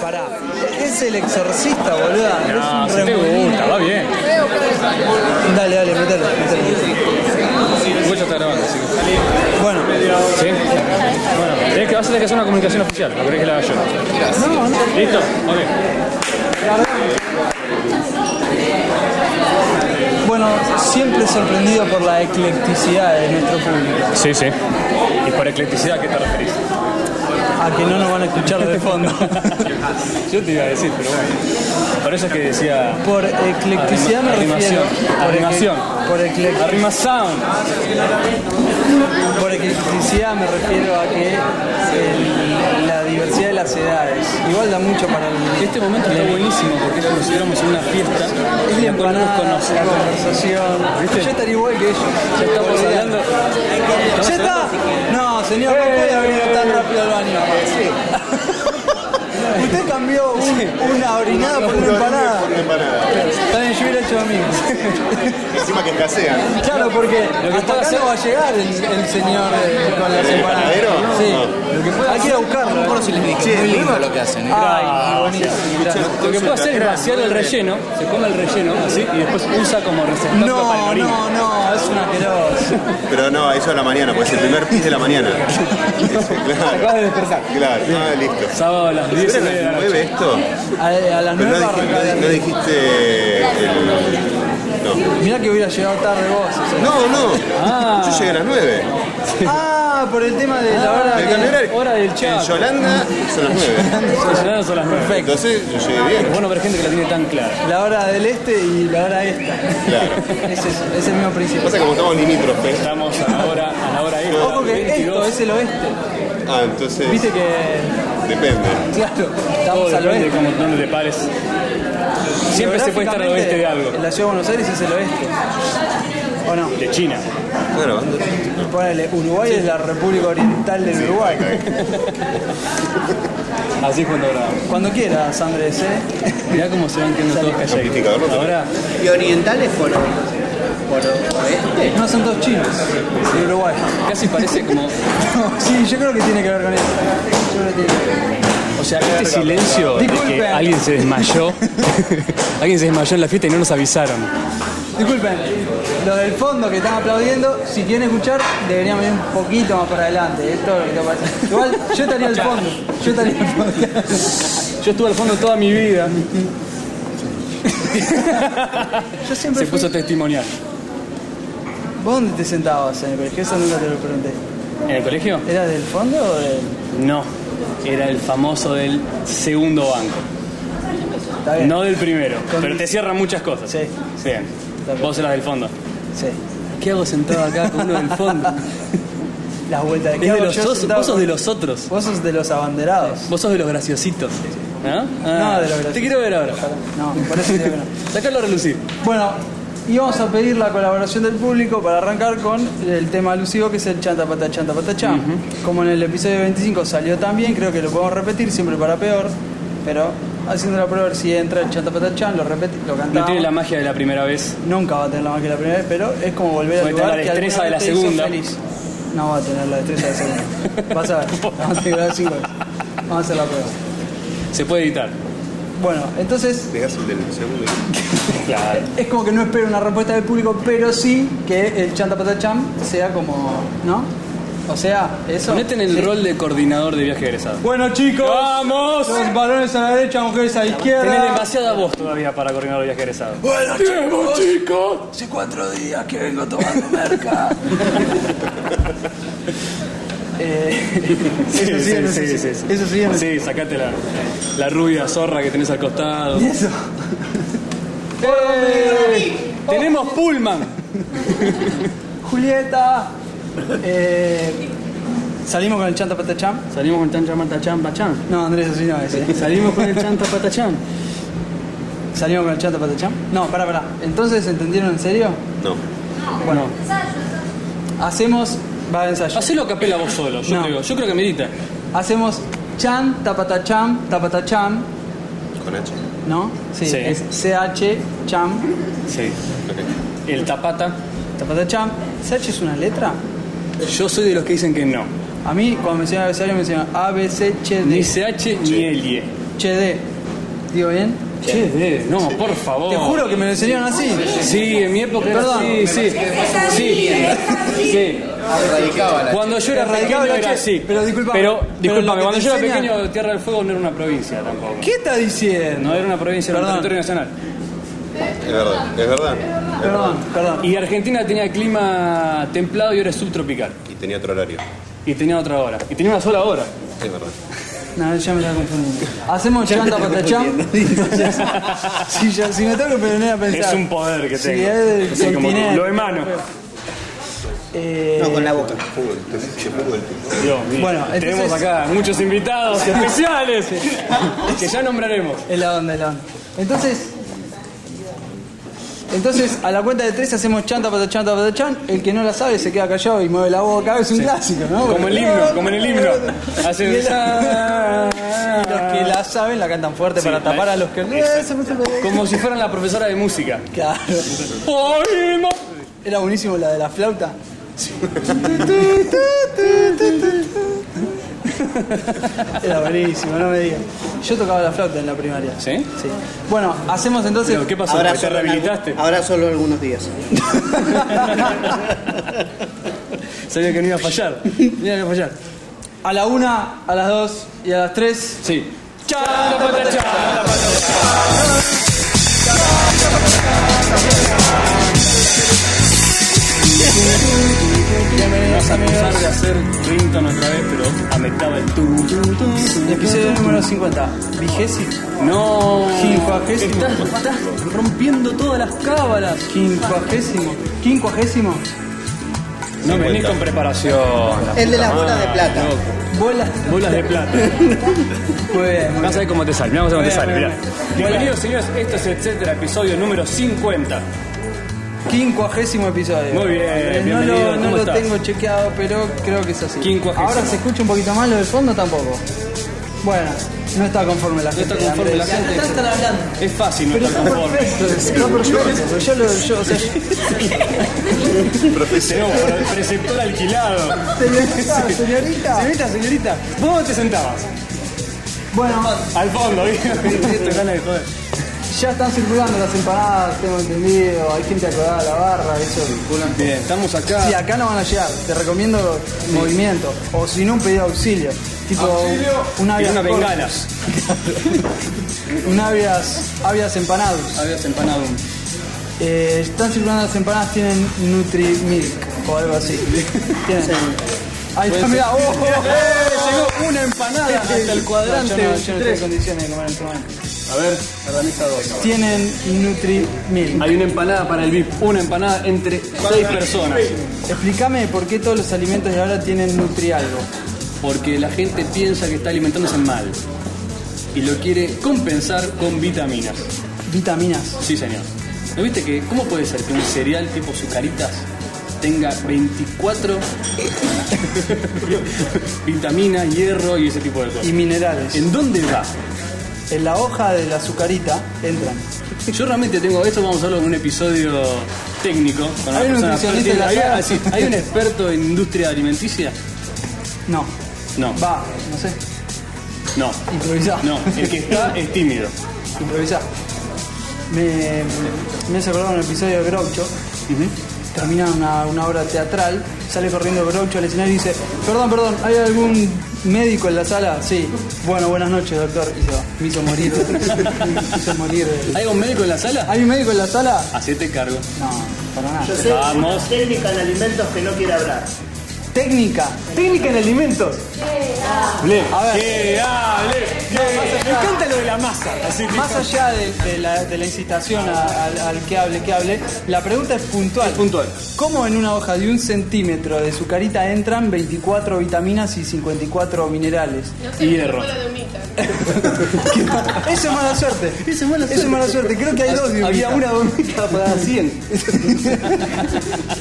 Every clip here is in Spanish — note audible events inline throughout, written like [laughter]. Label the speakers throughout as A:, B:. A: Pará, es el exorcista, boluda. es
B: No, si Ah, te
A: remolino.
B: gusta, va bien.
A: Dale, dale, mételo, mételo.
B: Igual ya está grabando, así que.
A: Bueno,
B: ¿Sí? Bueno, tenés que, vas a tener que hacer una comunicación oficial, no querés que la haga yo. ¿Listo? Ok.
A: bueno, siempre sorprendido por la eclecticidad de nuestro público.
B: Sí, sí. ¿Y por eclecticidad a qué te referís?
A: A que no nos van a escuchar de
B: [laughs]
A: fondo.
B: Yo te iba a decir, pero bueno. Por eso es que decía.
A: Por eclecticidad me
B: Arrimación,
A: refiero. por
B: arrimación.
A: ecle- Por, ecle-
B: Arrima Sound.
A: por eclecticidad me refiero a que el- la diversidad de las edades. Igual da mucho para el.
B: Este momento está buenísimo porque es como si fuéramos en una fiesta.
A: Es la
B: y con nos
A: empanada, la
B: conocemos.
A: conversación.
B: ¿Viste?
A: Yo estaría igual que ellos.
B: Ya estamos
A: Boludeando.
B: hablando. estamos
A: ¿Ya está? No, señor, no puede haber ido tan rápido al baño. [laughs] Usted cambió un- una orinada por una empanada.
C: Por una empanada.
A: También yo hubiera hecho lo mismo.
C: Encima que escasean.
A: [laughs] Claro, porque
B: Lo que
A: hasta
B: puede
A: acá
B: hacer-
A: no va a llegar el, el señor eh, con las
C: ¿El
A: empanadas.
C: panadero?
A: Sí.
C: No.
A: Lo que puede Hay que ir a buscarlo.
D: No
A: ¿eh? Ah,
D: si les dije, muy lindo lo que hacen. ¿eh?
A: Ay, buenísimo. gracias.
B: Lo que puede hacer es vaciar el relleno, se come el relleno así y después usa como receptáculo para el
A: No,
B: orín.
A: no, no, es un asqueroso.
C: Pero no, eso a la mañana, pues es el primer pis de la
A: [laughs]
C: mañana. Claro.
A: Acabas de despertar.
C: Claro, ah, listo.
B: Sábado a las 10 y
C: ¿Eran
B: media de la
C: las
B: noche.
C: 9 esto?
A: A, a las
C: Pero no,
A: 9
C: dij-
A: arranca
C: no di- no dijiste eh, el... No.
A: Mirá que hubiera llegado tarde vos. o sea.
C: No, no. Yo llegué a las 9.
A: Ah, por Ah, el tema de la hora
C: Me cambió
A: que...
C: horario.
B: hora del chat.
C: En Yolanda son las 9.
B: Son las 9.
C: Entonces yo llegué
B: Es
C: bien.
B: bueno ver gente que la tiene tan clara.
A: La hora del este y la hora esta.
C: Claro.
A: [laughs] Ese es, es el mismo principio.
C: Pasa que como estamos limítrofes.
B: Estamos a la hora, a la hora esta,
A: Ojo que esto
B: 22.
A: es el oeste.
C: Ah, entonces
A: Viste que,
C: depende.
A: claro,
B: Todo
A: estamos al
B: depende de
A: oeste.
B: cómo dónde te pares. Siempre se puede estar al oeste de algo.
A: En la ciudad de Buenos Aires es el oeste. ¿O no?
B: De China.
C: ¿Está grabando?
A: Ponele, Uruguay es la República Oriental del Uruguay.
B: Así es cuando grabamos.
A: Cuando quieras, Andrés, ¿eh?
B: Mirá cómo se van quedando todos
C: Amplificador,
B: calladitos.
C: ¿no?
B: Ahora,
D: Y orientales por, por oeste.
A: [laughs] No, son dos chinos de Uruguay. [laughs]
B: casi parece como.
A: No, sí, yo creo que tiene que ver con eso. Yo creo que tiene que ver.
B: O sea, este silencio de que
A: Disculpen.
B: alguien se
A: [laughs]
B: desmayó. alguien se desmayó en la fiesta y no nos avisaron.
A: Disculpen, lo del fondo que están aplaudiendo, si quieren escuchar, deberían venir un poquito más para adelante. Es todo lo que te pasa. Igual, yo estaría al fondo. Yo estaría al fondo.
B: [laughs] Yo estuve al fondo toda mi vida.
A: Yo siempre
B: Se
A: fui...
B: puso testimonial.
A: ¿Vos dónde te sentabas en el colegio? Eso nunca te lo pregunté.
B: ¿En el colegio?
A: ¿Eras del fondo o del...?
B: No. Era el famoso del segundo banco.
A: Está bien.
B: No del primero.
A: Con-
B: Pero te cierran muchas cosas.
A: Sí.
B: Bien.
A: bien.
B: Vos eras del fondo.
A: Sí.
B: ¿Qué hago sentado acá con uno del fondo?
A: [laughs] Las vueltas de
B: Es de
A: hago
B: los
A: yo
B: osos.
A: sentado
B: Vos sos
A: con-
B: de los otros.
A: Vos sos de los abanderados.
B: Vos sos de los graciositos. ¿No?
A: No, de los graciositos.
B: Ah, Te quiero ver ahora.
A: No, por eso digo que no.
B: Sacalo a relucir.
A: Bueno, íbamos a pedir la colaboración del público para arrancar con el tema alusivo que es el chanta pata chanta pata chan. Como en el episodio 25 salió también, creo que lo podemos repetir siempre para peor, pero haciendo la prueba a ver si entra el chanta pata chan, lo repeti- lo
B: No tiene
A: cantamos.
B: la magia de la primera vez.
A: Nunca va a tener la magia la primera vez, pero es como volver al
B: Puede tener
A: lugar
B: la
A: que alguna
B: destreza de la
A: vez te hizo
B: segunda.
A: feliz. No va a tener la destreza de la segunda.
B: [laughs]
A: Vas a ver, vamos a tirar cinco veces. Vamos a hacer la prueba.
B: Se puede editar.
A: Bueno, entonces
C: Dejás el del segundo.
B: Claro.
A: Es como que no espero una respuesta del público, pero sí que el chanta patacham sea como. ¿No? O sea, eso.
B: Ponete en el
A: Sí.
B: rol de coordinador de viaje de egresado.
A: Bueno, chicos.
B: ¡Vamos!
A: Los varones a la derecha, mujeres a la izquierda.
B: Tenés demasiada voz todavía para coordinador de viaje de egresado.
D: Bueno, chicos, chicos, hace cuatro días que vengo tomando merca.
B: [laughs]
A: Eh, eso sí, eso sí, Eso sí, eso sí.
B: Sí, sacate la, la rubia zorra que tenés al costado.
A: Y
B: [laughs]
A: eso. ¡Eh!
B: Tenemos Pullman.
A: Julieta. Eh, ¿Salimos con el chanta patacham?
B: Salimos con el chanta patachán.
A: No, Andrés, así no
B: [laughs]
A: es. eh.
B: Salimos con el chanta patachán.
A: ¿Salimos con el chanta patacham? No, pará, pará. ¿Entonces entendieron en serio?
C: No.
B: Bueno,
A: Hacemos. Va a ensayo.
B: hacelo a capela vos solo. Yo,
A: No.
B: creo, yo creo que medita.
A: Hacemos chan, tapatacham, tapatacham,
C: Con H.
A: ¿no? Sí,
B: Sí.
A: es CH, cham,
B: Sí.
C: Ok.
B: El tapata.
A: tapatacham. ¿CH es una letra?
B: Yo soy de los que dicen que no.
A: A mí, cuando mencionan abecedario, me mencionan
B: Ni
A: ABCHD.
B: CH ni Elie.
A: HD. ¿Digo bien?
B: Che, de- no, por favor.
A: Te juro que me lo enseñaron así.
B: Oh. Sí, en mi época era
A: Perdón.
B: así, sí. Sí. Sí.
E: Radicaba la
B: Cuando yo era
A: Radicaba
B: pequeño
A: la
B: era
A: che,
B: así.
A: pero disculpame,
B: Pero,
A: pero
B: disculpame,
A: lo que
B: cuando
A: te
B: yo era
A: enseñan-
B: pequeño Tierra del Fuego no era una provincia tampoco.
A: ¿Qué está diciendo?
B: No era una provincia, era un
A: Perdón.
B: territorio nacional.
C: Es verdad, es verdad.
A: Perdón,
C: es verdad.
A: perdón.
B: Y Argentina tenía clima templado y era subtropical.
C: Y tenía otro horario.
B: Y tenía otra hora. Y tenía una sola hora.
C: Es verdad.
A: No, ya me está confundiendo. ¿Hacemos chanta patacham? [laughs] si, ya- si me tengo que poner a pensar.
B: Es un poder que
A: Sí,
B: tengo.
A: es del
B: Así como
A: continente.
B: lo emano.
A: Eh,
E: No, con la boca.
C: Fútbol, te- te fútbol.
B: Dios mío.
A: Bueno, entonces-
B: tenemos acá muchos invitados especiales [laughs] que ya nombraremos.
A: Es la onda, es la onda. Entonces. Entonces, a la cuenta de tres hacemos chanta, patachán, patachán. El que no la sabe se queda callado y mueve la boca. Es un clásico, ¿no?
B: Como el himno, como en el himno. [laughs] Hacen-
A: Y la- Y los que la saben la cantan fuerte
B: Sí,
A: para tapar
B: la-
A: a los que no.
B: Como si fueran la profesora de música.
A: Claro. Era buenísimo la de la flauta. Era buenísimo, no me digas. Yo tocaba la flauta en la primaria.
B: ¿Sí?
A: Sí. Bueno, hacemos entonces.
B: Pero, ¿Qué pasó?
E: Ahora
B: ¿Te
E: solo, en algún-
B: rehabilitaste?
E: ahora solo algunos días.
B: Sabía que no iba a fallar.
A: [laughs] Mira, no fallar. A la una, a las dos y a las tres.
B: Sí.
A: ¡Chanta, pata, chanta! Bienvenidos
B: A
A: amigos.
B: pesar de hacer Rington otra vez, pero ametaba el tu. tu, tu.
A: Episodio número 50. Vigésimo.
B: No.
A: Quincuagésimo.
B: Estás, estás rompiendo todas las cábalas.
A: Quincuagésimo. Quincuagésimo.
B: No venís con preparación. la
E: El de las
B: puta
E: bolas de
B: madre,
E: plata.
B: loco.
A: Bola.
B: Bolas de plata.
A: Muy bien, muy
B: Vas a ver cómo te sale. Mirá cómo te
A: Bien,
B: sale.
A: bien,
B: Mirá.
A: bien.
B: Bienvenidos, señores. Esto es Etcétera, episodio número 50.
A: bien. Quincuagésimo episodio.
B: Muy bien,
A: Andrés, No
B: bienvenido,
A: lo, no
B: ¿cómo
A: lo
B: estás?
A: tengo chequeado, pero creo que es así.
B: Quincuagésimo.
A: Ahora se escucha un poquito más lo del fondo tampoco. Bueno, no está conforme la gente.
B: está conforme
A: Andrés.
B: la gente.
A: Ya están hablando.
B: Es fácil no
A: Pero
B: estar
A: está [laughs]
B: conforme.
A: perfecto. Está perfecto. Yo lo. Yo,
B: [laughs]
A: o sea,
B: Tenemos pre- preceptor alquilado.
A: señorita, señorita.
B: Señorita, señorita, ¿vos dónde te sentabas?
A: Bueno,
B: Al fondo, ¿viste? Esto, ganas de joder.
A: ya están circulando las empanadas, tengo entendido. Hay gente acodada a la barra, eso.
B: Bien, estamos acá.
A: Si acá no van a llegar, te recomiendo movimiento. O si no, un pedido de auxilio. Tipo una avias.
B: Tiene unas bengalas.
A: Un avias, avias empanados.
B: Habías empanado un.
A: Eh, están circulando las empanadas, tienen Nutri-Milk o algo [laughs] así. Tienen. Ahí está, mirá, ¡oh! [laughs]
B: Eh, Llegó una empanada hasta el cuadrante.
A: No, yo no, yo no estoy en
B: 23.
A: condiciones de comer en este momento.
B: A ver, organiza dos.
A: Tienen Nutri-Milk.
B: Hay una empanada para el VIP, una empanada entre seis personas.
A: Explícame por qué todos los alimentos de ahora tienen Nutri-Algo.
B: Porque la gente piensa que está alimentándose mal. Y lo quiere compensar con vitaminas.
A: Vitaminas.
B: Sí, señor. ¿No viste que cómo puede ser que un cereal tipo Zucaritas tenga 24 [laughs] vitaminas, hierro y ese tipo de
A: Y
B: cosas?
A: minerales.
B: ¿En dónde va?
A: En la hoja de la azucarita entran.
B: Yo realmente tengo esto, vamos a hablar en un episodio técnico. Con la
A: Hay un
B: persona
A: nutricionista en la
B: Hay-
A: sala.
B: sí, ¿Hay un experto en industria alimenticia?
A: No.
B: No,
A: Va, no sé.
B: no,
A: Improvisá. [laughs]
B: no. El que está es tímido.
A: Improvisá. Me, me hace acordar un episodio de Groucho. Termina una, una obra teatral, sale corriendo Groucho al escenario y dice, perdón, perdón, ¿hay algún médico en la sala? Sí. Bueno, buenas noches, doctor. Y se va. Me hizo morir.
B: [laughs]
A: me hizo morir.
B: ¿Hay un médico en la sala?
A: ¿Hay un médico en la sala?
B: Hacete cargo.
A: No, para nada.
F: Yo sé
B: Vamos.
F: una técnica en alimentos que no quiere hablar.
A: Técnica. Técnica en alimentos. A ver.
B: ¡Que hable! Me encanta lo de la masa. Así, tipo,
A: Más allá de, de la, de la incitación a- al, al que hable, que hable, la pregunta es puntual.
B: puntual.
A: ¿Cómo en una hoja de un centímetro de su carita entran 24 vitaminas y 54 minerales?
B: Hierro.
A: [laughs] Eso es mala suerte. Eso es mala suerte. Creo que hay dos. de
B: Había
A: humita.
B: una dormida para 100.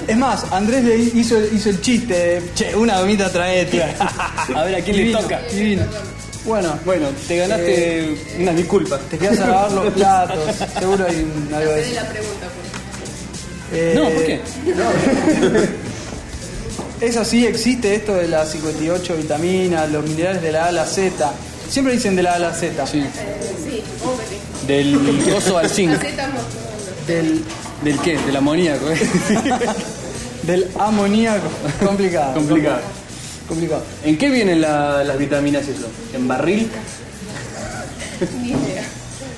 A: [laughs] Es más, Andrés le hizo, hizo el chiste. de, Che, una domita
B: [laughs]
A: traete.
B: A ver a quién le
A: Divino,
B: toca.
A: Divino. Eh. Bueno,
B: Bueno, te ganaste unas disculpas.
A: te quedas a lavar los platos. Seguro hay un- algo de eso.
G: la pregunta, por
A: Eh,
B: No, ¿por qué?
A: Es así, existe esto de las 58 vitaminas, los minerales de la A a la Z. Siempre dicen de la A a la Z.
B: Sí. Del coso al zinc. Del, ¿Del qué? Del amoníaco. ¿eh?
A: [laughs] Del amoníaco. [laughs] Complicado.
B: Complicado.
A: Complicado.
B: ¿En qué vienen la- las vitaminas y eso? ¿En barril?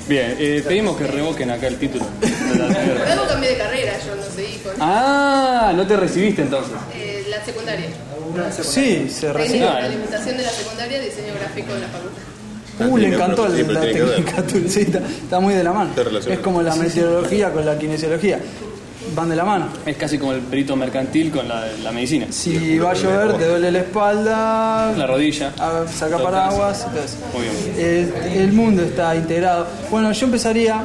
B: Bien, eh, pedimos que revoquen acá el título.
G: Por algo cambié de carrera, yo no seguí con
B: Ah, no te recibiste entonces.
G: eh, la secundaria.
A: Sí, se recibe.
G: Técnico de alimentación de la secundaria, diseño gráfico de la facultad.
A: Uh, le encantó la,
C: Sí, pero
A: la
C: tiene que ver.
A: técnica tulcita. Está muy de la mano.
C: Está relacionado.
A: Es como la meteorología con la kinesiología. Van de la mano.
B: Es casi como el perito mercantil con la, la medicina.
A: Si va a llover, te duele la espalda,
B: La rodilla.
A: a- saca paraguas. entonces,
B: Muy bien.
A: eh, el mundo está integrado. Bueno, yo empezaría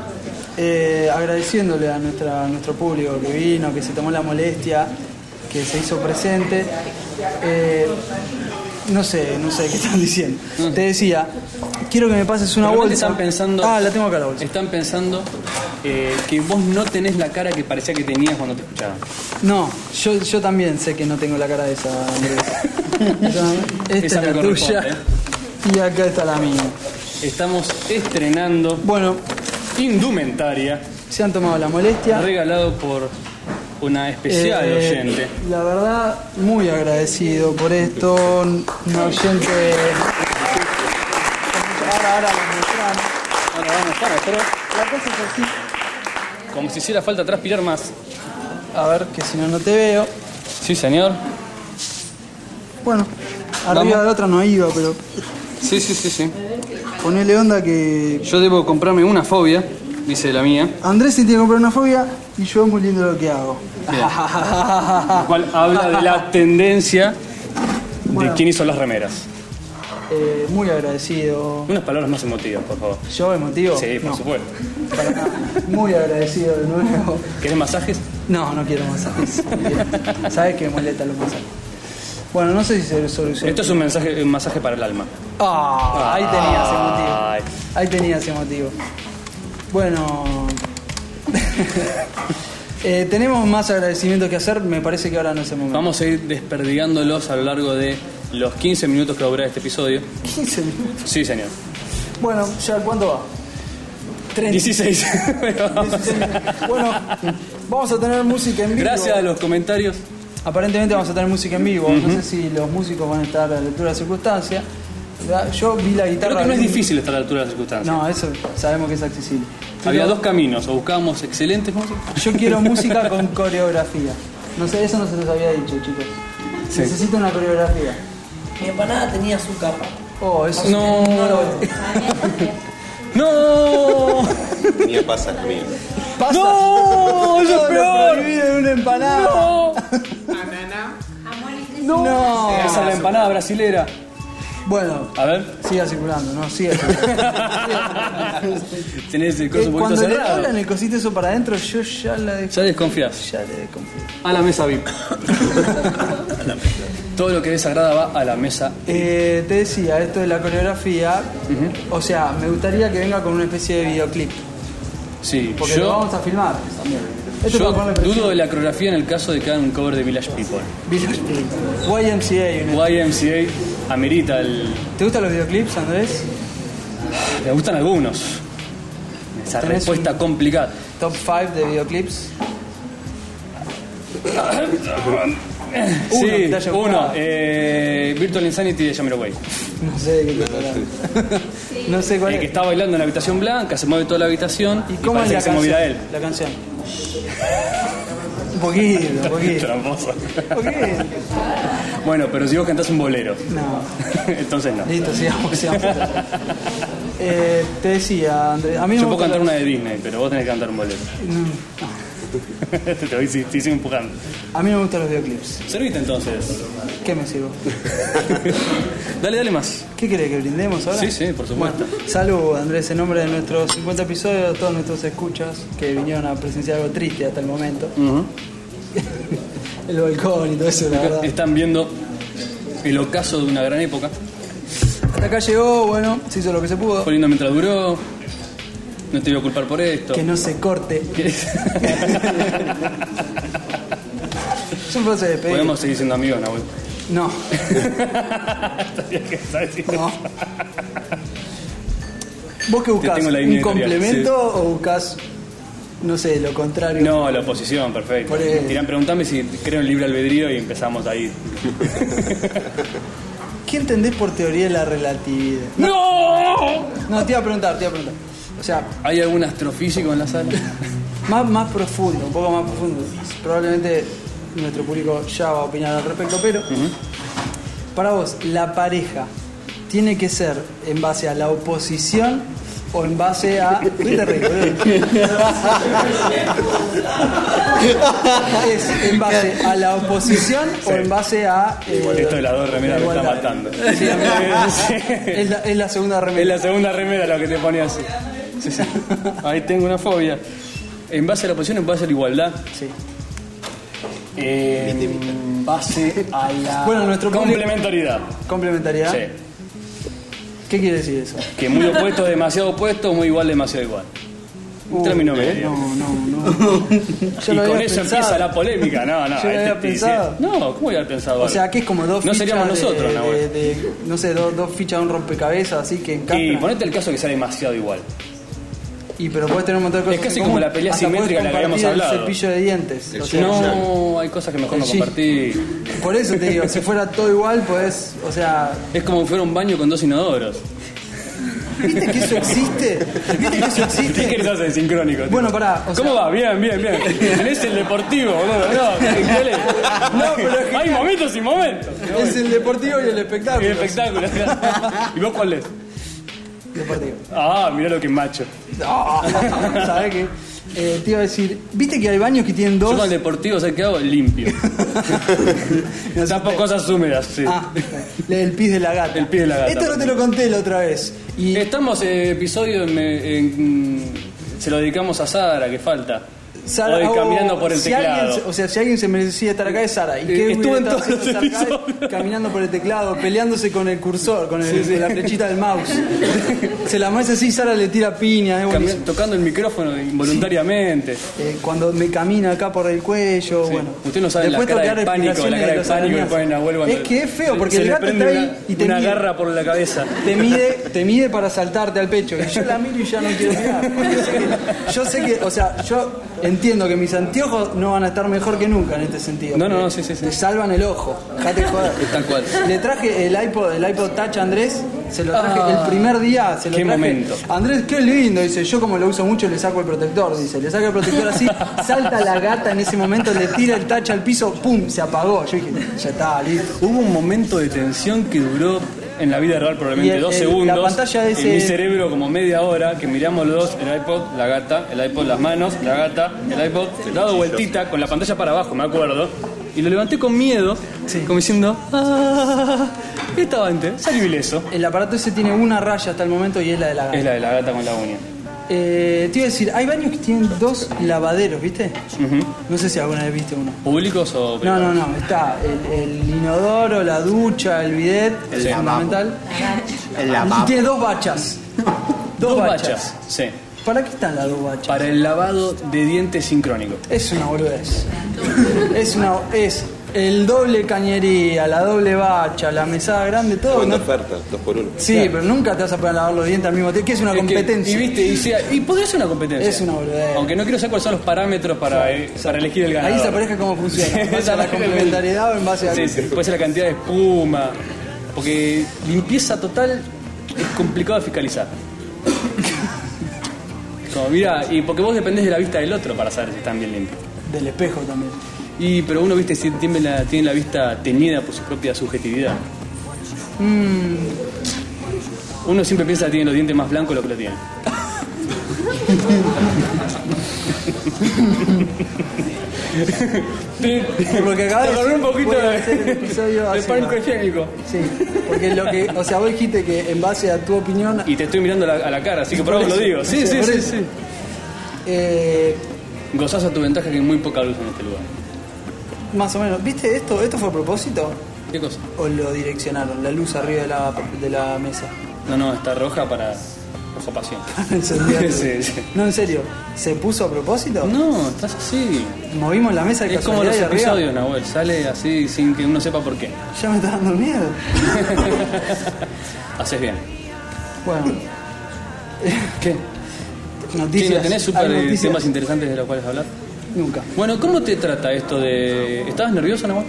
A: eh, agradeciéndole a, nuestra, a nuestro público que vino, que se tomó la molestia, que se hizo presente. Eh, no sé, no sé qué están diciendo. Te decía, quiero que me pases una
B: Realmente
A: bolsa.
B: Están pensando,
A: Ah, la tengo acá la bolsa.
B: Están pensando eh, que vos no tenés la cara que parecía que tenías cuando te escuchaban.
A: No, yo, yo también sé que no tengo la cara de esa,
B: [laughs]
A: Andrés. Yo- Esta
B: Esa
A: es la
B: me
A: tuya.
B: corresponde, ¿eh?
A: Y acá está la mía.
B: Estamos estrenando
A: Bueno,
B: indumentaria
A: se han tomado la molestia.
B: regalado por una especial
A: Eh,
B: oyente.
A: La verdad, muy agradecido por esto. Un oyente. Ahora, ahora lo mostramos.
B: Ahora vamos para atrás,
A: La cosa es así.
B: como si hiciera falta transpirar más.
A: A ver, que si no, no te veo.
B: Sí, señor.
A: Bueno,
B: Vamos.
A: arriba de la otra no iba, pero
B: Sí, sí, sí, sí.
A: ponele onda que.
B: Yo debo comprarme una fobia, dice la mía.
A: Andrés se tiene que comprar una fobia y yo muy lindo lo que hago.
B: Lo cual habla de la tendencia de quién hizo las remeras.
A: [laughs] Eh, muy agradecido.
B: Unas palabras más emotivas, por favor.
A: ¿Yo emotivo?
B: Sí, por
A: no,
B: supuesto.
A: para nada. Muy agradecido de nuevo.
B: ¿Querés masajes?
A: No, no quiero masajes. Sabes que me molesta los masajes. Bueno, no sé si se soluciona.
B: Esto es un mensaje, un masaje para el alma.
A: Ah, ahí tenías emotivo.
B: Ay.
A: Ahí tenías emotivo. Bueno. [laughs] eh, tenemos más agradecimientos que hacer. Me parece que ahora no es el momento.
B: Vamos a ir desperdigándolos a lo largo de los 15 minutos que va a durar este episodio.
A: 15 minutos.
B: Sí, señor.
A: Bueno, ya, ¿cuánto va?
B: [laughs]
A: 30. [laughs]
B: 16. Bueno, vamos.
A: Bueno, vamos a tener música en vivo.
B: Gracias a los comentarios.
A: Aparentemente vamos a tener música en vivo. No sé si los músicos van a estar a la altura de la circunstancia. ¿Verdad? Yo vi la guitarra.
B: Creo que no es
A: bien-
B: difícil estar a la altura de las circunstancias.
A: No, eso sabemos que es accesible.
B: Había dos caminos, o buscábamos excelentes músicos.
A: Yo
B: [laughs]
A: quiero música con coreografía. No sé, eso no se los había dicho, chicos. Necesito una coreografía.
H: Mi empanada tenía su capa.
A: Oh, eso
B: No.
A: lo-
B: ¡No!
C: Mía pasa conmigo.
A: pasa.
B: ¡No! ¡Eso es
A: Todo lo
B: peor!
A: prohibido en una empanada.
B: ¡No!
A: No.
B: Esa es la empanada brasilera.
A: Bueno,
B: A ver.
A: [laughs] siga circulando, no, siga circulando.
B: [laughs] Tenés el coso
A: Eh,
B: un poquito
A: Cuando le
B: cerrado.
A: hablan el cosito eso para adentro, yo ya la dejo.
B: Ya desconfías.
A: Ya le desconfío.
B: A la mesa VIP. Todo lo que desagrada va a la mesa.
A: Eh, te decía, esto de la coreografía, o sea, me gustaría que venga con una especie de videoclip,
B: Sí,
A: porque lo
B: yo,
A: vamos a filmar también. Esto
B: yo
A: para ponerle presión.
B: dudo de la coreografía en el caso de que hagan un cover de Village People.
A: Videoclip. YMCA. una-
B: YMCA amerita el...
A: ¿Te gustan los videoclips, Andrés?
B: Me gustan algunos. Esa
A: Tenés
B: respuesta complicada.
A: Top 5 de videoclips. Uno que
B: sí,
A: te haya gustado.
B: uno. eh, Virtual Insanity de Jamiroquai.
A: No sé de qué te hablan. No sé cuál
B: El que
A: es.
B: está bailando en la habitación blanca, se mueve toda la habitación y,
A: ¿Y cómo es
B: parece
A: la
B: que se
A: canción?
B: moviera él. [laughs]
A: La canción. Un poquito, un
B: [laughs]
A: poquito.
B: Tramposo.
A: Un poquito.
B: bueno, pero si vos cantás un bolero, [laughs]
A: No.
B: entonces no.
A: Listo, sigamos,
B: [laughs]
A: sigamos. Eh, te decía, Andrés, a mí me
B: Yo puedo
A: gusta
B: cantar
A: la-
B: una de Disney, pero vos tenés que cantar un bolero. [laughs] Te voy sí, sí, sí, empujando.
A: A mí me gustan los videoclips.
B: Servite entonces. [laughs]
A: ¿Qué me sirvo?
B: Dale, dale más.
A: ¿Qué querés que brindemos ahora?
B: Sí, sí, por supuesto.
A: Bueno, salud, Andrés, en nombre de nuestros 50 episodios, todos nuestros escuchas que vinieron a presenciar algo triste hasta el momento. [laughs] el balcón y todo eso, la verdad.
B: Están viendo el ocaso de una gran época.
A: Hasta acá llegó, bueno, se hizo lo que se pudo.
B: Fue lindo mientras duró. No te voy a culpar [laughs] por esto.
A: Que no se corte.
B: Que-
A: Es un proceso de pedir.
B: Podemos seguir siendo amigos, [laughs] Nahuel.
A: No,
B: Sabía que estaba diciendo.
A: no. ¿Vos qué buscás?
B: tengo la
A: ¿Un
B: línea
A: complemento o buscás, no sé, lo contrario?
B: No, la oposición, perfecto.
A: Por eso.
B: Dirán, preguntame si creo en libre albedrío y empezamos ahí.
A: ¿Qué entendés por teoría de la relatividad?
B: ¡No!
A: No, te iba a preguntar, te iba a preguntar. O sea,
B: ¿Hay algún astrofísico en la [laughs] sala?
A: más, más profundo, un poco más profundo. Probablemente nuestro público ya va a opinar al respecto, pero para vos, ¿la pareja tiene que ser en base a la oposición o en base
B: [laughs]
A: a... ¿Qué te reís, boludo? ¿Es en base a la oposición o en base a... eh,
B: Esto de las dos remeras me está
A: igualdad?
B: matando.
A: Sí, amigo.
B: Sí.
A: es, la, es la segunda
B: [laughs] Es
A: remera.
B: la segunda remera lo que te pone así. Sí, sí. Ahí tengo una fobia. En base a la oposición, en base a la igualdad.
A: Sí.
B: eh, en base a la
A: Bueno, nuestro público-
B: complementariedad.
A: ¿Complementariedad?
B: Sí.
A: ¿Qué quiere decir eso?
B: Que muy opuesto, demasiado opuesto, muy igual, demasiado igual. Un término medio.
A: Uh, No, no,
B: [laughs]
A: no. Yo
B: y
A: lo
B: con
A: había
B: eso
A: pensado.
B: empieza la polémica. No, no,
A: [laughs] Yo lo
B: este
A: había
B: te dice-
A: pensado.
B: No, ¿cómo había pensado?
A: O
B: algo?
A: sea, que es como dos
B: No
A: fichas
B: seríamos
A: de-
B: nosotros,
A: de,
B: Nahuel.
A: de- no sé, dos, dos fichas de un rompecabezas así que
B: Y
A: encajan.
B: ponete el caso que sea demasiado igual.
A: Y, pero puedes tener un montón de cosas
B: Es casi
A: en
B: como
A: común.
B: la pelea
A: Hasta podés
B: simétrica de la que habíamos
A: compartir
B: hablado.
A: el cepillo de dientes. O sea,
B: No, hay cosas que mejor no
A: Sí.
B: compartir.
A: Por eso te digo, si fuera todo igual, pues, o sea,
B: Es como si fuera un baño con dos inodoros.
A: ¿viste que eso existe? ¿Viste que eso
B: [laughs] ¿Qué querés
A: existe?
B: hacer de sincrónico? tío?
A: Bueno, pará, o sea-
B: ¿Cómo va? Bien, bien, bien. Tenés el deportivo, boludo.
A: [laughs]
B: No, ¿qué le-
A: No, pero es que-
B: Hay momentos y momentos.
A: Es el deportivo y el espectáculo.
B: Qué espectáculo.
A: [laughs]
B: ¿Y vos cuál es?
A: Deportivo.
B: Ah, mirá lo que macho.
A: [laughs] No, ¿sabes qué? Eh, te iba a decir, ¿viste que hay baños que tienen
B: Yo
A: dos?
B: con el deportivo, ¿sabes qué
A: [laughs]
B: hago? Limpio.
A: No sé,
B: Tapo cosas húmedas, sí.
A: Ah, el pis de la gata.
B: El pis de la gata,
A: Esto no te lo conté la otra vez. Y
B: Estamos eh, episodio en, en- Se lo dedicamos a Sara, que falta.
A: Sara-
B: Hoy
A: o-
B: caminando por el
A: si
B: teclado.
A: alguien se- o sea, si alguien se merecía estar acá es Sara. ¿Y
B: Eh,
A: qué
B: estuvo en
A: hubiera
B: todos
A: estado
B: los
A: haciendo Sara acá?
B: episodios.
A: Caminando por el teclado, peleándose con el cursor, con, el- con la flechita del mouse.
B: [laughs]
A: se la mueve así, Sara le tira piña. Es
B: Cami-
A: buenísimo.
B: Tocando el micrófono involuntariamente.
A: Eh, cuando me camina acá por el cuello,
B: Sí.
A: bueno.
B: Usted no sabe la
A: Después
B: cara
A: tocar
B: de pánico, la
A: respiraciones
B: cara de
A: los
B: pánico que
A: arañazos.
B: ponen a Nahuel cuando
A: Es que es feo, porque
B: se
A: el
B: le
A: gato
B: prende
A: está ahí
B: una,
A: y te
B: una
A: mide.
B: garra por la cabeza.
A: Te mide, te mide para saltarte al pecho. Y yo la miro y ya no quiero mirar. porque sé que- yo sé que, o sea, yo entiendo que mis anteojos no van a estar mejor que nunca en este sentido.
B: No, no,
A: porque
B: no, sí, sí, sí.
A: Te salvan el ojo. Dejate joder.
B: Tal cual.
A: Le traje el iPod, el iPod Touch a Andrés, se lo traje
B: Ah.
A: el primer día, se lo
B: Qué
A: traje.
B: momento.
A: Andrés, qué lindo, dice, yo como lo uso mucho le saco el protector, dice, le saco el protector así, salta la gata en ese momento, le tira el touch al piso, pum, se apagó. Yo dije, ya está, listo.
B: Hubo un momento de tensión que duró en la vida real
A: Y
B: probablemente
A: el-
B: dos
A: el-
B: segundos.
A: la pantalla de
B: En mi
A: ese-
B: cerebro como media hora que miramos los dos, el iPod, la gata, el iPod, las manos, la gata, el iPod, dado vueltita con la pantalla para abajo, me acuerdo. Y lo levanté con miedo, como diciendo, ah, estaba antes, salí ileso.
A: El aparato ese tiene una raya hasta el momento y es la de la gata.
B: Es la de la gata con la uña.
A: Eh, te iba a decir, hay baños que tienen dos lavaderos, ¿viste? No sé si alguna vez viste uno.
B: ¿Públicos o
A: No,
B: privados?
A: no, no, está el, el inodoro, la ducha, el bidet,
E: El
A: es
E: lavabo.
A: fundamental.
E: El
A: Y tiene dos bachas.
B: Dos,
A: Dos
B: bachas.
A: bachas.
B: Sí.
A: ¿Para qué están las dos bachas?
B: Para el lavado de dientes sincrónico.
A: Es una boludez. Es una es el doble cañería, la doble bacha, la mesada grande, todo.
C: Segunda
A: ¿no?
C: oferta, dos por uno.
A: Sí, pero nunca te vas a poner a lavar los dientes al mismo tiempo, que es una
B: Es que-
A: competencia.
B: y viste, y, sea- y podría ser una competencia.
A: Es una boludez.
B: Aunque no quiero saber cuáles son los parámetros para, eh, para elegir el ganador.
A: Ahí se aparezca cómo funciona. ¿En base a la complementariedad o en base a
B: Sí, sí, puede ser la cantidad de espuma. Porque limpieza total es complicado
A: [laughs]
B: de fiscalizar. Como, mira, y porque vos dependés de la vista del otro para saber si están bien limpios.
A: del espejo también?
B: Y, pero uno, viste, si tiene la, tiene la vista teñida por su propia subjetividad. Mm. Uno siempre piensa que tiene los dientes más blancos de lo que lo tiene.
A: Por lo que acabas de
B: Te agarré
A: decir,
B: un poquito
A: voy a
B: de-
A: hacer el episodio
B: de
A: hacia-
B: pánico escénico.
A: Sí, porque lo que, o sea, vos dijiste que en base a tu opinión,
B: Y te estoy mirando la- a la cara, así que por algo lo
A: eso.
B: digo. Sí, sí,
A: Por
B: sí,
A: eso.
B: sí.
A: eh,
B: Gozás a tu ventaja que hay muy poca luz en este lugar.
A: más o menos, ¿viste esto? ¿Esto fue a propósito?
B: ¿Qué cosa?
A: ¿O lo direccionaron? La luz arriba de la, de la mesa. [laughs]
B: No, no, está roja para cojo pasión.
A: Incendiario.
B: Sí, sí.
A: No, en serio. ¿Se puso a propósito?
B: No, estás así.
A: Movimos la mesa de
B: Es como los
A: casualidad y arriba.
B: episodios, Nahuel. Sale así sin que uno sepa por qué.
A: Ya me está dando miedo.
B: Haces bien.
A: Bueno.
B: [laughs] ¿Qué?
A: Noticias.
B: ¿No tenés
A: Hay
B: super eh,
A: noticias.
B: temas interesantes de los cuales hablar?
A: Nunca.
B: Bueno, ¿cómo te trata esto de...? ¿Estabas nervioso, Nahuel?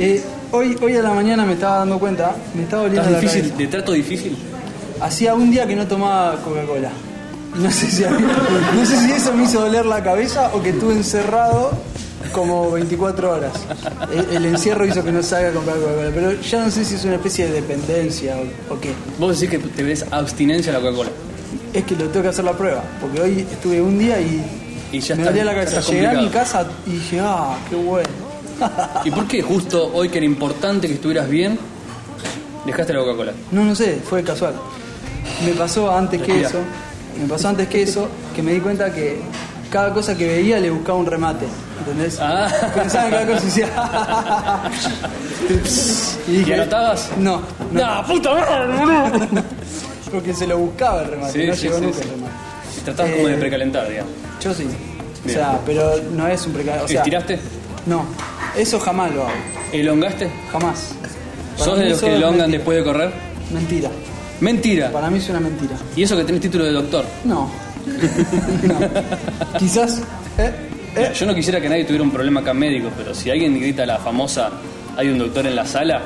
A: Eh, hoy, hoy a la mañana me estaba dando cuenta, me estaba doliendo la
B: ¿Estás difícil?
A: cabeza.
B: ¿De trato difícil?
A: Hacía un día que no tomaba Coca-Cola. Y No sé, si a mí- no sé si eso me hizo doler la cabeza o que estuve encerrado como 24 horas. El, el encierro hizo que no salga a comprar Coca-Cola. Pero ya no sé si es una especie de dependencia o, o qué.
B: Vos decís que te ves abstinencia a la Coca-Cola.
A: Es que lo tengo que hacer la prueba. Porque hoy estuve un día y,
B: Y ya
A: me
B: está-
A: dolía la
B: ya
A: cabeza.
B: está
A: Llegué a mi
B: complicado.
A: casa y dije, ah, qué bueno.
B: ¿Y por qué justo hoy que era importante que estuvieras bien, dejaste la Coca-Cola?
A: No, no sé, fue casual. Me pasó antes que
B: Respira.
A: eso, me pasó antes que eso, que me di cuenta que cada cosa que veía le buscaba un remate, ¿entendés?
B: Ah.
A: Pensaba en cada cosa y
B: [laughs]
A: decía... y
B: ¿Y anotabas?
A: No, no,
B: ¡Nah, ¡Ah, puta madre, boludo!
A: [laughs] porque se lo buscaba el remate,
B: Sí,
A: no
B: sí,
A: llegó
B: sí,
A: nunca
B: sí.
A: el remate.
B: Y Tratabas como de
A: Eh,
B: precalentar, digamos.
A: Yo sí, o sea, pero no es un precario. O sea,
B: ¿Estiraste?
A: No, eso jamás lo hago,
B: ¿Elongaste?
A: jamás. Para
B: ¿Sos
A: mí
B: de los
A: eso
B: que
A: es
B: elongan
A: mentira.
B: después de correr?
A: Mentira,
B: Mentira.
A: para mí es una mentira.
B: Y eso que tenés título de doctor. [laughs]
A: No, no. quizás... ¿eh? ¿eh?
B: Mira, Yo no quisiera que nadie tuviera un problema acá médico, pero si alguien grita la famosa hay un doctor en la sala,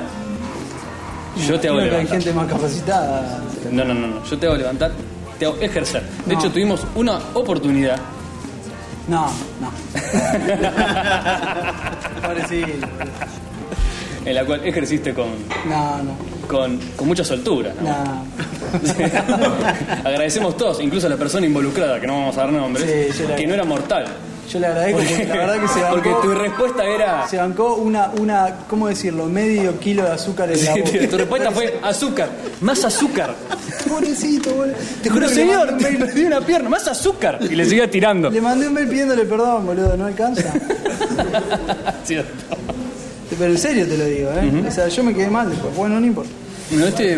B: yo te
A: Creo
B: hago
A: que hay
B: levantar.
A: gente más capacitada.
B: No, no, no, no, yo te hago levantar, te hago ejercer. De
A: No.
B: hecho, tuvimos una oportunidad.
A: No,
B: [laughs]
A: no. Parecido.
B: en la cual ejerciste con,
A: No, no,
B: con, con mucha soltura. ¿no?
A: no.
B: [laughs] Agradecemos todos, incluso a la persona involucrada, que no vamos a dar nombres,
A: Sí, yo la-
B: que no era mortal.
A: Yo le agradezco porque la verdad que se
B: [laughs] porque
A: bancó,
B: tu respuesta era. [laughs]
A: se bancó una, una, ¿cómo decirlo? Medio kilo de azúcar en la boca.
B: tu respuesta fue azúcar, más azúcar.
A: [laughs] Pobrecito, boludo. Te
B: Pero
A: que le
B: señor,
A: mandé
B: te
A: un mail-
B: perdí una pierna, más azúcar. Y le seguía tirando.
A: Le mandé un mail pidiéndole perdón, boludo, no
B: [laughs]
A: alcanza.
B: Cierto.
A: Pero en serio te lo digo, ¿eh? O sea, yo me quedé mal después. Bueno, no importa.
B: No, este.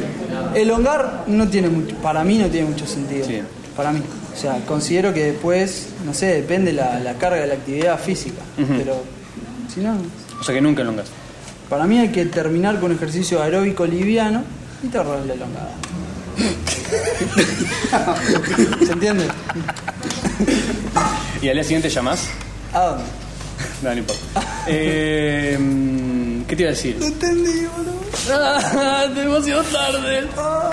A: El hongar no tiene mucho, para mí no tiene mucho sentido.
B: Sí.
A: Para mí. O sea, considero que después, no sé, depende la, la carga de la actividad física. Pero si no,
B: O sea que nunca elongas.
A: para mí hay que terminar con ejercicio aeróbico liviano y te ahorras la
B: [laughs]
A: elongada. ¿Se entiende?
B: ¿Y al día siguiente llamás?
A: ¿A dónde?
B: No, no importa.
A: [laughs]
B: Eh, mm, ¿Qué te iba a decir?
A: No entendí, boludo.
B: Ah, te emocionó tarde.
A: Ah,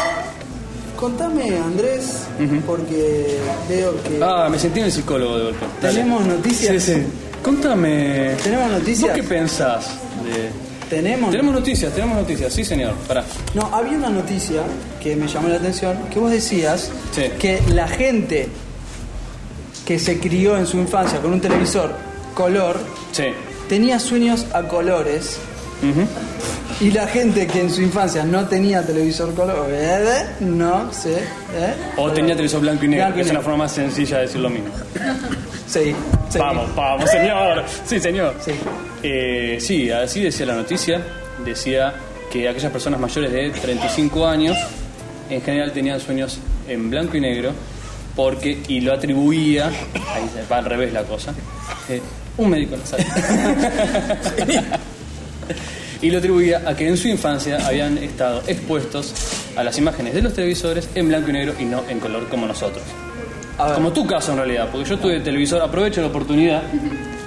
A: contame, Andrés, porque veo que
B: Ah, me sentí en el psicólogo de golpe. Dale.
A: tenemos noticias.
B: Sí, sí. Contame.
A: ¿Tenemos noticias?
B: ¿Vos qué pensás? de-
A: Tenemos.
B: Tenemos noticias, tenemos noticias. Sí, señor. Pará.
A: No, había una noticia que me llamó la atención, que vos decías
B: Sí.
A: que la gente que se crió en su infancia con un televisor color
B: Sí.
A: tenía sueños a colores
B: Ujú.
A: y la gente que en su infancia no tenía televisor color, ¿eh? no sé, ¿eh?
B: O tenía televisor blanco y negro,
A: Blanco y
B: que es una
A: negro.
B: forma más sencilla de decir lo mismo.
A: Sí, sí.
B: Vamos, vamos, señor. Sí, señor.
A: Sí.
B: Eh, sí, así decía la noticia. Decía que aquellas personas mayores de 35 años en general tenían sueños en blanco y negro porque, y lo atribuía, ahí se va al revés la cosa, eh, un médico en la sala. [laughs] y lo atribuía a que en su infancia habían estado expuestos a las imágenes de los televisores en blanco y negro y no en color como nosotros.
A: A ver.
B: Como tu caso en realidad, porque yo tuve televisor, aprovecho la oportunidad.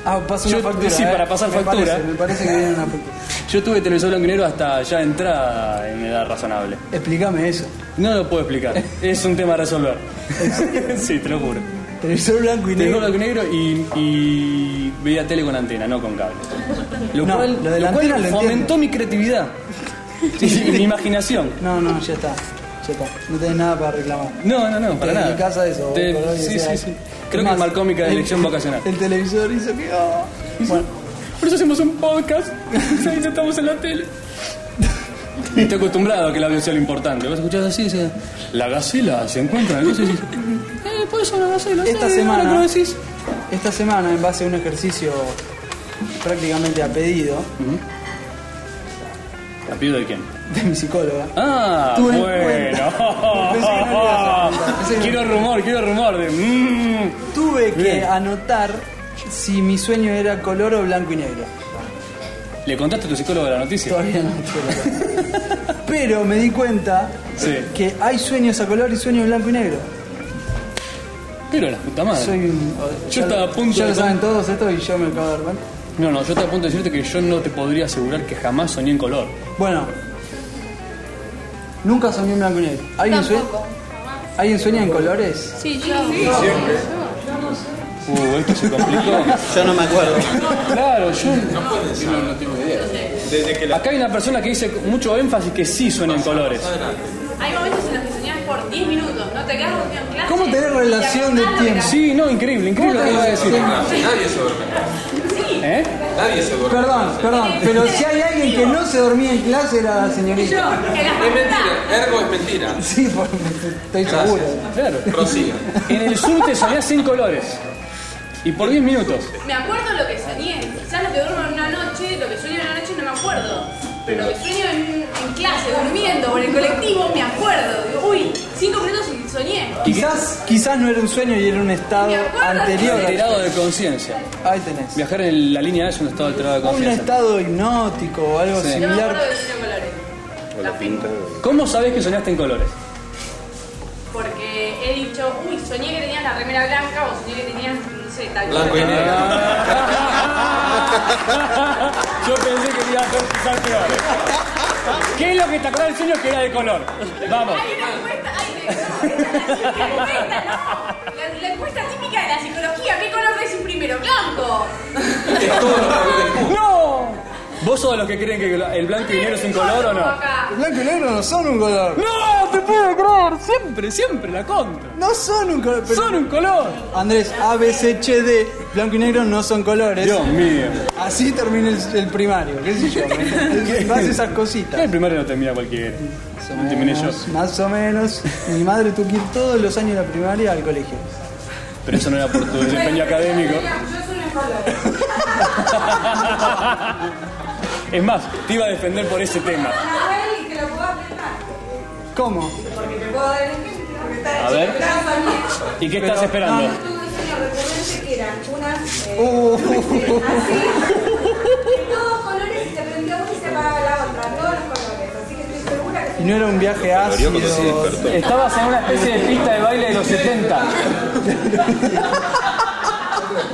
A: Ah, pasa una
B: Yo-
A: factura.
B: sí,
A: ¿eh?
B: para pasar
A: Me
B: factura.
A: parece, me parece que viene una factura.
B: Yo tuve televisor blanco y negro hasta ya entrada en edad razonable.
A: Explícame eso.
B: No lo
A: [laughs]
B: puedo explicar, es un tema a resolver. [laughs] sí, te lo juro.
A: Televisor blanco y
B: Televisor
A: negro.
B: blanco y negro y, y veía tele con antena, no con cable. Lo
A: No,
B: cual,
A: lo de la
B: cual
A: antena lo
B: fomentó mi creatividad y,
A: [laughs]
B: y mi imaginación.
A: No, no, ya está. Ya está. No tenés nada para reclamar.
B: No, no, no, para
A: en
B: nada.
A: mi casa eso.
B: Te-
A: color y
B: sí,
A: decía-
B: sí, sí. Creo
A: Es
B: que
A: más,
B: marcó mi
A: el-
B: elección vocacional.
A: El televisor hizo que. oh. Bueno,
B: Por eso hacemos un podcast. [laughs] Ahí ya estamos en la tele. [laughs] Estoy acostumbrado a que el audio sea lo importante. Vas a escuchar así, dice, la gacela se encuentra. [laughs] ¿no? Y decís, eh, puede ser una gacela.
A: Esta
B: eh,
A: semana-
B: ahora que lo decís.
A: esta semana, en base a un ejercicio prácticamente a pedido
B: ¿A pedido de quién?
A: de mi psicóloga,
B: Ah,
A: Tuve en
B: eh, bueno. [laughs]
A: cuenta. Pensé que no lo ibas a Entonces,
B: Quiero rumor, quiero rumor. De, mm.
A: tuve que
B: Bien.
A: anotar si mi sueño era color o blanco y negro.
B: ¿Le contaste a tu psicólogo la noticia?
A: Todavía no estoy
B: [laughs]
A: acá. Pero me di cuenta
B: Sí.
A: que hay sueños a color y sueños blanco y negro.
B: Pero la puta madre.
A: Soy un-
B: Yo estaba a punto
A: Ya
B: de-
A: lo saben todos esto y yo me acabo de dar cuenta.
B: No, no, yo te apunto a decirte que yo no te podría asegurar que jamás soñé en color.
A: Bueno, nunca soñé en blanco y negro. ¿Alguien, sue-
I: Tampoco.
A: ¿Alguien sueña en colores?
I: Sí, yo.
B: Uh, esto se [laughs] complicó.
E: Yo no me acuerdo.
B: claro, yo. No puede tengo idea. Acá hay una persona que dice con mucho énfasis que sí sueña en colores.
I: Hay momentos en los que soñás por 10 minutos, no te quedas dormido en clase.
A: ¿Cómo tenés relación de
I: acordás lo que
A: tiempo?
B: Sí, no, increíble, increíble lo que iba a decir.
J: Nadie se duerme.
B: ¿Eh?
J: Nadie se duerme.
A: Perdón, perdón, pero si hay alguien que no se dormía en clase era la
I: Yo,
A: señorita.
I: en la
J: Es
I: facultad.
J: mentira. Ergo es mentira.
A: Sí, porque estoy seguro.
B: Claro.
J: Prosiga.
B: En el sur te soñás en colores. Y por 10 minutos.
I: Me acuerdo lo que soñé. Quizás lo que duermo en una noche, lo que sueño en una noche no me acuerdo. Pero lo que sueño en, en clase, durmiendo o en el colectivo, me acuerdo. Digo, uy, 5 minutos y soñé.
A: Quizás, quizás no era un sueño y era un estado
I: Me acuerdo.
A: anterior.
B: Alterado de conciencia.
A: Ahí tenés.
B: Viajar en la línea A es un estado alterado de
A: Un
B: conciencia.
A: estado hipnótico o algo
B: Sí.
I: No me
A: similar.
I: acuerdo de sueño en colores. La pinta.
B: ¿Cómo sabés que soñaste
A: [laughs]
B: en colores?
I: Porque he dicho, uy, soñé que tenías la remera blanca o soñé que tenías, no sé, tal cosa.
J: Blanco y negro.
B: Yo pensé que me iba a hacer pisar peor. ¿Qué es lo que te acordás del sueño que era de color? Vamos.
I: Hay una encuesta, hay una encuesta, no. La, la encuesta típica de la psicología, ¿qué color decís primero? ¡Blanco!
B: ¡No! ¿Vos sos de los que creen que el blanco y negro es un color o no?
I: Acá.
A: Blanco y negro no son un color.
B: ¡No! ¡Te puedo creer! Siempre, siempre la contra.
A: No son un color. pero-
B: ¡Son un color!
A: Andrés, A, B, C, H, D, blanco y negro no son colores.
B: Dios mío.
A: Así termina el, el primario, qué sé
B: [laughs]
A: yo. ¿no? Vas esas
B: El
A: cositas.
B: primero no termina cualquiera. No terminé yo.
A: Más o menos. Mi madre tuvo que ir todos los años de la primaria al colegio.
B: Pero eso no era por tu desempeño académico.
I: Yo soy un color.
B: Es más, te iba a defender por ese tema.
I: Nahuel, y que lo puedo apretar.
A: ¿Cómo?
I: Porque te puedo dar ejemplo. Porque está
B: A ver. ¿Y qué estás esperando?
I: Tuve un sueño recurrente que eran unas. eh,
A: Oh.
B: Uh.
I: así. De todos colores y se prendía una y se apagaba la otra. Todos los colores. Así que estoy segura que.
A: Y no era un viaje
C: Pero
A: ácido.
C: cuando se despertó.
B: ah, Estabas en una especie de pista de baile de los 70.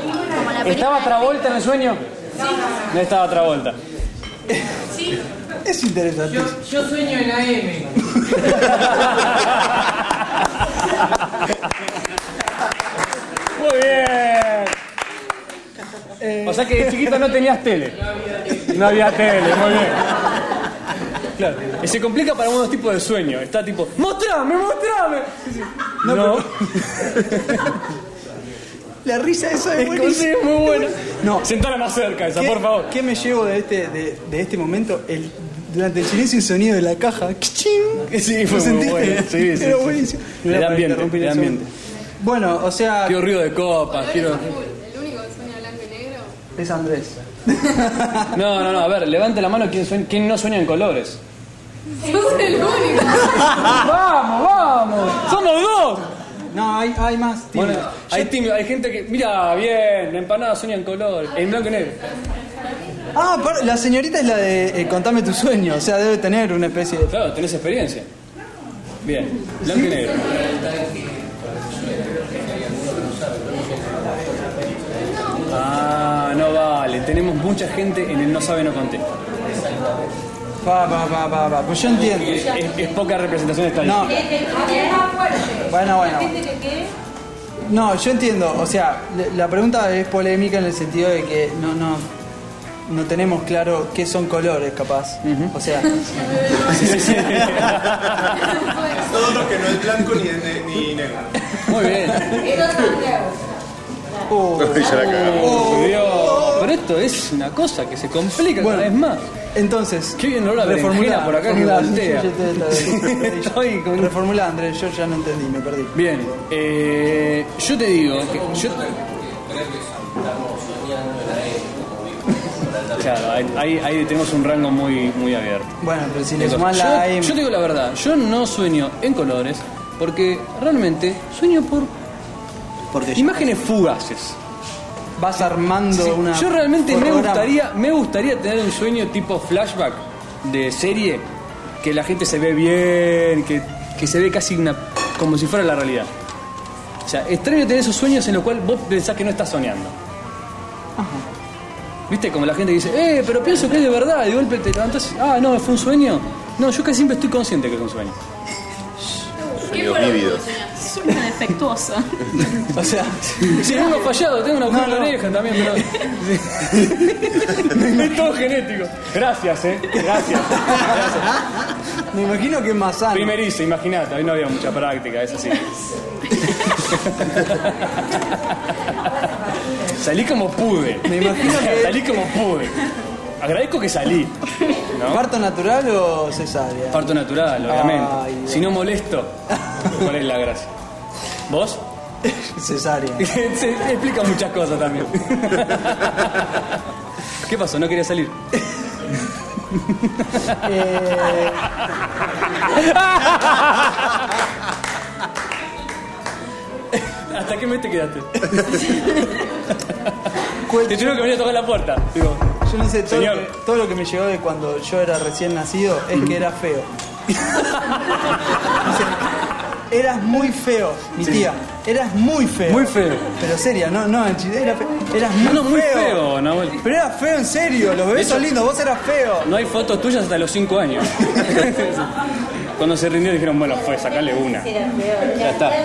I: Ninguna.
B: ¿Estaba Travolta en el sueño? No estaba Travolta.
I: Sí.
A: Es interesante.
H: Yo sueño en AM.
B: Muy bien. O sea que de chiquito no tenías tele. No había tele, muy bien. Claro. Y se complica para algunos tipos de sueños. Está tipo, ¡mostrame, mostrame! No,
A: La risa esa es
B: es que sí,
A: buenísima.
B: es muy buena.
A: No.
B: Sentala más cerca esa, por favor.
A: ¿Qué me llevo de este, de, de este momento? El, durante el silencio el sonido de la caja. ¡Kichín!
B: Sí, fue
A: ¿Lo
B: muy
A: sentiste?
B: bueno. Sí, sí,
A: Era
B: sí.
A: buenísimo.
B: Le
A: Era
B: da
A: para
B: ambiente,
A: interrumpir
B: le da
A: el
B: ambiente.
A: sonido. Bueno, o sea,
B: Quiero río de copas,
G: Colores
B: quiero...
G: son cool. El único que sueña blanco y negro. [laughs]
A: es
B: [laughs]
A: Andrés.
B: No, no, no, a ver, levante la mano quien, sueña- quien no sueña en colores.
G: Sos el único.
I: [laughs]
B: ¡Vamos, vamos! ¡Somos dos!
A: No, hay, hay más. tío.
B: Bueno, hay, tímido, hay gente que... Mira, bien, la empanada sueña en colores, en blanco y negro.
A: Ah, par- la señorita es la de eh, Contame tu sueño, o sea, debe tener una especie de...
B: Claro, tenés experiencia. Bien, blanco y negro. Ah, no vale, tenemos mucha gente en el no sabe, no contesta.
A: Pa, pa, pa, pa, pa. Pues yo entiendo.
B: Es, es- es poca representación
A: No,
B: estadística.
A: bueno, bueno. No, yo entiendo, o sea, le- la pregunta es polémica en el sentido de que no, no, no tenemos claro qué son colores, capaz. O
B: [laughs]
A: sea,
C: Todo lo que no es blanco ni, ne-
K: [laughs]
C: ni negro.
B: Muy bien.
A: uh,
C: Ya la cagamos.
B: [laughs] Oh, Dios. Pero esto es una cosa que se complica
A: Bueno.
B: cada vez más.
A: entonces...
B: Qué bien olor a berenjena por acá que
A: reformulá.
B: voltea.
A: Yo te- te- te- te-
B: [laughs] Estoy con-
A: Reformulá, Andrés, yo ya no entendí, me perdí.
B: Bien, eh, yo te digo que yo... Claro, ahí- ahí, ahí tenemos un rango muy, muy abierto.
A: Bueno, pero si le
B: Entonces,
A: sumás la AM...
B: yo, yo te digo la verdad, yo no sueño en colores, Porque realmente sueño por
E: Porque yo-
B: imágenes fugaces.
A: Vas armando
B: Sí,
A: una.
B: Yo realmente
A: un
B: me
A: programa.
B: gustaría, me gustaría tener un sueño tipo flashback de serie que la gente se ve bien, que, que se ve casi una como si fuera la realidad. O sea, extraño tener esos sueños en los cuales vos pensás que no estás soñando. ¿Viste? Como la gente dice, eh, pero pienso que es de verdad, y de golpe te levantás, ah, no, fue un sueño. No, yo casi siempre estoy consciente que es un
A: [laughs]
B: sueño.
I: ¿Qué
C: Sueños
I: fueron
C: vívidos.
I: tus sueños?
L: Sueño defectuoso.
A: O sea,
B: Si no, no fallado, tengo una agujero en
A: No,
B: la
A: no.
B: oreja también,
A: [laughs]
B: pero. [laughs] es todo genético. Gracias, eh. Gracias.
A: me imagino que es más sano.
B: Primerizo, imagínate, hoy no había mucha práctica, es así.
A: [laughs]
B: salí como pude.
A: Me imagino que-
B: Salí como pude. Agradezco que salí. ¿no?
A: ¿Parto natural o cesárea?
B: Parto natural, obviamente.
A: Ay, Dios.
B: si no molesto, ¿cuál es la gracia? ¿Vos?
A: Cesárea.
B: [laughs] Se explica muchas cosas también. [laughs] ¿Qué pasó? ¿No quería [laughs] salir?
A: Eh,
B: [laughs] ¿Hasta qué mes te quedaste?
A: cuel-
B: Te juro que venía a tocar la puerta. Digo,
A: Yo no sé, todo lo,
B: Señor.
A: que, todo lo que me llegó de cuando yo era recién nacido es que era
B: [laughs]
A: feo. Dice, eras muy feo, mi tía. Eras muy feo.
B: Muy feo.
A: Pero seria, no, no, en chiste, era feo. Eras muy,
B: no, muy
A: feo.
B: feo, Nahuel.
A: Pero eras feo en serio, los bebés
B: De hecho-
A: son lindos, vos eras feo.
B: No hay fotos tuyas hasta los 5 [laughs] años. Cuando se rindió dijeron, bueno, fue, sacale una. Ya está. ¡La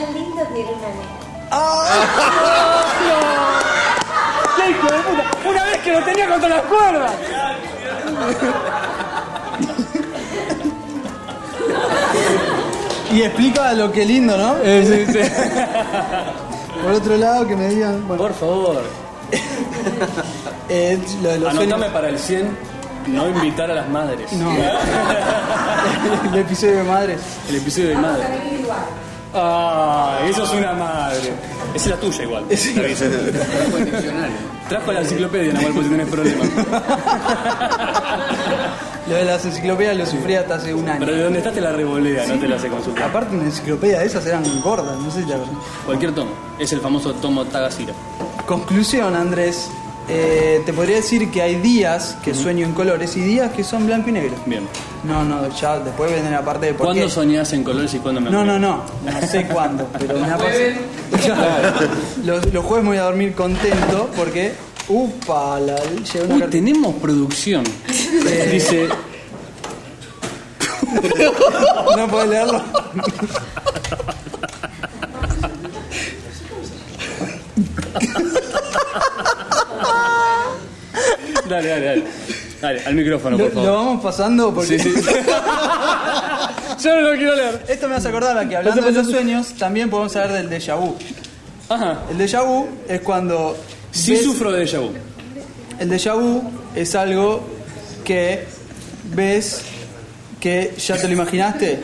B: hijo de puta! ¡Una vez que lo tenía contra las cuerdas!
A: Y explica lo que lindo, ¿no?
B: Eh,
A: Por otro lado, que me digan. Bueno,
B: [laughs] Por favor,
A: eh, lo de los
B: anotame
A: sueños.
B: para el 100 no invitar a las madres.
A: [laughs] No. El episodio de madres.
B: [laughs] El episodio de madre. Ah, eso es una madre. Esa es la tuya igual. Trajo la enciclopedia, Nahuel, por si tenés problemas.
A: Lo de las enciclopedias lo sufrí hasta hace un año.
B: Pero de donde estás te la revolea, no te la hace consultar.
A: Aparte, una enciclopedia de esas eran gordas, no sé si la verdad.
B: Cualquier tomo. Es el famoso tomo Tagacira.
A: Conclusión, Andrés. Eh, te podría decir que hay días que sueño en colores y días que son blanco y negro.
B: Bien.
A: No, no, ya después viene la parte de por
B: ¿Cuándo
A: qué.
B: soñás en colores y cuándo me
A: No, no, no. No sé cuándo, pero me ha
H: jueves.
A: pasado.
B: [laughs]
A: Claro. Los, los jueves me voy a dormir contento porque. Upa, la, llegó una
B: Uy,
A: carta.
B: tenemos [laughs] producción. Dice,
A: No puedes leerlo.
B: dale, dale, dale. Dale, al micrófono,
A: Lo,
B: por
A: lo
B: favor.
A: vamos pasando porque.
B: Sí, sí. [laughs] Yo no lo quiero leer.
A: Esto me hace acordar a que hablando de los sueños, también podemos hablar del déjà vu.
B: Ajá.
A: El déjà vu es cuando.
B: Sí
A: ves-
B: sufro de déjà vu.
A: El déjà vu es algo que ves que ya te lo imaginaste.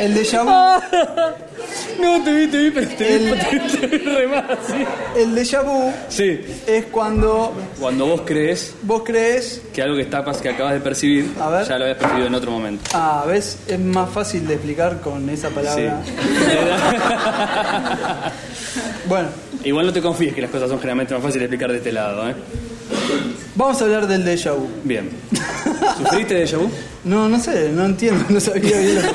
A: El déjà vu,
B: No, te vi, te vi, pero te vi,
A: El-
B: te vi, te vi re mal, sí.
A: el déjà vu
B: Sí.
A: es cuando
B: Cuando vos crees
A: vos crees,
B: que algo que, está, pas- que acabas de percibir,
A: A ver.
B: ya lo habías percibido en otro momento.
A: ah, ves, es más fácil de explicar con esa palabra. [laughs] Bueno,
B: Igual no te confíes que las cosas son generalmente más fáciles de explicar de este lado, ¿eh?
A: vamos a hablar del déjà vu. [laughs]
B: Bien. ¿Sufriste de déjà vu?
A: No, no sé, no entiendo, no sabía bien lo que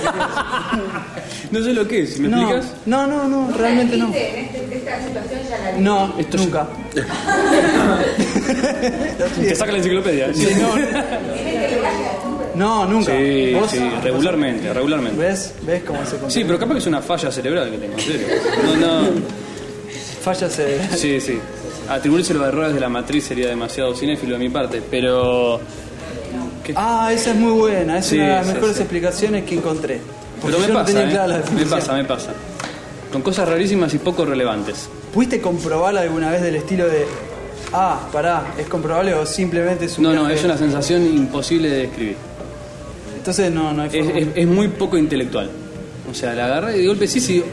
B: No sé lo que es, ¿me
A: no,
B: explicas?
A: no, no, no, realmente no.
G: ¿Viste? En este- esta situación ya la vi.
A: No,
B: Esto es- [laughs]
A: nunca.
B: Te saca la enciclopedia. Sí,
G: este
A: No, nunca.
B: sí,
A: ¿Vos?
B: regularmente, regularmente.
A: ¿Ves? ¿Ves cómo se
B: Sí,
A: consigue?
B: pero capaz que es una falla cerebral que tengo, en serio. No, no.
A: Falla se...
B: Sí, sí. Atribuirse los errores de la matriz sería demasiado cinéfilo de mi parte, pero.
A: Ah, esa es muy buena, es
B: Sí,
A: una de las
B: sí,
A: mejores
B: sí.
A: explicaciones que encontré. Porque
B: Pero me
A: yo no
B: pasa.
A: tenía
B: ¿eh?
A: clara la
B: me
A: definición.
B: pasa, me pasa. Con cosas rarísimas y poco relevantes.
A: ¿Pudiste comprobar alguna vez del estilo de, ah, pará, es comprobable o simplemente es un
B: No, no,
A: viaje?
B: es una sensación imposible de describir.
A: Entonces no, no hay
B: Es,
A: forma.
B: es- es muy poco intelectual. O sea, la agarré y de golpe sí, sí.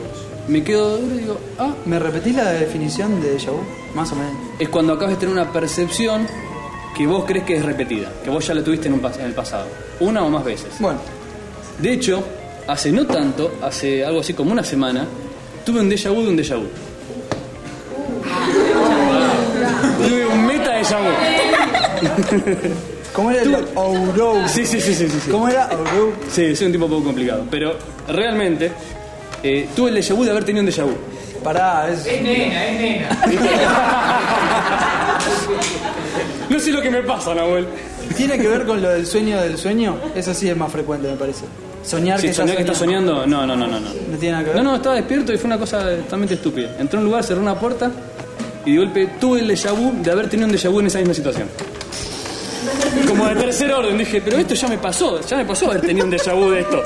B: Me quedo duro y digo, ah,
A: ¿Me repetís la definición de déjà vu? Más o menos.
B: es cuando acabas de tener una percepción que vos crees que es repetida, que vos ya la tuviste en, un pas- en el pasado, una o más veces.
A: Bueno,
B: De hecho, hace no tanto, hace algo así como una semana, tuve un déjà vu de un déjà vu. tuve un meta déjà vu.
A: ¿Cómo era el Ouro?
B: Sí, sí, sí, sí, sí. sí.
A: ¿Cómo era Ouro?
B: Sí, soy un tipo un poco complicado. Pero realmente eh, tuve el déjà vu de haber tenido un déjà vu.
A: Pará, es.
H: Es nena, es nena.
B: No sé lo que me pasa, Nahuel.
A: ¿Tiene que ver con lo del sueño del sueño? Eso sí es más frecuente, me parece. Soñar
B: Si
A: que
B: sí, soñé que está soñando. No, no, no, no, no.
A: No tiene nada que ver.
B: No, no, estaba despierto y fue una cosa totalmente estúpida. Entré a un lugar, cerré una puerta y de golpe tuve el déjà vu de haber tenido un déjà vu en esa misma situación. Como de tercer orden, dije, pero esto ya me pasó, ya me pasó haber tenido un déjà vu de esto.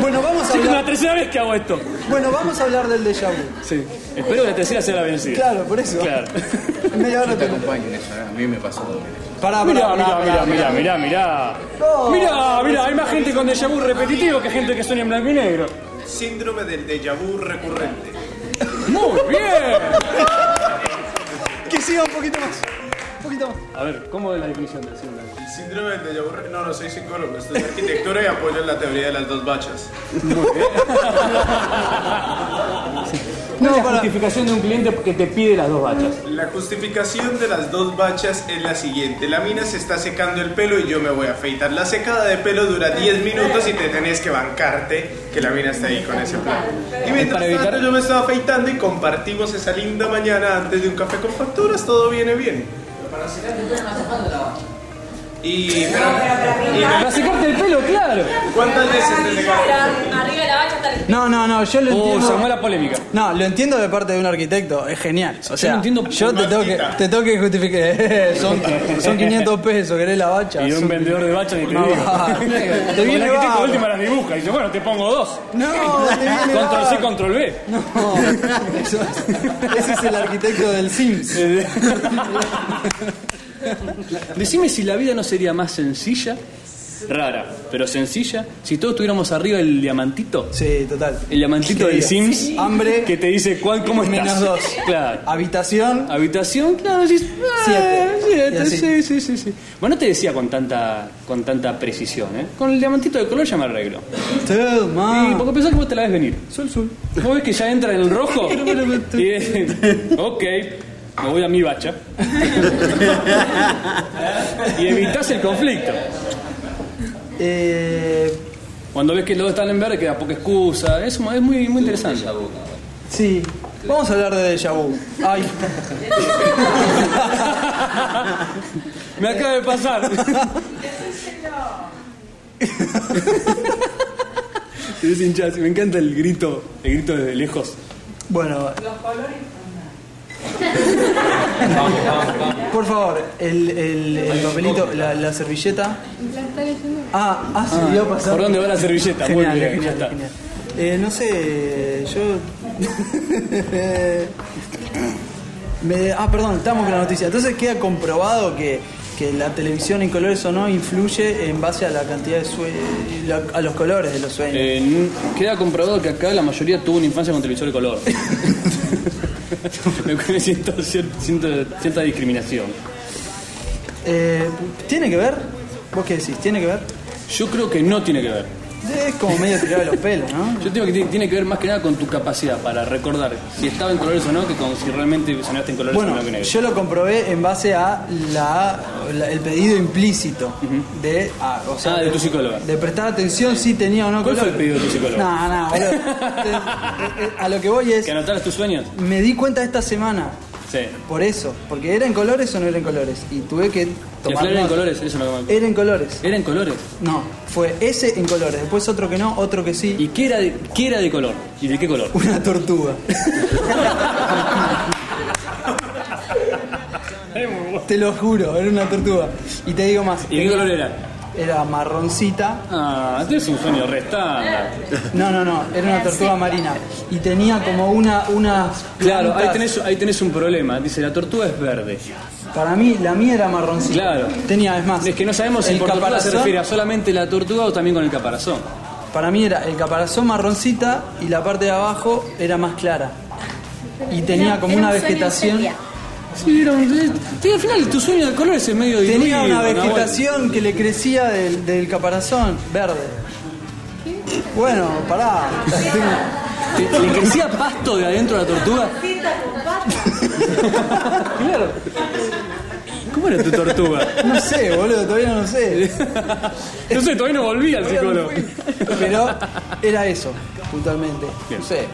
A: Bueno, vamos a
B: Es como la
A: hablar,
B: tercera vez que hago esto.
A: bueno, vamos a hablar del déjà vu.
B: Sí. Espero que la tercera sea la vencida.
A: Claro, por eso.
B: Claro.
A: [laughs] Media hora
L: Te
A: te-
L: acompaño en eso, ¿eh? a mí me pasó también.
A: Pará,
B: Mirá,
A: pará,
B: mirá,
A: pará,
B: mirá,
A: pará.
B: mirá, mirá, mirá.
A: No.
B: Mirá, mirá, hay más gente con déjà vu repetitivo que gente que sueña en blanco y negro.
C: Síndrome del déjà vu recurrente.
B: Muy bien.
A: Que siga un poquito más. Un poquito más.
B: A ver, ¿cómo es la definición de síndrome?
C: El síndrome del déjà vu recurrente. No, no soy psicólogo, estudio arquitectura y apoyo en la teoría de las dos bachas.
B: ¿Cuál es la
A: para-
B: justificación de un cliente que te pide las dos bachas?
C: La justificación de las dos bachas es la siguiente. La mina se está secando el pelo y yo me voy a afeitar. La secada de pelo dura 10 minutos y te tenés que bancarte que la mina está ahí con ese plan. Y mientras
B: para evitar-
C: tanto yo me estaba afeitando y compartimos esa linda mañana antes de un café con facturas. Todo viene bien. Y... pero-
B: Para secarte el pelo, claro.
C: ¿Cuántas veces te secaste?
I: Arriba de la bacha está el
A: No, no, no, yo lo
B: Oh,
A: entiendo.
B: Samuel la polémica.
A: No, lo entiendo de parte de un arquitecto, es genial. O sea,
B: no entiendo-
A: yo te tengo, que, te tengo que justificar. [laughs] Son, son 500 pesos, querés la bacha.
B: Y un vendedor de bachas ni te
A: No,
B: [laughs] digo.
A: vale.
B: Te viene
A: Hola,
B: el
A: ¿qué
B: arquitecto
A: tal?
B: de última las dibuja y dice, bueno, te pongo dos.
A: No, te viene
B: Control C,
A: barba.
B: control B.
A: No, eso es- ese es el arquitecto del Sims.
B: [laughs] Decime si la vida no sería más sencilla, rara, pero sencilla, si todos tuviéramos arriba el diamantito.
A: Sí, total.
B: El diamantito del
A: Sí.
B: Sims.
A: Hambre.
B: Que te dice cuál, cómo estás.
A: Menos dos.
B: Claro.
A: Habitación.
B: Habitación, claro, decís, ah,
A: Siete.
B: siete,
A: Y así.
B: sí, sí, sí, sí. Bueno, no te decía con tanta, con tanta precisión, ¿eh? Con el diamantito de color ya me arreglo.
A: Tú,
B: Y
A: man.
B: porque pensás que vos te la ves venir. Sol, sol. Vos ves que ya entra en el rojo y decís, ok, me voy a mi bacha. y evitás el conflicto.
A: Eh,
B: Cuando ves que los dos están en verde queda poca excusa. Es, es muy, muy interesante.
A: sí. Vamos a hablar de déjà vu. Ay,
B: Me acaba de pasar. [laughs] Es hincha, sí, me encanta el grito, el grito desde lejos.
A: bueno. Por favor, el, el, el papelito, la, la servilleta. Ah, ah, se me iba a pasar.
B: ¿Por dónde va la servilleta? Muy
A: Genial,
B: bien, ya
A: genial,
B: está.
A: genial. Eh, no sé, yo. [laughs] Me- ah, perdón, estamos con la noticia. Entonces queda comprobado que, que la televisión en colores o no influye en base a la cantidad de sueños, a los colores de los sueños.
B: Eh, n- queda comprobado que acá la mayoría tuvo una infancia con televisor de [laughs] color. me siento, cier- siento cierta discriminación.
A: Eh, ¿Tiene que ver? ¿Vos qué decís? ¿Tiene que ver?
B: Yo creo que no tiene que ver.
A: Es como medio tirado de los pelos, ¿no?
B: Yo digo que tiene- tiene que ver más que nada con tu capacidad para recordar si estaba en colores o no que con si realmente sonaste en colores o
A: Bueno,
B: no que negro.
A: yo lo comprobé en base a la, la- el pedido implícito de, a- o sea,
B: Ah, de tu psicóloga.
A: de prestar atención si tenía o no
B: ¿Cuál fue
A: color.
B: el pedido de tu psicóloga?
A: No, no,
B: [laughs]
A: boludo. Eh, eh, A lo que voy es,
B: ¿Que anotaras tus sueños?
A: me di cuenta esta semana,
B: Sí.
A: por eso, porque era en colores o no era en colores, y tuve que
B: ¿Que
A: tomar
B: Flor era en
A: nota.
B: colores? Eso no me
A: Era en colores.
B: ¿Era en colores?
A: No, fue ese en colores, después otro que no, otro que sí,
B: ¿Y qué era, de, qué era de color? ¿Y de qué color?
A: una tortuga. Te lo juro, era una tortuga. Y te digo más.
B: ¿Y de qué color era?
A: Era marroncita.
B: Ah,
A: este
B: es un sueño restante.
A: No, no, no, era una tortuga marina. Y tenía como una, unas
B: Claro, ahí
A: plantas.
B: tenés, ahí tenés un problema. Dice, la tortuga es verde.
A: Para mí, la mía era marroncita.
B: Claro.
A: Tenía, es más.
B: Es que no sabemos si
A: el
B: por tortuga se
A: caparazón.
B: refiere a solamente la tortuga o también con el caparazón.
A: Para mí era el caparazón marroncita y la parte de abajo era más clara. Y tenía como una vegetación.
B: Sí, era un... eh, sí, al final tu sueño de colores es medio
A: Tenía
B: diluido,
A: una
B: Nahuel.
A: vegetación que le crecía del, del caparazón verde. Bueno, pará.
B: ¿Le le crecía pasto de adentro a la tortuga? Claro. ¿Cómo era tu tortuga?
A: No sé, boludo, todavía no sé.
B: [laughs] No sé, todavía no volví al psicólogo.
A: Pero era eso, puntualmente. No sé.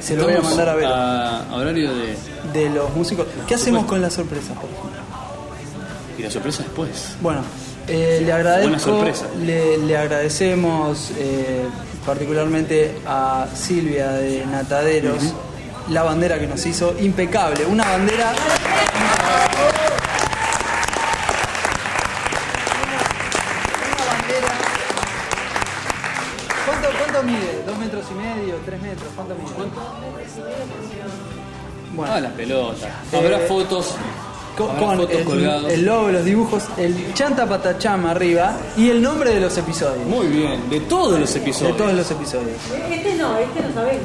A: Se lo voy a
B: Estamos
A: mandar a ver.
B: A horario de.
A: De los músicos. ¿Qué hacemos con la sorpresa, por ejemplo?
B: Y la sorpresa después.
A: Bueno, eh, le agradezco.
B: Buena sorpresa.
A: Le, le agradecemos eh, particularmente a Silvia de Nataderos la bandera que nos hizo. Impecable. Una bandera. ¿Cuánto, cuánto mide? ¿Dos metros y medio? ¿Tres metros? ¿Cuánto mide?
B: Ah, las pelotas. Habrá
A: Eh,
B: fotos.
A: Co-
B: habrá
A: con
B: fotos
A: el,
B: colgadas.
A: el logo, los dibujos, el chanta patachama arriba y el nombre de los episodios.
B: Muy bien, de todos los
A: De
B: episodios.
A: todos los episodios.
M: Este no, este no sabemos.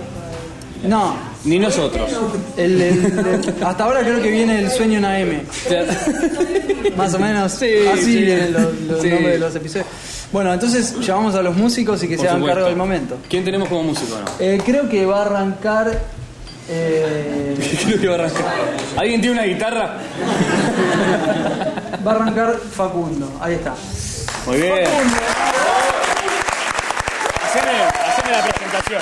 A: No,
B: Ni nosotros.
A: [laughs] el- el- el- hasta ahora creo que viene el sueño en AM. Más o menos así
B: sí.
A: vienen los, los
B: Sí.
A: nombres de los episodios. Bueno, entonces llamamos a los músicos y que
B: Por
A: se hagan
B: supuesto.
A: cargo del momento.
B: ¿Quién tenemos como músico? No? [laughs]
A: Eh, creo que va a arrancar. eh,
B: Creo que va a arrancar. ¿Alguien tiene una guitarra?
A: va a arrancar Facundo. Ahí está.
B: Muy bien.
N: Haceme, haceme la presentación.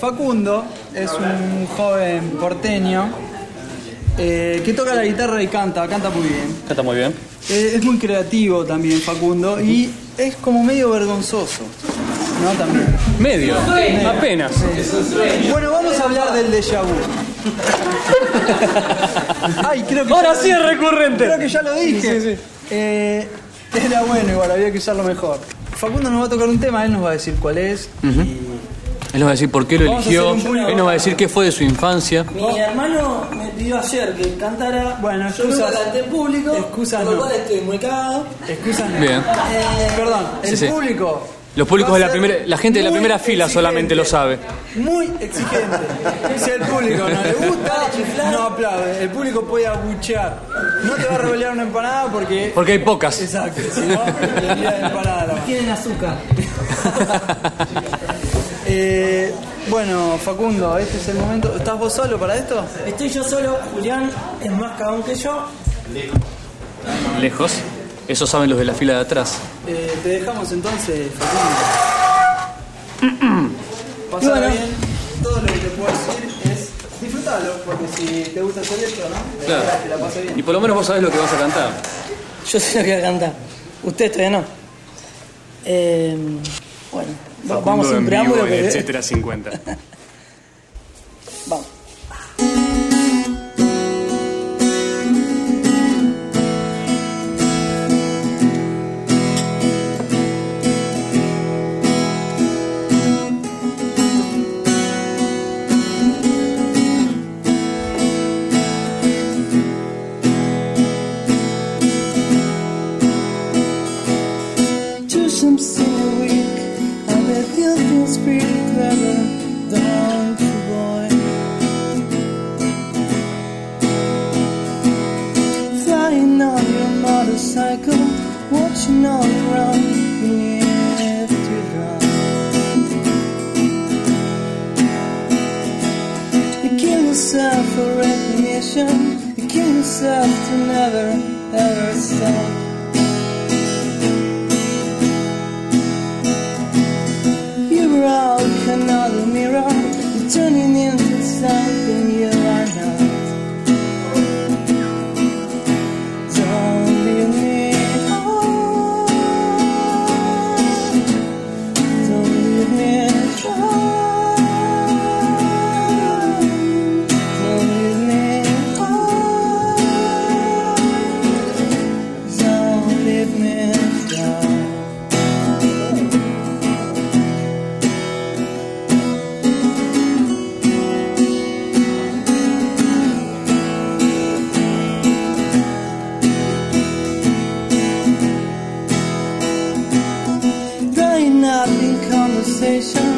A: Facundo es un joven porteño eh, que toca la guitarra y canta, canta muy bien.
B: Está muy bien.
A: Eh, es muy creativo también Facundo y es como medio vergonzoso, ¿no? También.
B: Medio.
A: Medio.
B: Apenas.
A: Bueno, vamos a hablar del déjà
B: [laughs]
A: vu. Ay, creo que
B: Ahora
A: ya-
B: sí es recurrente.
A: Creo que ya lo dije. Eh, era bueno igual, había que usarlo mejor. Facundo nos va a tocar un tema, él nos va a decir cuál es.
B: Él nos va a decir por qué lo
A: Vamos a
B: eligió.
A: hacer un público.
B: Él nos va a decir qué fue de su infancia.
E: Mi hermano me pidió ayer que cantara.
A: Oh. Bueno,
E: yo nunca
A: excusas-
E: canté en público. Excusas Con lo
A: no.
E: cual estoy muy cagado.
A: Excusas no.
B: Bien.
A: Eh, Perdón, el
B: Sí, sí.
A: público
B: Los públicos
A: Va a
B: de la
A: ser
B: primera, la gente de la
A: muy
B: primera fila solamente lo sabe.
A: muy exigente. Si al público no le gusta, no aplaude. El público puede abuchear. No te va a revelar una empanada porque.
B: Porque hay pocas.
A: Exacto, si no, le tira la empanada. la mano.
M: Tienen azúcar.
A: [laughs] Eh, bueno, Facundo, este es el momento. ¿Estás vos solo para esto?
E: Estoy yo solo, Julián es más cagón que yo.
B: Lejos. Eso saben los de la fila de atrás.
A: Eh, te dejamos entonces,
E: [clears throat]
A: Facundo. Pásalo
B: Bueno.
A: bien. Todo lo que te puedo decir es disfrutarlo, porque si te gusta hacer esto, ¿no?
B: Claro.
A: Te la pasas bien.
B: Y por lo menos vos sabés lo que vas a cantar.
E: Yo sé lo que voy a cantar. Ustedes todavía no. Eh, bueno, va- vamos sin preámbulo, pero-
N: etcétera 50.
E: Vamos.
O: Just I'm so weak. I bet you feel pretty clever, don't you, boy? Flying on your motorcycle, watching all around, you live to drown. You kill yourself for recognition, you kill yourself to never ever stop. You broke another mirror, you're turning into something you are not. Don't leave me, oh, don't leave me, oh, don't leave me, oh, don't leave me down. Dying up in conversation,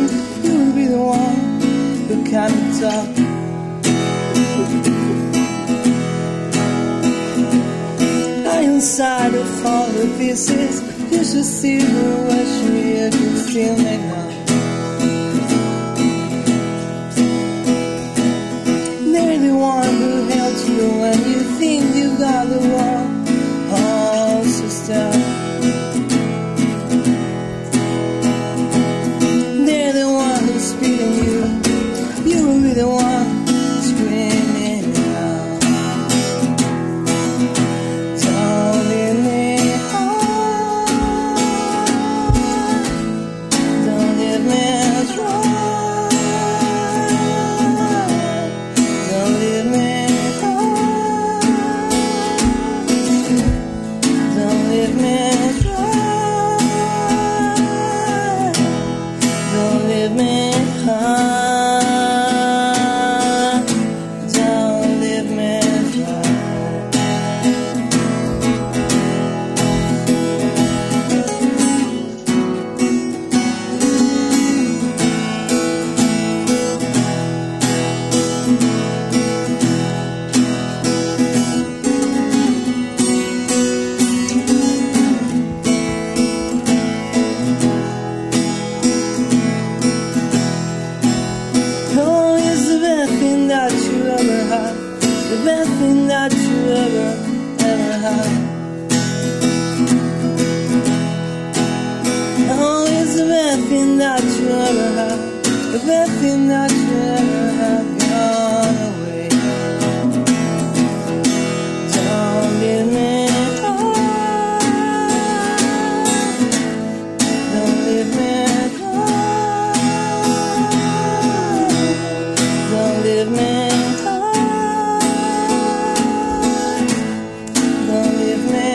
O: you'll be the one who can't talk. I am inside of all the pieces. You should see her what she is feeling now. They're the one who held you when you think you got the wrong. Oh, sister. They're the one who's beating you. You will be the one screaming out. Darling, Don't leave me dry. Don't leave me dry. Don't leave me dry. Don't leave me high. Don't leave me dry. Oh, it's the best thing that you ever had. The best thing that you ever, ever had. Oh, it's the best thing that you ever had. The best thing that you ever had gone away. Don't leave me. high. Don't leave me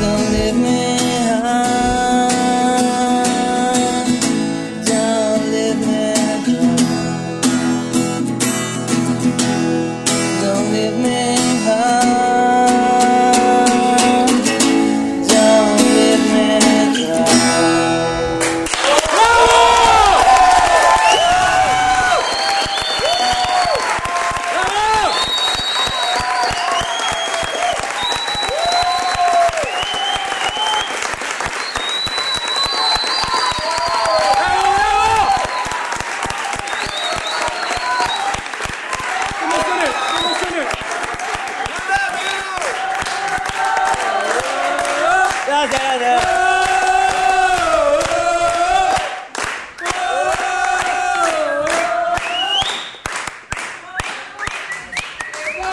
O: Don't leave me high. Don't leave me high. Don't leave me high. Don't leave me high. Don't leave me high. Don't leave me high.
E: Gracias, gracias.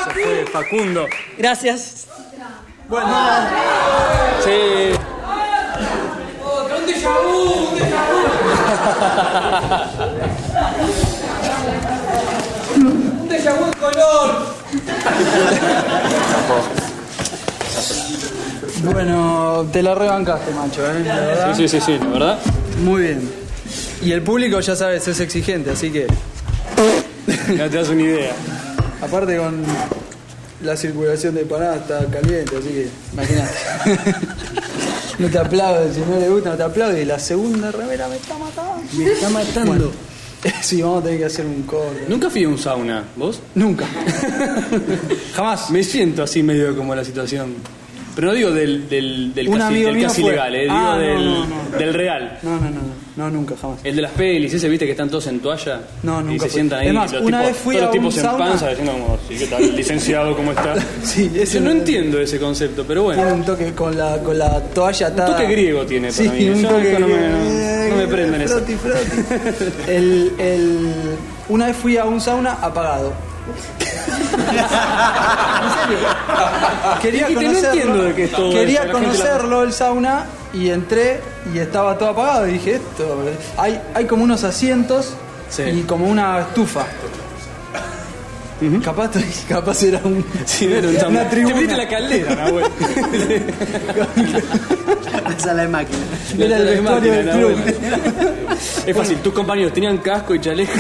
B: Se fue Facundo.
E: Gracias.
B: Bueno. Sí.
H: ¡Un déjà vu! ¡Un déjà vu! ¡Un déjà vu en color!
A: Bueno, te la rebancaste, macho, ¿eh? La verdad.
B: Sí, sí, sí, sí, la verdad.
A: Muy bien. Y el público, ya sabes, es exigente, así que.
B: [laughs] Ya te das una idea.
A: Aparte, con la circulación de Paraná está caliente, así que [laughs] imagínate. no te aplaude, si no le gusta, no te aplaude. Y la segunda remera me está matando. Me está matando. [laughs] sí, vamos a tener que hacer un corte.
B: Nunca fui a un sauna,
A: [laughs]
B: ¿vos?
A: Nunca.
B: Jamás. Me siento así medio como la situación. Pero no digo del, del, del
A: Un
B: casi,
A: amigo
B: del
A: mío
B: casi
A: fue.
B: legal, eh, digo
A: Ah, no,
B: del,
A: no, no.
B: del real.
A: No, no, no, no. No, nunca, jamás.
B: El de las pelis, ese viste que están todos en toalla
A: No,
B: y
A: nunca
B: se
A: fui.
B: sientan ahí.
A: Es más,
B: los
A: una
B: tipos,
A: vez fui
B: todos
A: a
B: los
A: un
B: tipos
A: sauna-
B: en panza diciendo como, sí, ¿qué tal? Licenciado, ¿cómo está?
A: [laughs] Sí, ese
B: Yo no
A: no-
B: entiendo ese concepto, pero bueno.
A: Tiene un toque con la, con la toalla atada.
B: Un toque griego tiene para
A: sí,
B: mí.
A: Un
B: Yo
A: toque
B: esto no me-
A: griego.
B: no- no me prenden eso.
A: Froti, froti. El, el, una vez fui a un sauna apagado. Quería
B: Y te no
A: conocerlo,
B: entiendo de qué es todo
A: quería
B: eso, la gente la-
A: conocerlo el sauna y entré y estaba todo apagado y dije esto hay, hay como unos asientos y como una estufa capaz, [laughs] capaz era un,
B: Pero un sauna-
A: una tribuna
B: Te metiste la caldera, Nahuel.
P: La sala de
E: [laughs]
P: máquina.
A: Era el
B: Las máquinas,
A: vestuario del club. [laughs]
B: Nahuel. Es fácil, tus compañeros tenían casco y chaleco.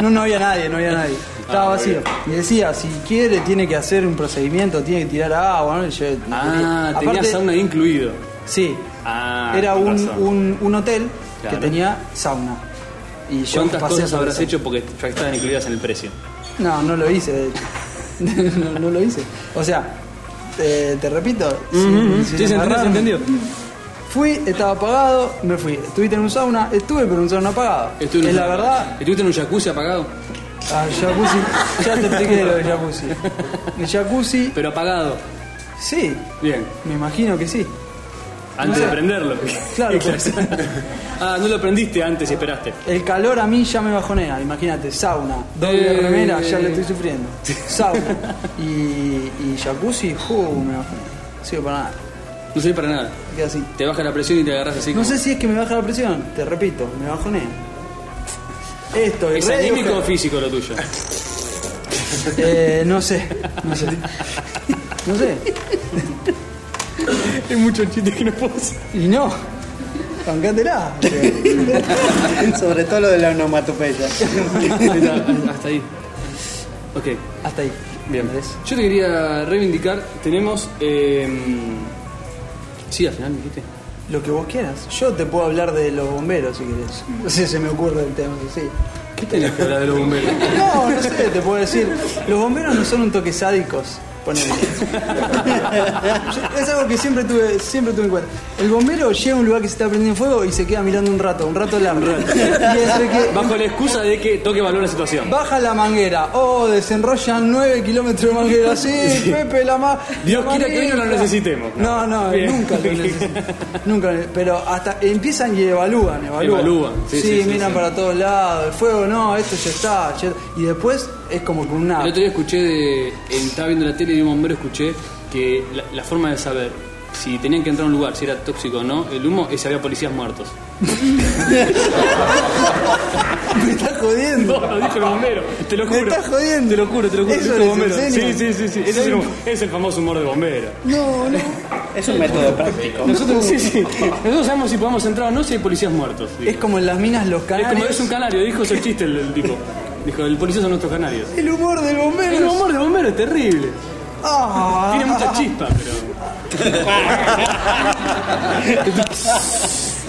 A: No, no había nadie, no había nadie. Estaba
B: Ah,
A: vacío. Y decía, si quiere, tiene que hacer un procedimiento, tiene que tirar agua. ¿no? Y yo-
B: Ah,
A: Aparte,
B: tenía sauna incluido.
A: Sí.
B: Ah,
A: era
B: con
A: un,
B: razón.
A: un- un hotel
B: Claro.
A: que tenía sauna. Y yo
B: ¿Cuántas
A: pasé
B: cosas
A: por
B: habrás
A: eso.
B: hecho porque ya estaban incluidas en el precio?
A: No, no lo hice, de hecho. [laughs] no, no lo hice. O sea, eh, te repito.
B: Mm, mm, sí, se entendió, se
A: amarrarme.
B: entendió.
A: Fui, estaba apagado, me fui. Estuviste en un sauna, estuve, pero en un sauna apagado.
B: Estuve en
A: es
B: un-
A: la verdad,
B: ¿Estuviste en un jacuzzi apagado?
A: Ah, jacuzzi. Ya te expliqué lo del jacuzzi. El jacuzzi.
B: Pero apagado.
A: Sí.
B: Bien.
A: Me imagino que sí.
B: Antes
A: No sé.
B: de prenderlo. [laughs]
A: Claro, pues.
B: ah, no lo prendiste antes y esperaste.
A: El calor a mí ya me bajonea, imagínate, sauna, doble
B: Eh.
A: remera, ya le estoy sufriendo. Sauna y, y jacuzzi, uh, me bajonea. No sirve para nada.
B: No sirve para nada.
A: Queda así.
B: Te baja la presión y te agarras así.
A: No
B: como-
A: sé si es que me baja la presión, te repito, me bajonea. Esto
B: ¿Es
A: Radiohead.
B: anímico o físico lo
A: [laughs]
B: tuyo?
A: Eh, no sé, no sé. No sé.
B: Hay muchos chistes que no puedo hacer.
A: Y no. Bancátela.
B: [laughs]
P: Sobre todo lo de la onomatopeya.
B: Hasta- Hasta ahí. Ok.
A: Hasta ahí.
B: Bien. Yo te quería reivindicar. Tenemos. eh, sí, al final me dijiste.
A: Lo que vos quieras. Yo te puedo hablar de los bomberos si querés. No sé, se me ocurre el tema, sí.
B: ¿Qué tenés que hablar de los bomberos?
A: No, no sé, te puedo decir. Los bomberos no son un toque sádicos. Ponele. Yo- Es algo que siempre tuve, siempre tuve en cuenta. El bombero llega a un lugar que se está prendiendo fuego y se queda mirando un rato, un rato largo. Y entre que
B: Bajo la excusa de que toque valor la situación.
A: baja la manguera, oh, desenrollan 9 kilómetros de manguera, sí,
B: [laughs]
A: Pepe la más.
B: Dios quiera que hoy no lo necesitemos.
A: No, no,
B: Bien.
A: nunca
B: [laughs]
A: lo necesitamos. Nunca, lo- pero hasta empiezan y evalúan, evalúan.
B: Evalúan, sí,
A: sí,
B: sí, sí,
A: miran
B: sí.
A: para todos lados, el fuego no, esto ya está. ya- Y después es como con una.
B: [laughs]
A: [laughs]
B: El otro día escuché de. en- Estaba viendo la tele y de un bombero escuché que la, la forma de saber si tenían que entrar a un lugar, si era tóxico o no, el humo, es si había policías muertos. [laughs]
A: Me estás jodiendo.
B: No, lo dijo el bombero, te lo juro.
A: Me estás jodiendo.
B: Te lo juro, te lo juro.
A: Eso
B: dijo el
A: es en
B: bombero. Sí,
A: serio.
B: sí, sí, sí. Ese es, el, hum- es el famoso humor de bombero.
A: No, no.
P: Es un método práctico.
B: Nosotros, sí, sí. Nosotros sabemos si podemos entrar o no si hay policías muertos. dijo.
A: Es como en las minas los
B: Es
A: canarios.
B: como es un canario, dijo ese chiste el, el tipo. Dijo, el policía son nuestros canarios.
A: El humor del bombero.
B: El humor del bombero es terrible.
A: Ah.
B: Tiene mucha chispa,
A: [laughs]
B: pero. 40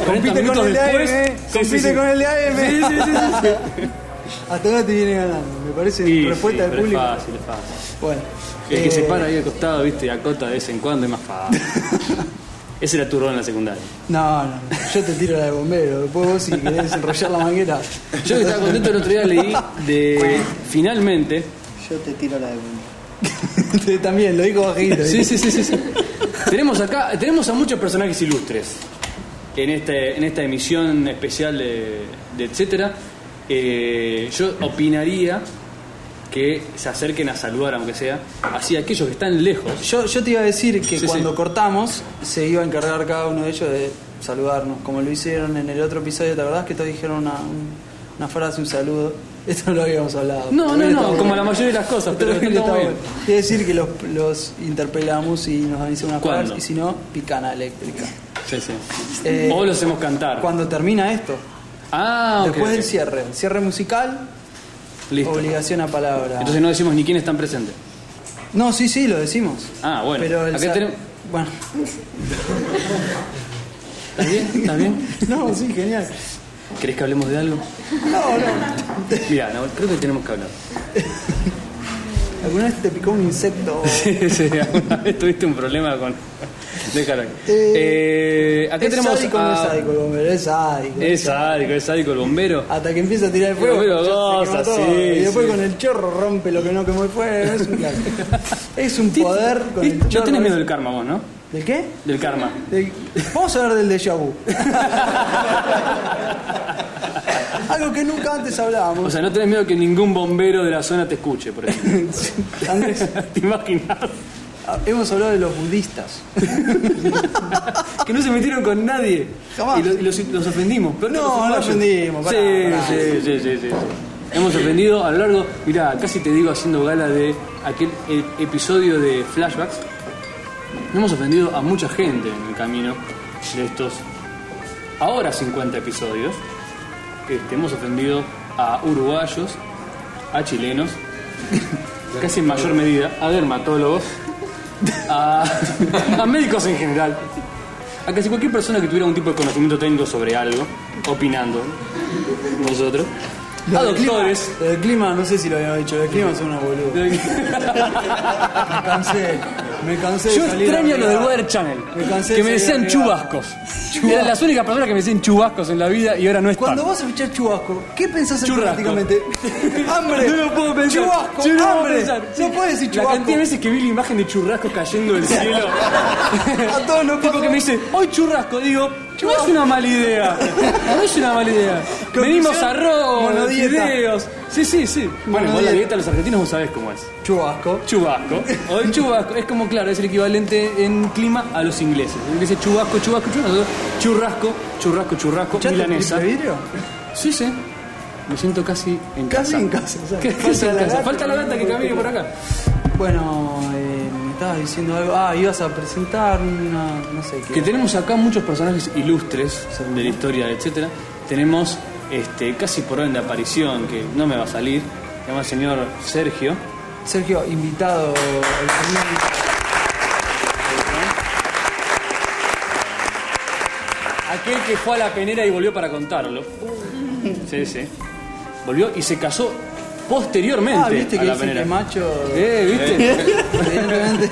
A: Compite con
B: minutos
A: el de AM.
B: después.
A: eh.
B: Sí, sí,
A: Compite
B: sí.
A: con el de AM.
B: Sí, sí, sí, sí, sí.
A: [laughs] Hasta ahora te viene ganando. Me parece
B: Sí,
A: respuesta
B: sí,
A: del
B: pero
A: público.
B: Es fácil, es fácil.
A: Bueno.
B: El que
A: eh,
B: se para ahí al costado, viste, y acota de vez en cuando es más
A: [laughs]
B: fácil. Ese era tu rol en la secundaria.
A: No, no, no. yo te tiro la de bombero. Después vos si querés enrollar la manguera.
B: [laughs] Yo que estaba contento el otro día leí de. Finalmente.
P: Yo te tiro la de uno.
A: Sí, [laughs] También, lo digo bajito.
B: Sí, sí, sí, sí, sí. [laughs] Tenemos acá, tenemos a muchos personajes ilustres en, este, en esta emisión especial de, de etcétera. Eh, yo opinaría que se acerquen a saludar, aunque sea, así aquellos que están lejos.
A: Yo, yo te iba a decir que
B: Sí,
A: cuando
B: sí.
A: cortamos se iba a encargar cada uno de ellos de saludarnos, como lo hicieron en el otro episodio, ¿te acordás que todos dijeron una, un- una frase, un saludo? [laughs] Esto no lo habíamos hablado.
B: No, no,
A: También
B: no,
A: está
B: como
A: bueno.
B: la mayoría de las cosas, pero
A: También
B: está
A: está
B: muy bien.
A: bueno. Quiere decir que los, los interpelamos y nos dan una
B: ¿Cuándo?
A: frase, y si no, picana
B: [laughs]
A: eléctrica.
B: Sí, sí.
A: Eh,
B: o los hacemos cantar.
A: Cuando termina esto,
B: Ah, ok,
A: después
B: ok.
A: del cierre, el cierre musical,
B: Listo.
A: obligación a palabra.
B: Entonces no decimos ni quién están presentes.
A: No, sí, sí, lo decimos.
B: Ah, bueno.
A: Pero el
B: acá
A: sa-
B: tenemos.
A: Bueno. [laughs]
B: ¿Está bien? ¿Está [laughs] bien?
A: No, sí, genial.
B: ¿Querés que hablemos de algo?
A: No, no.
B: [laughs] Mira, creo que tenemos que hablar.
A: ¿Alguna vez te picó un insecto?
B: Sí, sí, [laughs] alguna vez tuviste un problema con. Déjalo. ahí. Eh, acá
A: ¿Es
B: tenemos.
A: sádico o no es
B: a-
A: sádico el bombero? Es sádico.
B: Es sádico, es sádico el bombero.
A: Hasta que empieza a tirar el fuego.
B: El bombero
A: ya se
B: goza,
A: quemó todo.
B: sí,
A: y después
B: sí.
A: con el chorro rompe lo que no quemó el fuego. Es un,
B: [laughs]
A: crack. es un poder con el
B: No
A: chorro.
B: tenés miedo del karma vos, ¿no?
A: ¿Del qué? [laughs]
B: Del karma.
A: Del- Vamos a hablar del déjà
B: [laughs]
A: vu. Algo que nunca antes hablábamos.
B: O sea, no tenés miedo que ningún bombero de la zona te escuche,
A: [laughs]
B: por ejemplo. [laughs]
A: Andrés,
B: ¿Te imaginas?
A: ah, hemos hablado de los budistas.
B: Que no se metieron con nadie.
A: Jamás.
B: Y, lo- y los, los ofendimos. Pero
A: No,
B: los
A: no
B: uruguayos.
A: ofendimos, pará,
B: Sí,
A: pará.
B: sí, sí, sí, sí. Hemos ofendido a lo largo. Mirá, casi te digo haciendo gala de aquel eh, episodio de flashbacks. Hemos ofendido a mucha gente en el camino de estos ahora 50 episodios. Este, hemos ofendido a uruguayos, a chilenos, casi en mayor medida, a dermatólogos, a, [laughs] a médicos en general, a casi cualquier persona que tuviera un tipo de conocimiento técnico sobre algo, opinando, nosotros.
A: Lo del clima, lo del clima, no sé si lo habíamos dicho, lo del clima son unos boludos. me cansé, me cansé de
B: Yo
A: salir
B: extraño
A: a
B: lo del
A: mirar.
B: Weather Channel.
A: Me cansé
B: que
A: de
B: me
A: salir a
B: decían
A: mirar.
B: chubascos.
A: Chubascos.
B: Eran las únicas personas que me decían chubascos en la vida y ahora no están.
A: Cuando vos escuchás chubasco, ¿qué pensás
B: Churrasco. [laughs]
A: automáticamente? ¡Hambre!
B: No lo puedo pensar.
A: ¡Chubasco!
B: Yo no lo puedo
A: ¡Hambre!
B: pensar.
A: No puedes decir
B: La cantidad de
A: chubasco.
B: veces que vi la imagen de churrasco cayendo
A: [laughs]
B: del cielo. A todos los que me dice, hoy churrasco, digo, no es una mala idea. No es una mala idea.
A: Conclusión,
B: Venimos arroz,
A: monodieta.
B: fideos. Sí, sí, sí. Bueno, vos la
A: Monodieta.
B: dieta de los argentinos vos sabés cómo es.
A: Chubasco.
B: Chubasco. Hoy chubasco. Es como, claro, es el equivalente en clima a los ingleses. Los ingleses chubasco, chubasco, chubasco. Churrasco, churrasco, churrasco,
A: ¿Escuchaste el
B: milanesa.
A: triple vidrio?
B: Sí, sí. Me siento casi en
A: Casi
B: casa.
A: en casa,
B: [laughs]
A: o sea,
B: Casi
A: falta
B: en
A: la
B: casa.
A: gata.
B: Falta la gata que camine por acá.
A: Bueno, eh, me estabas diciendo algo. Ah, ibas a presentar una. no sé qué.
B: Que tenemos acá muchos personajes ilustres de la historia, etcétera. Tenemos este casi por orden de aparición, que no me va a salir, se llama el señor Sergio.
A: Sergio, invitado al Fernández.
B: Aquel que fue a la penera y volvió para contarlo. Sí, sí. Volvió y se casó posteriormente
A: Ah, viste
B: a
A: que
B: la
A: dice
B: penera.
A: que
B: [laughs]
A: macho.
B: Eh, ¿viste?
A: Evidentemente.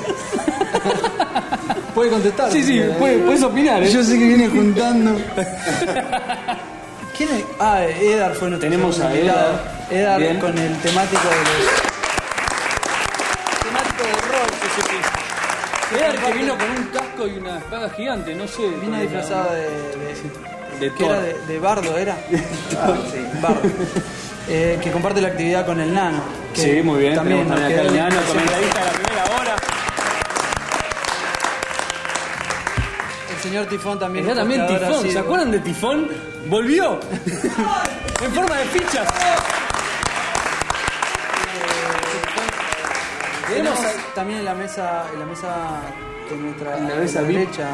A: [laughs] puede contestar.
B: Sí, sí,
A: Eh,
B: puede- puedes opinar, ¿eh?
A: Yo sé que viene juntando.
B: [laughs]
A: ¿Quién es? Ah, Edar fue nuestro
B: Tenemos
A: segundo
B: a Edar.
A: invitado. Edar
B: Bien.
A: con el temático de los.
B: Temático de rock, sí, sí, sí. Edgar que vino con un casco y una espada gigante, no sé.
A: Vino disfrazado de. de,
B: De
A: ¿qué era?
B: Thor.
A: De, de bardo,
B: [laughs]
A: ¿era? Ah, sí, bardo. Eh, que comparte la actividad con el nano. que
B: Sí, muy bien.
A: También
B: tenemos
A: nos
B: también
A: quedó
B: acá el nano,
A: impresionante.
B: comentarista de la primera hora.
A: El señor Tifón también.
B: Está también
A: portador
B: Tifón,
A: así
B: ¿se
A: de-
B: acuerdan de Tifón?
C: [laughs]
B: ¡Volvió! en forma de fichas.
A: Tenemos
B: Tenemos a-
A: también en la mesa, en la mesa de nuestra
B: En la
A: a
B: mesa VIP.
A: derecha.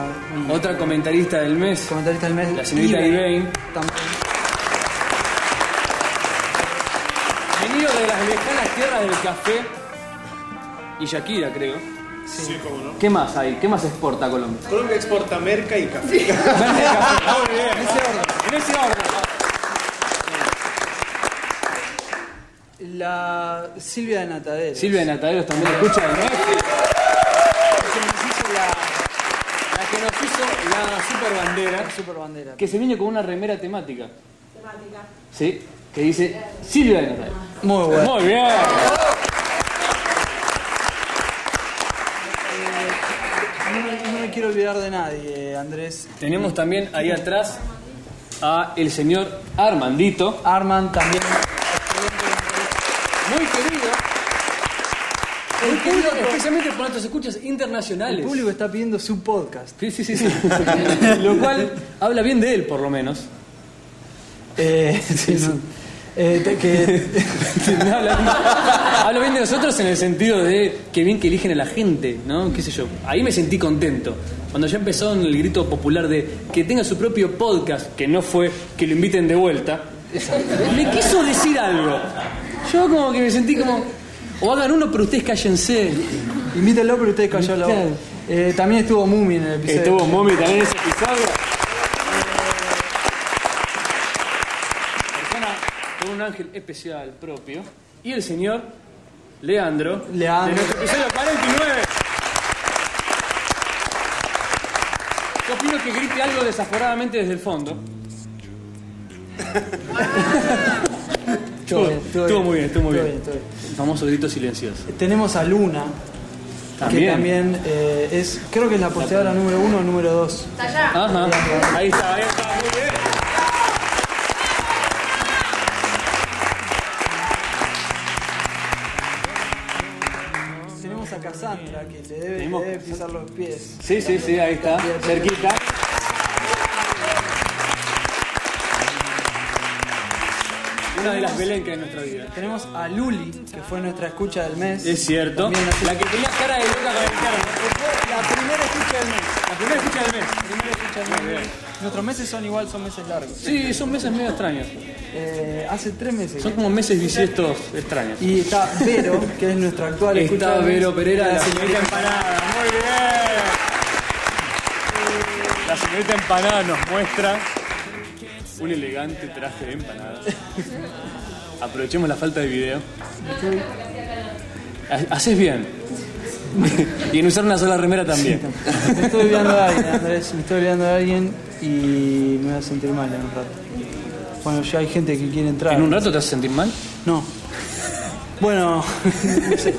A: mi-
B: Otra comentarista del mes.
A: Comentarista del mes.
B: La señorita
A: Ibe.
B: Irain.
A: También.
B: Venido de las lejanas tierras del café. Y Shakira, creo.
C: Sí, cómo no.
B: ¿Qué más hay? ¿Qué más exporta Colombia?
C: Colombia exporta merca y café.
B: En ese orden. En ese orden.
A: La Silvia de Natadero.
B: Silvia de Nataderos también la escucha de nuevo. La que nos hizo la super bandera.
A: Super bandera.
B: Que se vino con una remera temática. Sí, que dice Silvia de Nataderos.
A: Muy bueno.
B: Muy bien.
A: No me, no me quiero olvidar de nadie, eh, Andrés.
B: Tenemos también ahí atrás a el señor Armandito.
A: Arman también.
B: Muy querido. El público, especialmente por nuestros escuchas internacionales.
A: El público está pidiendo su podcast.
B: Sí, sí, sí, [laughs] sí. Lo cual habla bien de él, por lo menos. [laughs]
A: Eh, sí, no. Eh, te- [laughs] que,
B: habla, habla bien de nosotros en el sentido de que bien que eligen a la gente, ¿no? ¿Qué sé yo? Ahí me sentí contento. Cuando ya empezó en el grito popular de que tenga su propio podcast, que no fue que lo inviten de vuelta, me quiso decir algo. Yo como que me sentí como, o hagan uno, pero ustedes cállense.
A: Invítenlo, pero ustedes callaron la boca. Eh, también estuvo Mumi en el episodio.
B: Estuvo Momi también en ese episodio. Persona con un ángel especial propio. Y el señor Leandro.
A: Leandro.
B: De nuestro episodio 49. Yo opino que grite algo desaforadamente desde el fondo.
A: Estuvo bien,
B: Estuvo muy bien, estuvo muy bien.
A: estuvo bien.
B: El famoso grito silencioso.
A: Tenemos a Luna, que
B: También.
A: también eh, es, creo que es la posteadora número uno o número dos.
I: Está allá.
B: Ajá. Ahí está, ahí está, muy bien.
A: Tenemos a Cassandra, que le debe,
B: Tenemos-
A: le debe pisar los pies.
B: Sí, sí, sí, ahí está, cerquita. Una de las Belén que hay en nuestra vida.
A: Tenemos a Luli, que fue nuestra escucha del mes.
B: Es cierto.
A: También así-
B: La que tenía cara de loca con el termo.
A: La primera escucha del mes.
B: La primera escucha del mes.
A: Primera escucha del mes. Nuestros meses son igual, son meses largos.
B: Sí, son meses medio extraños.
A: Eh, hace tres meses.
B: Son como meses bisiestos extraños.
A: Y está Vero, que es nuestra actual escucha
B: Está
A: del mes.
B: Vero Pereira, la
A: Gracias,
B: señorita empanada. Muy bien.
N: La señorita empanada nos muestra un elegante traje de empanadas.
B: aprovechemos la falta de video. Ha- Haces bien. y en usar una sola remera también.
A: Me estoy olvidando de alguien,
B: ¿eh?
A: Andrés. Me estoy olvidando de alguien y me voy a sentir mal en un rato. Bueno, ya hay gente que quiere entrar.
B: ¿En un rato te vas a sentir mal?
A: No. Bueno, [laughs] no sé.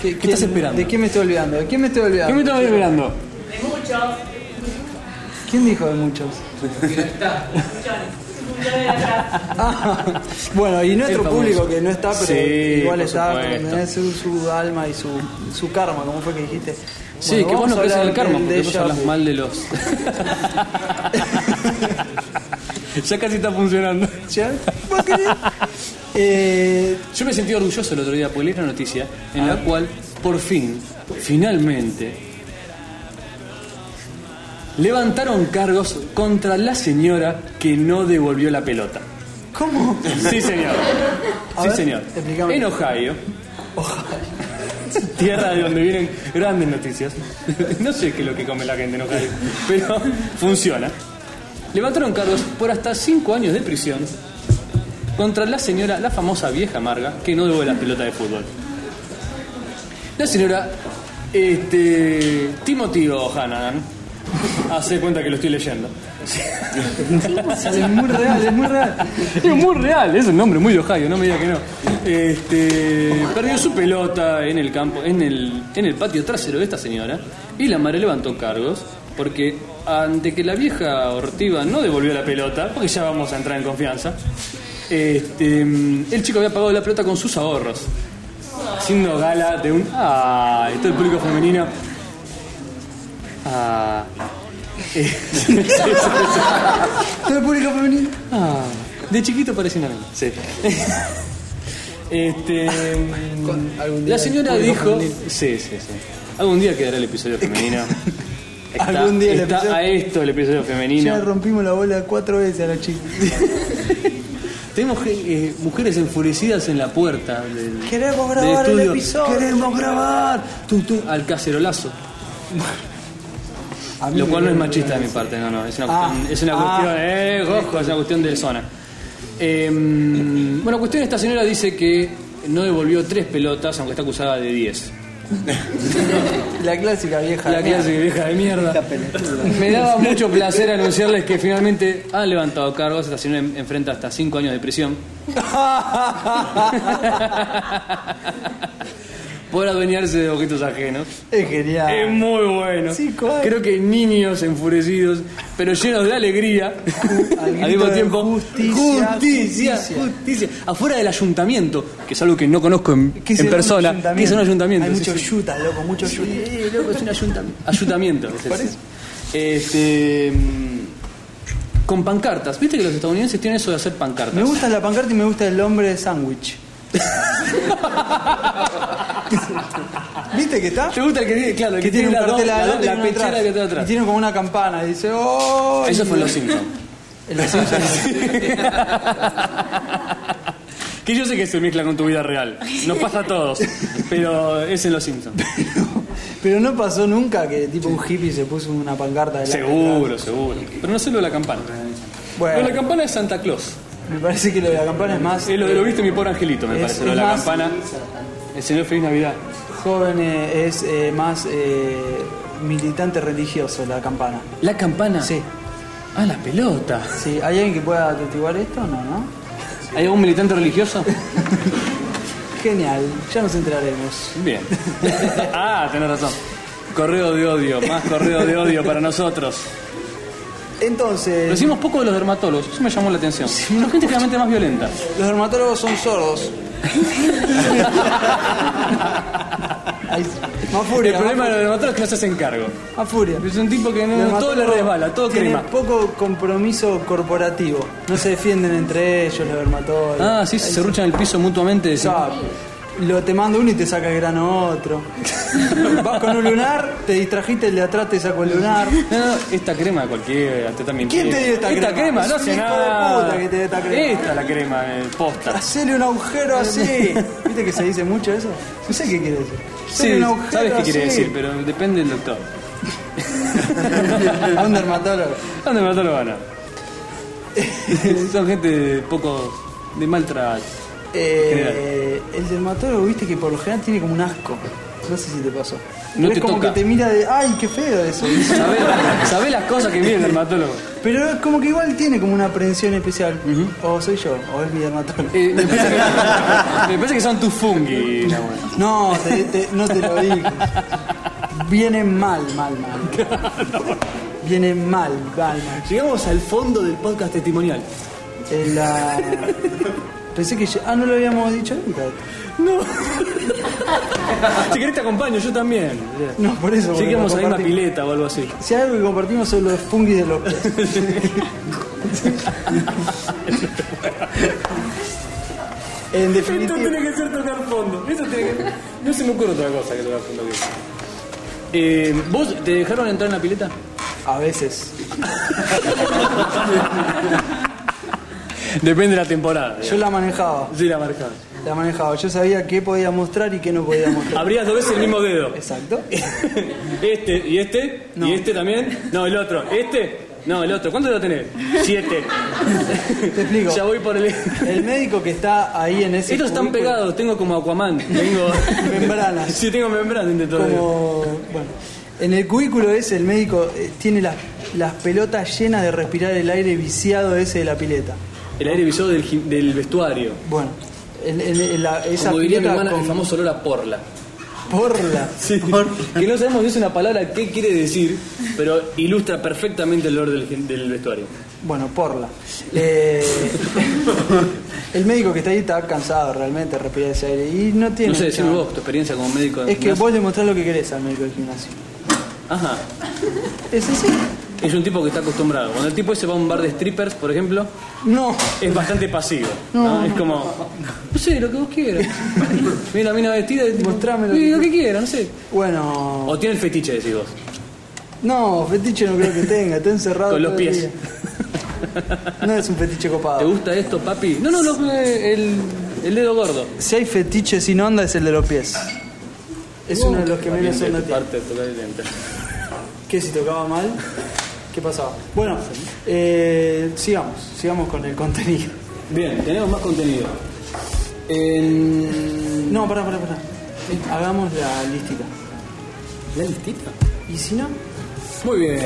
A: ¿Qué,
B: estás esperando?
A: ¿De quién me estoy olvidando? ¿De quién me estoy olvidando?
B: ¿Qué me estás olvidando?
I: De muchos.
A: ¿Quién dijo de
B: [laughs]
A: muchos? Ah, bueno, y nuestro
B: El famoso.
A: público que no está, pero
B: Sí,
A: igual
B: por
A: está,
B: supuesto.
A: ¿entendés? su, su alma y su, su karma, como fue que dijiste.
B: Sí,
A: Bueno,
B: que vos
A: vamos
B: no
A: a
B: crees en
A: hablar
B: el karma
A: del
B: porque vos
A: déjà
B: hablas
A: vu.
B: mal
A: [laughs]
B: de los. ya casi está funcionando. [laughs]
A: Eh,
B: Yo me sentí orgulloso el otro día porque leí una noticia en
A: Ah.
B: la cual, por fin, finalmente, levantaron cargos contra la señora que no devolvió la pelota.
A: ¿Cómo?
B: Sí, señor.
A: A
B: sí,
A: ver,
B: señor.
A: explícame.
B: En Ohio. Tierra de donde vienen grandes noticias. No sé qué es lo que come la gente en Ohio, pero funciona. Levantaron cargos por hasta 5 años de prisión contra la señora, la famosa vieja amarga, que no devuelve las pelotas de fútbol. La señora este, Timothy O'Hannan hace cuenta que lo estoy leyendo.
A: Es muy real, es muy real.
B: [laughs] Es muy real, es un nombre muy de Ohio, no me diga que no. Este, perdió su pelota en el campo, en el, en el patio trasero de esta señora y la madre levantó cargos porque ante que la vieja Ortiva no devolvió la pelota, porque ya vamos a entrar en confianza, este, el chico había pagado la pelota con sus ahorros, siendo gala de un... ¡Ah! Todo el público femenino... ¡Ah! [laughs]
A: Todo el público femenino.
B: Ah, de chiquito parece una nena. Sí. [laughs] este,
A: algún día
B: la señora
A: el público
B: dijo.
A: femenino.
B: Sí, sí, sí. Algún día quedará el episodio [laughs] femenino. Está,
A: Algún día el
B: está
A: episodio-
B: a esto el episodio
A: Ya
B: femenino.
A: rompimos la bola cuatro veces a la chica.
B: Tenemos eh, mujeres enfurecidas en la puerta del,
A: Queremos
B: del
A: grabar el
B: estudio.
A: episodio.
B: Queremos grabar. Tum, tum, al cacerolazo.
A: A mí
B: Lo
A: me
B: cual no es
A: viene
B: machista de mi parte, no, no. Es una
A: Ah,
B: cuestión, es una
A: ah.
B: cuestión, eh, ojo, es una cuestión de zona. Eh, bueno, cuestión, esta señora dice que no devolvió tres pelotas, aunque está acusada de diez.
A: La clásica vieja.
B: La clase vieja de mierda. Me daba mucho placer anunciarles que finalmente han levantado cargos. Esta señora en- enfrenta hasta cinco años de prisión por adueñarse de objetos ajenos.
A: [laughs] Es genial.
B: Es muy bueno.
A: Cinco años.
B: Creo que niños enfurecidos, pero llenos de alegría. Al
A: grito
B: mismo
A: de
B: tiempo,
A: justicia,
B: justicia,
A: justicia.
B: justicia. Afuera del ayuntamiento, que es algo que no conozco en,
A: ¿Qué es
B: en
A: el
B: persona.
A: ayuntamiento?
B: ¿Qué es un ayuntamiento?
A: Hay
B: Sí,
A: muchos
B: sí.
A: yutas, loco, muchos yutas.
B: loco, es un ayuntamiento. Ayuntamiento. es ese. Este, mm, con pancartas. ¿Viste que los estadounidenses tienen eso de hacer pancartas?
A: Me gusta la pancarta y me gusta el hombre de
B: [laughs]
A: sándwich. ¿Viste que está?
B: ¿Te gusta el que tiene, claro, el
A: Que
B: que
A: tiene un
B: la,
A: cartel
B: la,
A: adelante
B: la
A: y uno
B: pechera
A: atrás.
B: que está atrás?
A: Y tiene como una campana. y Dice, ¡oh!
B: Eso fue en Los
A: Simpsons.
B: Simpsons. [laughs] que yo sé que se mezcla con tu vida real. Nos pasa a todos. Pero es en Los Simpsons.
A: Pero no pasó nunca que tipo un hippie se puso una pancarta delante.
B: [laughs] Seguro, seguro. Pero no solo la campana.
A: Bueno.
B: Lo de la campana es Santa Claus.
A: Me parece que lo de la campana es más.
B: Eh, lo, lo viste mi pobre angelito, me
A: es-
B: parece.
A: es
B: Lo de la
A: más-
B: campana. El señor Feliz Navidad.
A: Joven eh, es eh, más eh, militante religioso la campana.
B: ¿La campana?
A: Sí.
B: Ah, la pelota.
A: Sí, ¿hay alguien que pueda atestiguar esto? No, ¿no?
B: ¿Hay algún militante religioso?
A: Genial, ya nos enteraremos.
B: [laughs] Bien. ah, tenés razón. Correo de odio, más correo de odio para nosotros.
A: Entonces,
B: Decimos poco de los dermatólogos, eso me llamó la atención. La gente generalmente más [laughs] violenta.
A: los dermatólogos son
B: [laughs]
A: sordos. Ay, más furia. más furia.
B: el problema de los dermatólogos es que no se hacen cargo.
A: Más furia.
B: Es un tipo que no, todo le
A: Dermatólogo
B: resbala, todo
A: tiene
B: crema.
A: poco compromiso corporativo. No se defienden entre ellos los dermatólogos.
B: Ah, sí, se serruchan el piso mutuamente. sí.
A: Ah, Lo te manda uno y te saca el grano
B: [laughs]
A: otro. Vas con un lunar, te distrajiste, el de atrás te sacó el lunar.
B: No, no, esta crema cualquiera, te también.
A: ¿Quién te dio esta
B: esta
A: crema?
B: crema?
A: Es
B: No
A: un
B: sé
A: hijo de
B: nada.
A: puta que te dio esta crema.
B: Esta es la crema, eh, posta.
A: Hacele un agujero así. Eh, ¿Viste que se dice mucho eso? No sé qué quiere decir. Hacele
B: Sí,
A: un agujero
B: sabes qué quiere
A: así.
B: decir, pero depende del doctor.
A: A [laughs] un
B: [laughs]
A: dermatólogo.
B: ¿Dónde
A: [laughs]
B: me mató lo gana? Son gente de poco. de mal trato.
A: Eh, el dermatólogo, viste, que por lo general tiene como un asco. No sé si te pasó. Pero
B: No te
A: es como
B: toca.
A: que te mira de, ay, qué feo
B: [laughs]
A: eso.
B: ¿Sabés, sabés las cosas que viene el dermatólogo?
A: Pero es como que igual tiene como una aprehensión especial. O soy yo, o es mi dermatólogo.
B: Eh. Me parece que son tus fungi. Nahuel.
A: No, te- te- no te lo digo. Vienen mal, mal,
B: [laughs]
A: mal. Vienen mal, mal, mal.
Q: Llegamos al fondo del podcast testimonial.
A: Eh, [laughs] la- Pensé que... ya- Ah, no lo habíamos dicho nunca.
B: No. Si querés te acompaño, yo también.
A: No, por eso,
B: Si
A: porque
B: queremos
A: lo
B: ahí una
A: compartimos.
B: pileta o algo así.
A: Si hay algo que compartimos son los fungis de [laughs] los... en definitiva...
B: Esto tiene que ser tocar fondo. Eso tiene que- No se me ocurre otra cosa que tocar fondo. que eso. Eh, ¿Vos te dejaron entrar en la pileta?
A: A veces.
B: Depende de la temporada.
A: Yo la manejaba.
B: Sí, la manejaba.
A: La manejaba. Yo sabía qué podía mostrar y qué no podía [laughs] mostrar.
B: Abrías dos veces el mismo dedo.
A: Exacto.
B: Este, y este, y este también. No, el otro. Este, no, el otro. ¿Cuánto lo tenés? Siete.
A: Te explico.
B: Ya voy por el.
A: El médico que está ahí en ese.
B: Estos están
A: cubículo-
B: pegados, tengo como Aquaman. Tengo.
A: Membranas.
B: [laughs] Sí, tengo membranas entre todos.
A: Como. Bueno. En el cubículo ese, el médico eh, tiene las, las pelotas llenas de respirar el aire viciado ese de la pileta.
B: El aire visor del, gi- del vestuario.
A: Bueno. En, en- en la- esa
B: Como diría mi
A: pileta
B: hermana,
A: con
B: el famoso olor a porla.
A: porla.
B: Sí. [laughs] Que no sabemos si es una palabra qué quiere decir, pero ilustra perfectamente el olor del, gen- del vestuario.
A: Bueno, porla. Eh, [laughs] el médico que está ahí está cansado realmente de respirar ese aire. Y no tiene.
B: No sé, decime
A: no.
B: vos, tu experiencia como médico. de
A: Es que
B: gimnasio.
A: vos le mostrás lo que querés al médico del gimnasio.
B: Ajá.
A: Es así.
B: Es un tipo que está acostumbrado. Cuando el tipo ese va a un bar de strippers, por ejemplo,
A: No.
B: es bastante pasivo.
A: No,
B: ¿no?
A: no,
B: Es
A: no.
B: como, no sé, lo que vos
A: [laughs]
B: quieras. Mira, la mina vestida y tipo,
A: Mostrame
B: "Sí, lo que quieras, no sé.
A: Bueno.
B: O tiene el fetiche, decís vos.
A: No, fetiche no creo que tenga, está encerrado.
B: Con los
A: todo el
B: pies.
A: día. No es un fetiche
B: ¿Te
A: copado.
B: gusta esto, papi? No, no, no, eh, el, el dedo gordo.
A: Si hay fetiche sin onda es el de los pies. Es uno de los que menos
B: Bien de
A: onda
B: tu
A: tiene.
B: parte, tocar el diente.
A: ¿Qué si tocaba mal? ¿Qué pasaba? Bueno, eh, sigamos, sigamos con el contenido.
B: Bien, tenemos más contenido. En-
A: No, pará, pará, pará. Hagamos la listita.
B: ¿La listita?
A: ¿Y si no?
B: Muy [laughs] bien.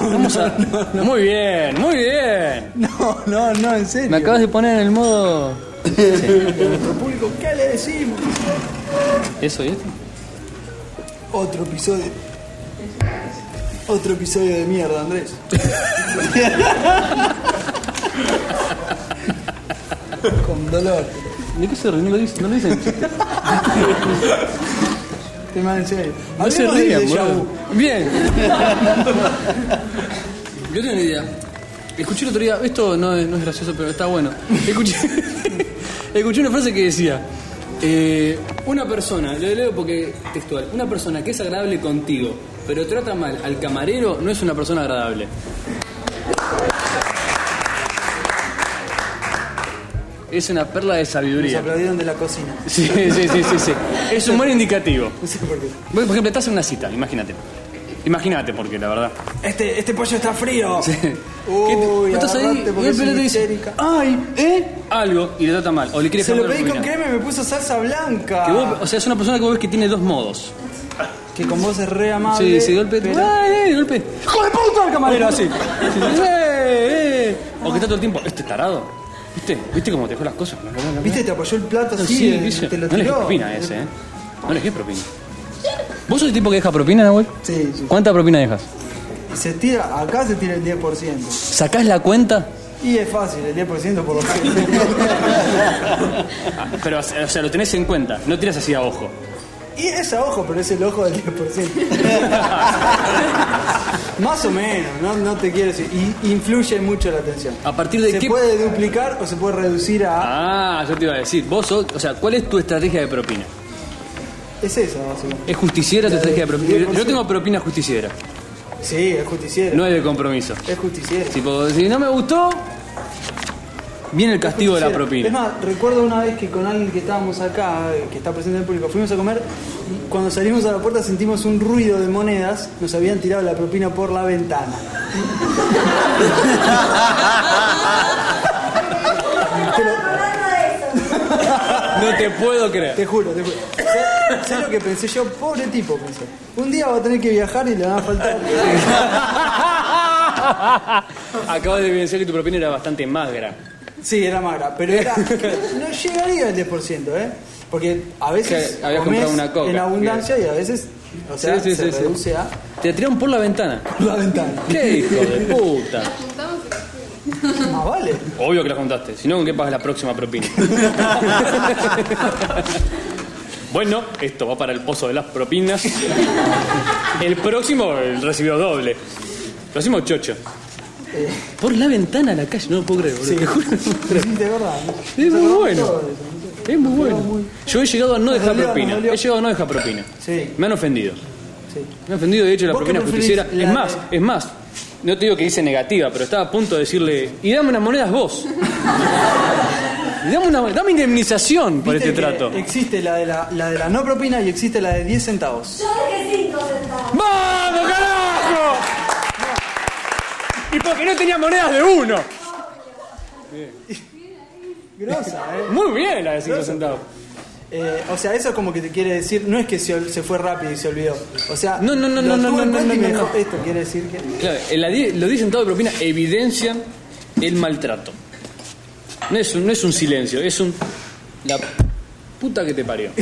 B: Vamos a- Muy bien, muy bien.
A: No, no, no, en serio.
B: Me acabas de poner en el modo.
A: A nuestro público, ¿qué le decimos?
B: ¿Eso y esto?
A: Otro episodio. Otro episodio de mierda,
B: [laughs]
A: Andrés. Con dolor.
B: ¿De qué se ríe? No lo dicen. No lo dicen.
A: Te mal en serio.
B: No se
A: Hablemos del
B: rían,
A: déjà
B: boludo.
A: vu.
B: Bien. [laughs] Yo tengo una idea. Escuché el otro día, esto no es, no es gracioso, pero está bueno. Escuché, [laughs] escuché una frase que decía, eh, una persona, lo leo porque textual, una persona que es agradable contigo, pero trata mal al camarero, no es una persona agradable. Es una perla de
A: Nos
B: sabiduría.
A: aplaudieron de la cocina.
B: Sí, sí, sí, sí, sí. Es un buen indicativo.
A: No sé por qué.
B: Bueno, Por ejemplo, estás en una cita, imagínate. Imagínate, porque la verdad.
A: Este, este pollo está frío.
B: Sí.
A: Uy,
B: Estás ahí
A: agarrate
B: y
A: porque
B: el
A: soy
B: pelota dice,
A: histérica.
B: ¡ay! ¿Eh? Algo y le trata mal. O le quiere
A: Se lo
B: preguntar
A: pedí
B: su
A: con
B: opinión.
A: crema y me puso salsa blanca.
B: Que vos- O sea, es una persona que vos ves que tiene dos modos.
A: Que con vos es re
B: Sí,
A: amable.
B: sí, de golpe.
A: pero-
B: ¡Ay, eh! de golpe. ¡Hijo de puta el camarero! Así. Sí, sí, ¡Eh, eh! O que está todo el tiempo. ¿Este tarado? ¿Viste? ¿Viste cómo te dejó las cosas?
A: ¿Viste? Te apoyó el plato así.
B: Sí,
A: y
B: ¿viste?
A: te lo
B: No le dejé
A: tiró.
B: propina a ese, ¿eh? No le dejé propina. ¿Vos sos el tipo que deja propina, Nahuel?
A: Sí, sí.
B: ¿Cuánta propina dejas?
A: Se tira, acá se tira el 10%.
B: ¿Sacás la cuenta?
A: Y es fácil, el 10% por lo menos.
B: [laughs] Ah, [laughs] Pero, o sea, lo tenés en cuenta, no tiras así a ojo.
A: [laughs] Y es a ojo, pero es el ojo del
B: [laughs]
A: 10%. Más o menos, no, no te quiero decir. Y influye mucho la atención.
B: ¿A partir Ah, de
A: se
B: qué?
A: puede duplicar o se puede reducir a.
B: Ah, yo te iba a decir, vos sos, o sea, ¿cuál es tu estrategia de propina?
A: Es eso, básicamente.
B: ¿Es justiciera tu
A: La de-
B: estrategia de propina?
A: 10%.
B: Yo tengo propina justiciera,
A: Sí, es justiciero.
B: no es de compromiso.
A: Es justiciero.
B: Tipo, si no me gustó, viene el castigo de la
A: Justiciero. Es
B: propina.
A: más, recuerdo una vez que con alguien que estábamos acá, eh, que está presente en el público, fuimos a comer y cuando salimos a la puerta sentimos un ruido de monedas, nos habían tirado la propina por la ventana. Pero-
B: No te puedo creer. [laughs]
A: Te juro, te juro. ¿Sabes- ¿Sabes lo que pensé yo? Pobre tipo, pensé. Un día va a tener que viajar y le van a faltar.
B: Acabo de evidenciar que tu propina era bastante magra.
A: Sí, era magra, pero era, no llegaría al 10%, ¿eh? Porque a veces
B: Que habías
A: comes
B: comprado una coca.
A: en abundancia y a veces o sea,
B: Sí, sí,
A: se
B: sí, sí.
A: reduce a...
B: Te tiraron por la ventana.
A: Por la ventana.
B: ¿Qué hijo de puta?
A: Ah, vale. [laughs]
B: Obvio que la juntaste. Si no, ¿con qué pagas la próxima propina? bueno, esto va para el pozo de las propinas. El próximo recibió doble. Lo hacemos chocho. Por la ventana a la calle, no lo puedo creer, boludo. Te juro.
A: De verdad.
B: Es muy bueno. Es muy bueno. Yo he llegado a no dejar propina. He llegado a no dejar propina.
A: Sí.
B: Me han ofendido. Me han ofendido, de hecho, la
A: ¿Vos qué
B: propina
A: preferís?
B: justiciera.
A: La
B: Es más, es más. No te digo que dice negativa, pero estaba a punto de decirle, y dame unas
A: [laughs]
B: monedas vos. Y dame, una, dame indemnización por
A: Viste
B: este
A: que
B: trato.
A: Existe la de la, la de la no propina y existe la de 10 centavos.
H: Yo dije 5 centavos.
B: ¡Vamos, carajo! Y porque no tenía monedas de uno.
A: Grosa, ¿eh?
B: Muy bien la de 5
A: Grosa.
B: centavos.
A: Eh, o sea, eso es como que te quiere decir, no es que se, ol- se fue rápido y se olvidó. O sea,
B: No, no, no,
A: lo
B: no, no,
A: tuvo en
B: no,
A: cuenta y
B: no,
A: me
B: no,
A: dijo,
B: no.
A: Esto quiere decir que.
B: Claro, en la die- los 10 centavos de propina evidencian el maltrato. No es un, no es un silencio, es un. La puta que te parió.
A: [laughs]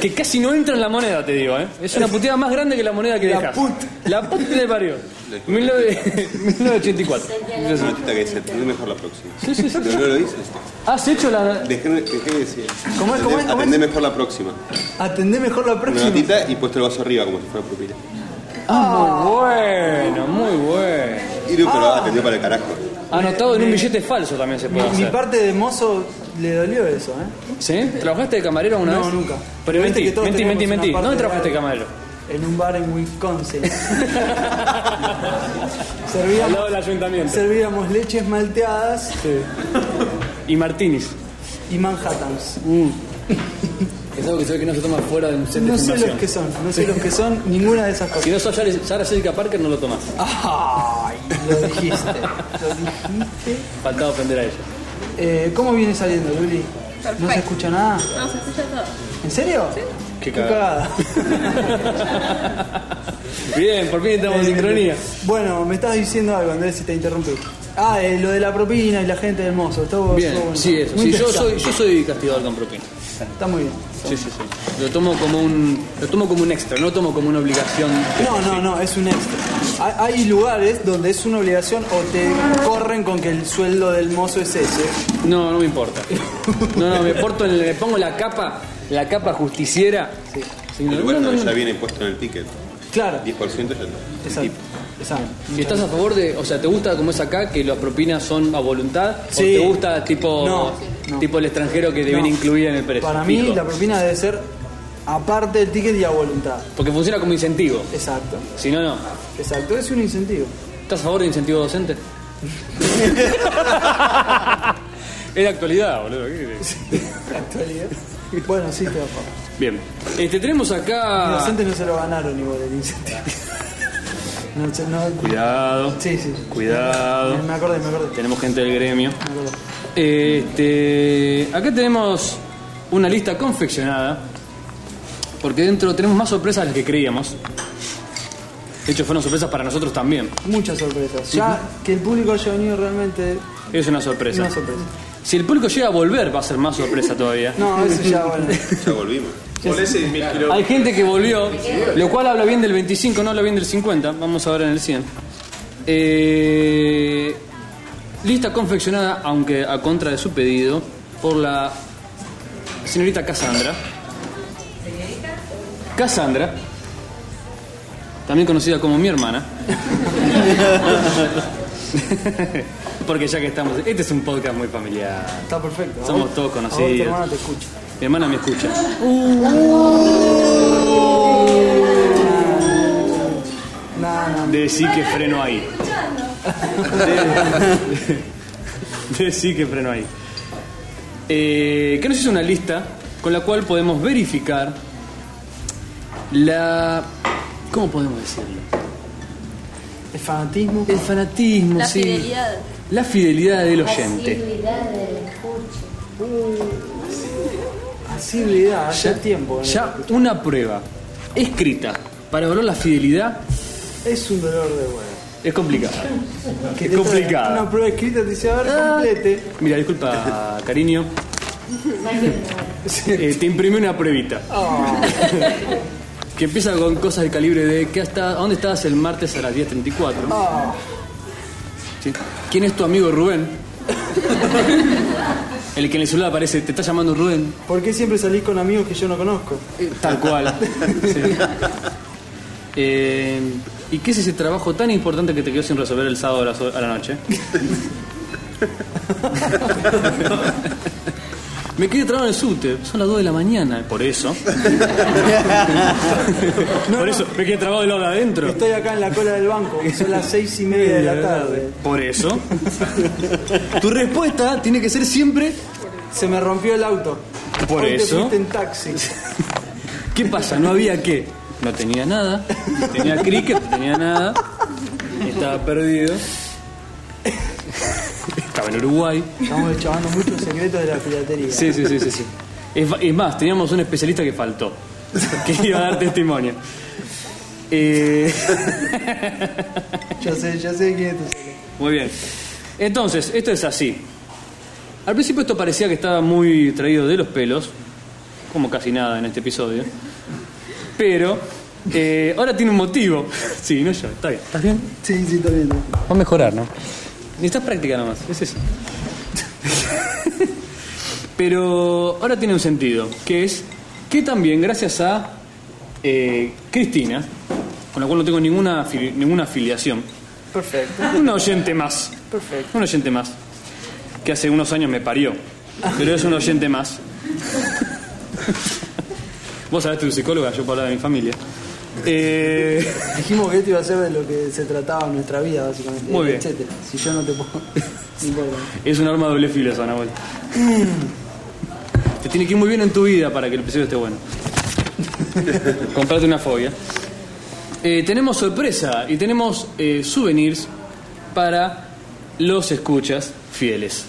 B: que casi no entra en la moneda, te digo, ¿eh? Es una puteada más grande que la moneda que
A: La
B: dejas.
A: put.
B: La puta que te parió. [laughs] 19- 1984.
K: Es una notita que dice, "Tú mejor la próxima.
B: Sí, sí, sí.
K: Pero no lo dices.
B: ¿Has hecho la.?
K: Dejé, dejé de decir.
A: ¿Cómo es, cómo es, cómo es?
K: Atendé mejor la próxima.
A: Atendé mejor la
K: Una
A: próxima.
K: notita y puesto el vaso arriba como si fuera propina.
B: Ah, muy bueno, muy bueno.
K: Y Luke
A: Ah.
K: lo atendió para el carajo.
B: Anotado en un billete falso también se
A: Mi,
B: puede
A: mi
B: hacer.
A: parte de mozo le dolió eso, ¿eh?
B: ¿Sí? ¿Trabajaste de camarero alguna
A: No,
B: vez?
A: nunca.
B: Pero
A: Viste
B: mentí,
A: que todos
B: mentí,
A: tenemos
B: mentí,
A: una
B: mentí.
A: parte
B: ¿Dónde
A: de
B: trabajaste de
A: algo.
B: camarero?
A: En un bar en Wisconsin. [laughs]
B: Al lado
A: servíamos,
B: del ayuntamiento.
A: servíamos leches malteadas
B: Y Martínez.
A: y Manhattans.
B: Es algo que se ve que no se toma fuera de un set de
A: Mm. No sé
B: filmación.
A: los que son, no sé los que son, ninguna de esas
B: Si
A: cosas.
B: no sos Sara- Sara Jessica Parker, no lo tomás.
A: Ay, lo dijiste. Lo dijiste.
B: Faltaba ofender a
A: [laughs]
B: ella.
A: Eh, ¿Cómo viene saliendo, Luli? ¿No se escucha nada?
I: No, se escucha todo.
A: ¿En serio?
B: Qué
A: cagada.
B: Bien, por fin [laughs] estamos en sincronía.
A: Bueno, me estás diciendo algo, Andrés, si te interrumpí. Ah, eh, lo de la propina y la gente del mozo. Todo,
B: Bien,
A: todo bueno.
B: sí, eso.
A: Muy
B: Sí, yo,
A: interesante.
B: soy, yo soy castigador con propina.
A: Está muy bien.
B: Sí, sí, sí. Lo tomo como un, lo tomo como un extra, no lo tomo como una obligación.
A: No, no, no, es un extra. Hay, hay lugares donde es una obligación o te corren con que el sueldo del mozo es ese.
B: No, no me importa. No, no, me, porto en el- me pongo la capa, la capa justiciera. Sí, no,
K: El lugar
B: no, no,
K: donde
B: no.
K: ya viene puesto en el ticket.
A: Claro.
K: 10% ya está.
A: Exacto. Exacto.
B: Si estás a favor de, o sea, ¿te gusta como es acá que las propinas son a voluntad?
A: Sí.
B: ¿O te gusta tipo,
A: No,
B: tipo el extranjero que te viene
A: No.
B: incluida en el precio?
A: Para mí
B: Fijo.
A: la propina debe ser aparte del ticket y a voluntad.
B: Porque funciona como incentivo.
A: Exacto.
B: Si no, no.
A: Exacto, es un incentivo. [laughs]
B: ¿Estás a favor de incentivo docente? es la actualidad, boludo. ¿qué querés?
A: La actualidad. Bueno, sí, te da favor.
B: Bien. Este, tenemos
A: Los
B: acá...
A: docentes no se lo ganaron igual el incentivo. [laughs] No, se- no-
B: Cuidado.
A: Sí, sí.
B: Cuidado.
A: Me acordé, me acordé.
B: Tenemos gente del gremio.
A: Me acordé.
B: Este, acá tenemos una lista confeccionada, porque dentro tenemos más sorpresas de las que creíamos. De hecho, fueron sorpresas para nosotros también.
A: Muchas sorpresas. Ya que el público haya venido realmente
B: Es una sorpresa.
A: una sorpresa.
B: Si el público llega a volver, va a ser más sorpresa todavía.
A: No, eso ya bueno.
K: Ya
R: [laughs]
K: volvimos.
C: Volé 6.000 kilómetros.
B: Hay gente que volvió, lo cual habla bien del 25, no habla bien del 50. Vamos a ver en el 100. Eh, lista confeccionada, aunque a contra de su pedido, por la señorita Cassandra. Cassandra, también conocida como
A: [laughs]
B: mi hermana. [laughs] Porque ya que estamos. Este es un podcast muy familiar.
A: Está perfecto.
B: Somos
A: A vos-
B: todos
A: a vos tu
B: conocidos.
A: hermana te escucha.
B: Mi hermana me escucha. Decí que freno ahí. Decí que freno ahí. Eh, que nos hizo una lista con la cual podemos verificar la. ¿Cómo podemos decirlo?
A: El fanatismo.
B: El fanatismo, sí. La fidelidad del oyente.
G: Pasibilidad del escuche.
A: Asibilidad, hace tiempo. ¿no?
B: Ya una prueba escrita para evaluar la fidelidad
A: Es un dolor de huevo.
B: es complicada.
A: Que
B: Es
A: te
B: complicada.
A: traigan Una prueba escrita te dice, a ver, complete.
B: Mira, disculpa, cariño. Eh, te imprimí una pruebita. Que empieza con cosas del calibre de que hasta, ¿a dónde estabas el martes a las 10.34? Sí. ¿Quién es tu amigo Rubén? El que en el celular aparece, te está llamando Rubén.
A: ¿Por qué siempre salís con amigos que yo no conozco?
B: Tal cual. [laughs] Sí. Eh, ¿Y qué es ese trabajo tan importante que te quedó sin resolver el sábado a las o- a la,
A: [laughs]
B: noche? Me quedé trabado en el subte, son las 2 de la mañana,
A: [laughs]
B: por eso. por eso, me quedé trabado del lado de adentro.
A: Estoy acá en la cola del banco, son las
B: [laughs]
A: seis y media de la tarde. [laughs]
B: Por eso. tu respuesta tiene que ser siempre.
A: Se me rompió el auto.
B: Por
A: Hoy te
B: eso.
A: fuiste en
B: [laughs]
A: taxi.
B: ¿Qué pasa? No había qué. No tenía nada. Tenía cricket, no tenía nada. Estaba perdido. Estaba en Uruguay.
A: Estamos deschavando muchos secretos de la piratería.
B: Sí, sí, sí, sí. sí. Es, es más, teníamos un especialista que faltó, que iba a dar testimonio. Eh,
A: Yo sé, yo sé quién es tu secreto.
B: muy bien. Entonces, esto es así. Al principio esto parecía que estaba muy traído de los pelos, como casi nada en este episodio. Pero eh, ahora tiene un motivo. [laughs] Sí, no yo, está bien. ¿Estás bien?
A: Sí, sí, está bien.
B: Va a mejorar, ¿no? Necesitas práctica nomás, es eso. [laughs] Pero ahora tiene un sentido, que es que también gracias a eh, Cristina, con la cual no tengo ninguna, afili- ninguna afiliación,
A: Perfecto,
B: una oyente más,
A: perfecto.
B: un oyente más, que hace unos años me parió, pero es un oyente más. Vos sabés tu psicóloga, yo puedo hablar de mi familia. Eh,
A: Dijimos que esto iba a ser de lo que se trataba en nuestra vida, básicamente.
B: Muy bien.
A: Etcétera. Si yo no te
B: [laughs]
A: puedo. [laughs] ni puedo.
B: Es un arma de doble filo esa, Nahuel. Te tiene que ir muy bien en tu vida para que el episodio esté bueno. Comprate una fobia. Eh, tenemos sorpresa y tenemos eh, souvenirs para los escuchas fieles.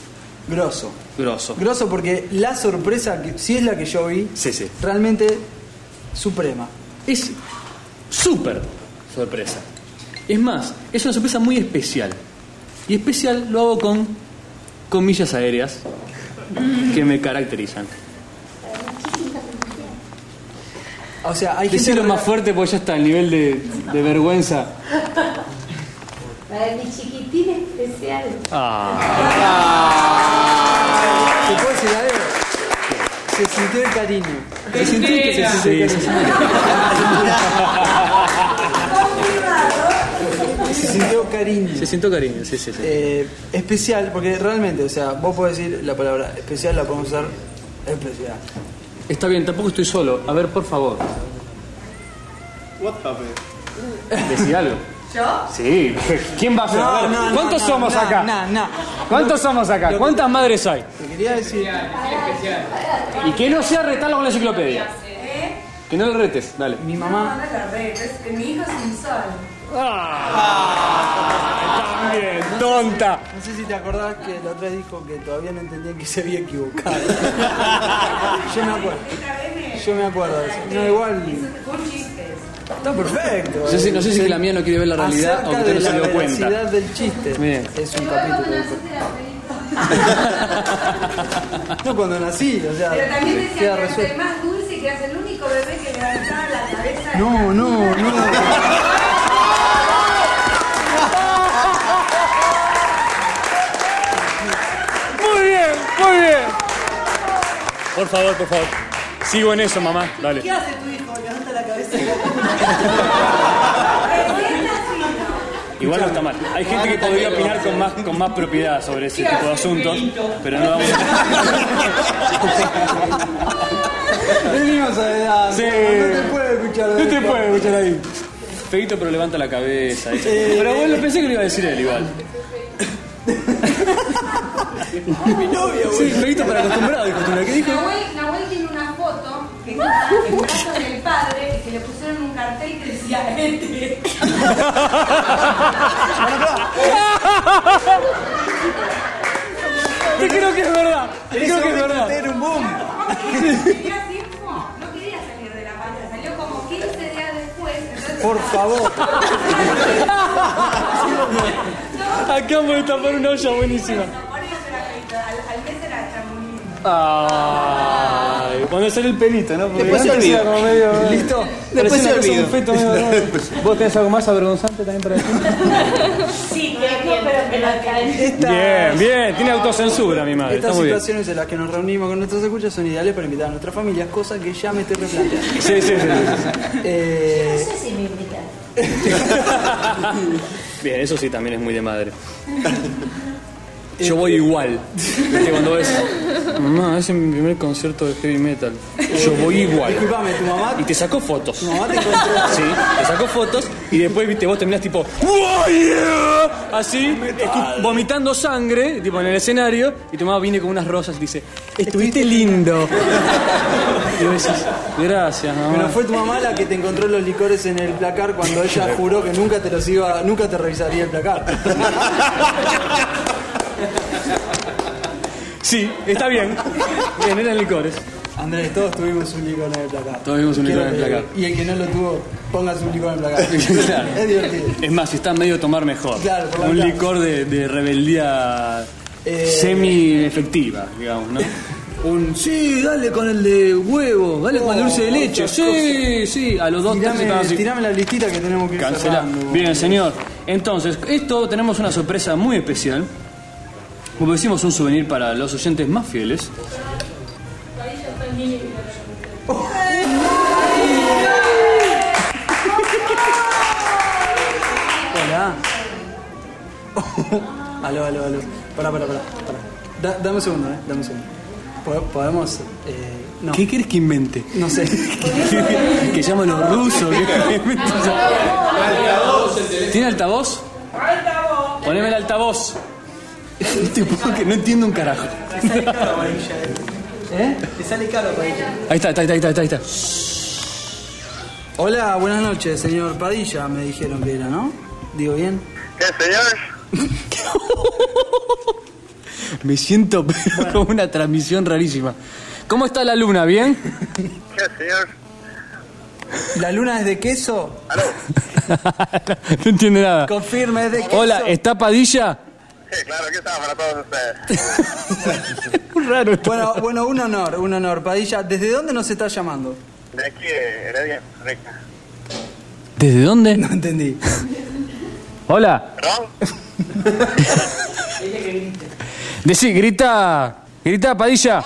A: Grosso.
B: Grosso.
A: Grosso porque la sorpresa, que- si es la que yo vi,
B: Sí, sí.
A: realmente suprema.
B: Es súper sorpresa. Es más, es una sorpresa muy especial. Y especial lo hago con comillas aéreas que me caracterizan.
A: O sea, hay gente.
B: Decirlo más fuerte porque ya está el nivel de, de vergüenza.
M: Para mi chiquitín especial.
A: ¿Te puedo decir algo? Se sintió el cariño.
B: ¿Se sintió el cariño? Sí, se sintió el
A: Se sintió cariño.
B: Se sintió cariño, sí, sí, sí.
A: Eh, especial, porque realmente, o sea, vos podés decir la palabra especial, la podemos usar especial.
B: Está bien, tampoco estoy solo. A ver, por favor,
C: What happened?
B: decí algo.
G: ¿Yo?
B: Sí, ¿quién va a ser? A ver, ¿Cuántos somos acá? ¿Cuántos somos acá? ¿Cuántas madres hay?
A: Te quería decir.
B: Y que no sea retarlo con la enciclopedia.
G: ¿Eh?
B: Que no lo retes, dale.
A: Mi
G: No, no la re, es que mi hijo es un sol.
B: También, tonta.
A: No sé si te acordás que la otra vez dijo que todavía no entendía que se había equivocado. Yo me acuerdo. Yo me acuerdo de eso. No, igual.
G: Un chiste.
A: Está perfecto. eh.
B: Yo sí- no sé si que la mía no quiere ver la realidad
A: Acerca
B: o que usted
A: de
B: no se
A: la
B: dio cuenta.
A: veracidad del chiste.
B: Bien.
A: Es un capítulo. de- No, cuando nací, o sea,
G: Pero también decía
A: queda
G: que eres el
A: resuelto.
G: más dulce y que eras el único bebé que levantaba la cabeza.
A: No, no, no.
B: Muy bien, muy bien. Por favor, por favor. Sigo en eso, mamá. Dale.
N: ¿Qué hace tu hijo? Levanta la cabeza.
B: Igual no está mal. Hay gente que podría opinar con más, con más propiedad sobre ese tipo de asuntos, pero no vamos a...
A: Venimos a edad.
B: Sí.
A: No te puedo escuchar. de esto.
B: escuchar ahí. Feito, pero levanta la cabeza. ¿eh?
A: Sí.
B: Pero bueno, pensé que lo iba a decir él igual.
A: Mi novia,
B: Sí, Feito para acostumbrado, dijo tú, ¿Qué dijo?
G: Nahuel, Nahuel tiene una foto que está en casa del padre y que le pusieron un cartel que decía este.
A: Te creo que es verdad. Te creo que es verdad.
G: un boom. No quería salir de la banda, salió como 15 días después. entonces-
A: Por favor. [laughs] Acabo de tapar una olla buenísima.
G: Por eso era- al- al mes era chamulín.
B: Ay, cuando sale el pelito, ¿no? Porque
A: Después se
B: antes
A: olvida.
B: era como medio-
A: [laughs] Listo.
B: Parecía
A: Después se
B: una cosa,
A: olvida.
B: un feto medio
A: [laughs]
B: raro. ¿Vos tenés algo más avergonzante también para decir?
N: Sí, que no, pero que la caen.
B: Bien, bien, tiene autocensura mi madre, está
A: Estas
B: muy bien.
A: situaciones en las que nos reunimos con nuestros escuchas son ideales para invitar a nuestras familias, cosa que ya me estoy replanteando.
B: Sí, sí, sí, sí,
A: Eh,
N: No sé si me invitan.
A: [laughs]
B: Bien, eso sí también es muy de madre. Yo voy igual. ¿Viste cuando ves? Mamá, ese es mi primer concierto de heavy metal. Yo voy igual.
A: Disculpame, tu mamá.
B: Y te sacó fotos.
A: mamá te encontró.
B: Sí, te sacó fotos y después viste vos terminás tipo "Wow, yeah", así escu- vomitando sangre tipo en el escenario y tu mamá viene con unas rosas y dice estuviste lindo y vos decís gracias mamá
A: Pero fue tu mamá la que te encontró los licores en el placar cuando ella juró que nunca te los iba, nunca te revisaría el placar.
B: sí está bien bien eran licores
A: Andrés, todos tuvimos un licor en el placar.
B: Todos tuvimos un licor en el
A: Quiero que-
B: placar.
A: Y el que no lo tuvo, ponga su licor en el placar.
B: [laughs] Claro.
A: Es divertido.
B: es más si está medio tomar mejor
A: Claro, por la
B: un
A: cara.
B: licor de, de rebeldía
A: Eh.
B: semi efectiva digamos no un sí dale con el de huevo dale con el dulce de leche
A: esas
B: sí sí a los dos
A: Oh, Tirame,
B: tres estaban así.
A: tirame la listita que tenemos que ir
B: Cancelá.
A: cerrando.
B: Bien, señor. Entonces, esto tenemos una sorpresa muy especial. Como decimos, un souvenir para los oyentes más fieles.
A: Hola. [laughs] aló, aló, aló. Pará, pará, pará. pará. Da- dame un segundo, eh. Dame un segundo. Po- Podemos. Eh, no.
B: ¿Qué quieres que invente?
A: No [laughs] sé.
B: [laughs] que llaman los rusos.
J: Altavoz.
B: ¿Tiene altavoz? Poneme el altavoz. Te juro que no entiendo un carajo.
A: ¿Eh? Te sale caro para ella.
B: Ahí está, ahí está, ahí está, ahí está.
A: Hola, buenas noches, señor Padilla, me dijeron que era, ¿no? Digo bien.
B: Me siento [laughs] como una transmisión rarísima. ¿Cómo está la luna? ¿Bien? [laughs]
A: ¿La luna es de queso?
B: no entiende nada.
A: Confirme, es de queso.
B: Hola, ¿está Padilla? Raro esto.
A: Bueno, bueno, un honor, un honor. Padilla, ¿desde dónde nos está llamando? [laughs]
R: De aquí, de Heredia, correcto.
B: ¿Desde dónde?
A: No entendí.
B: Hola. [laughs] Decí, grita. Grita, Padilla.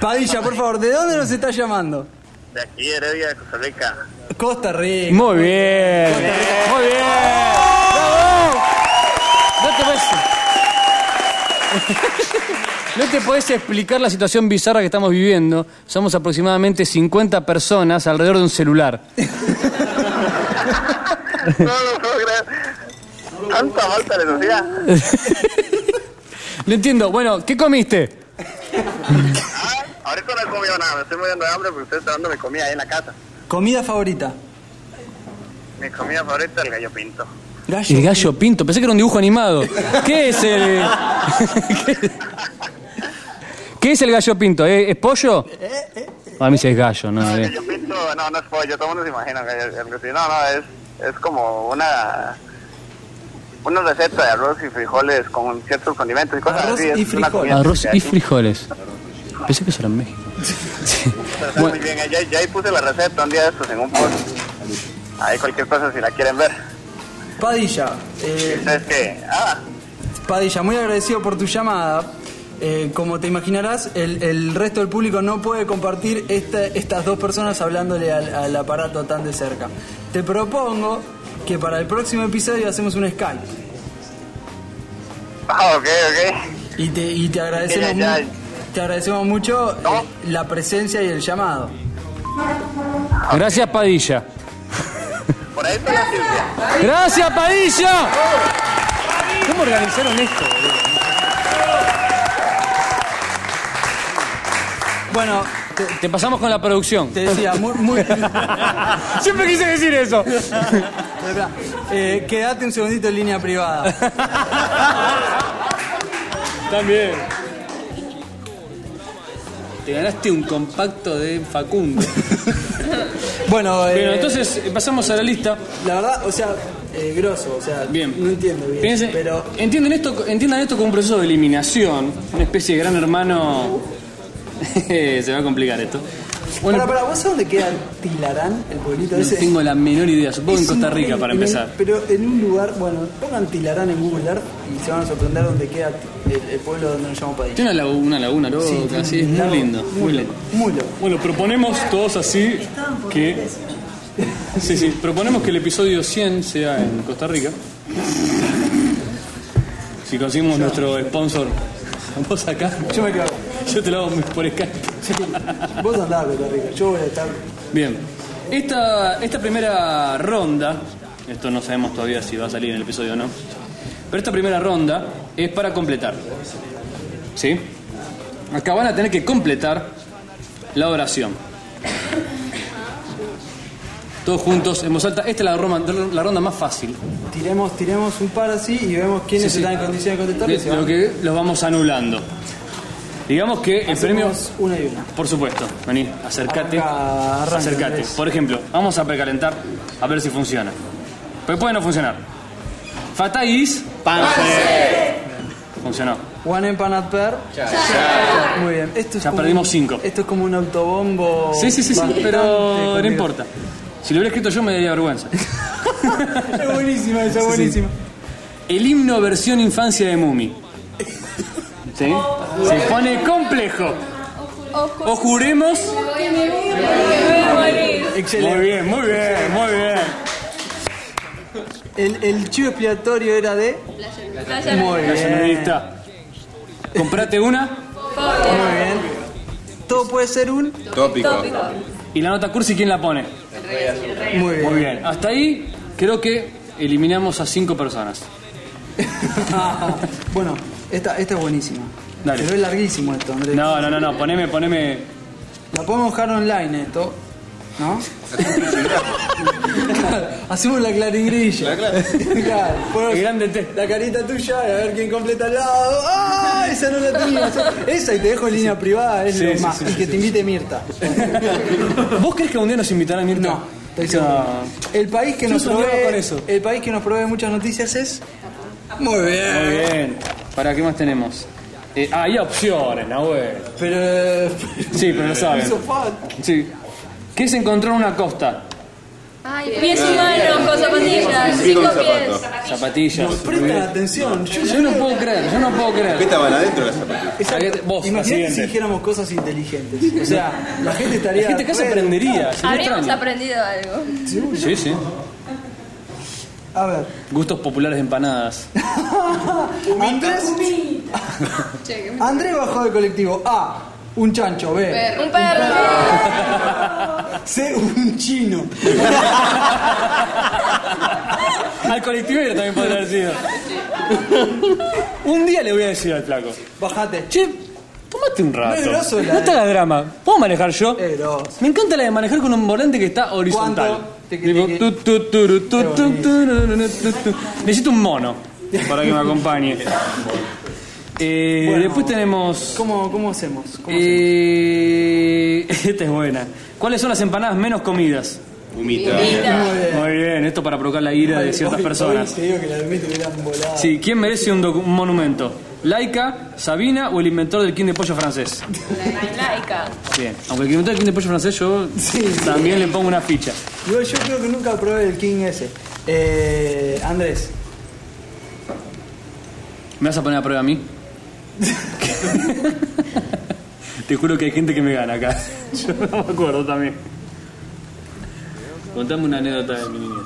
A: Padilla, por favor, ¿de dónde nos está llamando?
R: De aquí, de Heredia, de Costa Rica.
A: Costa Rica.
B: Muy bien. Muy bien. ¡Bravo! No te puedes- [laughs] No te podés explicar la situación bizarra que estamos viviendo. Somos aproximadamente 50 personas alrededor de un celular.
R: No lo puedo creer. [laughs] Tanta falta de sociedad.
B: No entiendo. Bueno, ¿qué comiste?
R: Ah, Ahorita no he comido nada, me estoy muriendo de hambre porque estoy esperando mi comida ahí en la casa.
A: Comida favorita.
R: Mi comida favorita es el gallo pinto.
B: El gallo pinto. Pensé que era un dibujo animado. ¿Qué es el. [laughs] ¿Qué es el gallo pinto? ¿Eh? ¿Es, pollo? A mí se es gallo, no. eh.
R: Gallo pinto, no, no es pollo, todo el mundo se imagina el gallo el gallo pinto. No, no, es, es como una... Una receta de arroz y frijoles con ciertos condimentos y cosas
A: Arroz
R: así.
A: y
R: es una comida
B: Arroz
R: típica
B: y
R: de aquí.
B: frijoles. Pensé que eso era en México.
R: Pero está muy bien, ya, ya ahí puse la receta un día de estos en un post. Ahí cualquier cosa si la quieren ver.
A: Padilla, eh,
R: ¿Sabes qué? Ah, [laughs]
A: Padilla, muy agradecido por tu llamada. Eh, como te imaginarás, el, el resto del público no puede compartir esta- estas dos personas hablándole al, al aparato tan de cerca. Te propongo que para el próximo episodio hacemos un Skype.
R: ah, ok, ok.
A: Y te, y te agradecemos,
R: Ok, ya, ya.
A: mu- te agradecemos mucho eh, la presencia y el llamado.
B: Gracias, Padilla.
R: Por ahí está la Silvia.
B: ¡Gracias, Padilla! ¿Cómo organizaron esto? boludo?
A: Bueno,
B: Te pasamos con la producción.
A: Te decía, muy. muy- [laughs]
B: Siempre quise decir eso.
A: Espera, eh, quédate un segundito en línea privada.
B: También. Te ganaste un compacto de Facundo.
A: bueno, eh,
B: Bueno, entonces eh, pasamos a la lista.
A: La verdad, o sea, eh, grosso, o sea,
B: Bien.
A: no entiendo bien.
B: Piensen-
A: pero
B: entienden, esto, entiendan esto como un proceso de eliminación, una especie de gran hermano. [laughs] Se va a complicar esto. Bueno,
A: para, para, ¿vos sabés dónde queda Tilarán, el pueblito
B: no
A: ese?
B: tengo la menor idea, supongo en
A: Es
B: Costa Rica para
A: increíble,
B: empezar.
A: Pero en un lugar, bueno, pongan Tilarán en Google Earth y se van a sorprender dónde queda el, el pueblo donde nos llamó Padilla.
B: Tiene una lagu- una laguna, loca,
A: Sí,
B: Oh, sí,
A: tiene
B: es
A: un
B: muy
A: lago
B: lindo, muy lindo.
A: Muy loco.
B: Bueno, proponemos todos así que. Sí, sí, proponemos que el episodio 100 sea en Costa Rica. Si conseguimos nuestro sponsor, [laughs] vos acá.
A: Yo me quedo.
B: [laughs] Yo te lo hago por Skype.
A: Vos andás a Costa Rica, yo voy a estar.
B: Bien. Esta, esta primera ronda, esto no sabemos todavía si va a salir en el episodio o no, pero esta primera ronda es para completar. ¿Sí? Acá van a tener que completar la oración. Todos juntos, en voz alta. Esta es la, Roma- la ronda más fácil.
A: Tiremos, tiremos un par así y vemos quiénes
B: Sí, sí.
A: están en condiciones de contestar. y se
B: De-
A: van.
B: Lo que los vamos anulando. Digamos que el premio...
A: Hacemos Una y una.
B: Por supuesto, vení, acércate.
A: Arranca, arranca,
B: Acércate.
A: Andrés.
B: Por ejemplo, vamos a precalentar a ver si funciona. Pues puede no funcionar. Fatais. Panse. Funcionó.
A: One empanad per. Muy bien. Esto es
B: Ya
A: como
B: perdimos
A: un-
B: cinco.
A: Esto es como un autobombo.
B: Sí, sí, sí, sí,
A: bastante
B: pero no
A: complicado.
B: importa. Si lo hubiera escrito yo me daría vergüenza.
A: Es buenísima, esa,
B: Sí, sí.
A: buenísima.
B: El himno versión infancia de Mumi. ¿Sí? Se pone complejo. O juremos.
A: Excelente.
B: Muy bien, muy bien, muy bien.
A: El, el chivo expiatorio era de. Muy
B: Playa
A: bien.
B: nudista. Comprate una.
A: Muy bien. Todo puede ser un.
B: Tópico. Y la nota cursi, ¿quién la pone?
A: Muy bien.
B: Muy
A: [laughs]
B: bien. Hasta ahí creo que eliminamos a cinco personas.
A: Ah, bueno, esta, esta es buenísima.
B: Dale.
A: Pero es larguísimo esto, Andrés.
B: No, no, no, no. Poneme, poneme.
A: La podemos dejar online esto.
B: [laughs]
A: ¿No? Claro, Hacemos la claringrilla. [laughs] Claro, ponemos
B: grande té.
A: La carita tuya, a ver quién completa al lado. ¡Ah! Esa no la tenía. Esa y te dejo en línea privada, es
B: Sí,
A: lo
B: sí,
A: más.
B: sí,
A: y
B: sí,
A: que
B: sí.
A: te invite Mirta.
B: ¿Vos crees que un día nos invitarán Mirta? No.
A: estoy seguro. El país que
B: Yo
A: nos
B: soñaba
A: provee.
B: con eso.
A: El país que nos provee muchas noticias es. Muy bien.
B: Muy bien. ¿Para qué más tenemos? Eh, ah, hay opciones, la web.
A: Pero.
B: Sí, pero lo saben.
A: Hizo falta.
B: Sí. ¿Qué es encontrar una costa?
I: Pies humanos con zapatillas.
K: Sí, con
I: Cinco pies.
B: Zapatillas.
A: Prestan atención. Yo,
B: Yo no puedo creer, yo no puedo creer.
K: ¿Qué estaban adentro las zapatillas?
B: Imagínate Vos, la
A: Imagínate si
B: siguiente.
A: dijéramos cosas inteligentes. O
B: [laughs]
A: sea, la gente estaría.
B: La gente acá se
A: re-
B: aprendería. sería
I: Habríamos
B: extraño.
I: aprendido algo.
B: Sí, sí.
A: A ver.
B: Gustos populares
A: [laughs]
B: de empanadas.
A: Andrés, Andrés bajó del colectivo. A. Un chancho. B.
I: Un perro.
G: [laughs]
A: C. Un chino.
B: Al colectivero también podría
A: [laughs]
B: haber sido. Un día le voy a decir al flaco.
A: Bajate.
B: Che, tomate un
A: No es
B: rato.
A: grosso la
B: No
A: de-
B: te hagas drama. ¿Puedo manejar yo?
A: Es grosso.
B: Me encanta la de manejar con un volante que está horizontal.
A: ¿Cuánto? Tiqui,
B: Tipo,
A: tiqui.
B: tu, tu, turu, tu,
A: Qué
B: tu,
A: bonito.
B: turururu, tu, tu. Necesito un mono para
A: [laughs]
B: que me acompañe. Eh,
A: Bueno.
B: después tenemos.
A: ¿Cómo, cómo hacemos? ¿Cómo
B: eh, [laughs] esta es buena. ¿Cuáles son las empanadas menos comidas?
K: Humita.
A: hacemos? Muy bien.
B: Muy bien, esto para provocar la ira de ciertas
A: Hoy- hoy
B: personas.
A: te digo que la de mí te hubieran volado.
B: Sí, ¿quién merece un, docu- un monumento? ¿Laica, Sabina o el inventor del King de Pollo francés?
I: Laica.
B: Bien, aunque el inventor del King de Pollo francés yo también le pongo una ficha.
A: Yo, yo creo que nunca probé el King ese. Eh, Andrés.
B: ¿Me vas a poner a prueba a [laughs] mí? Te juro que hay gente que me gana acá. [laughs] Yo no me acuerdo también. Contame una anécdota de mi niñez.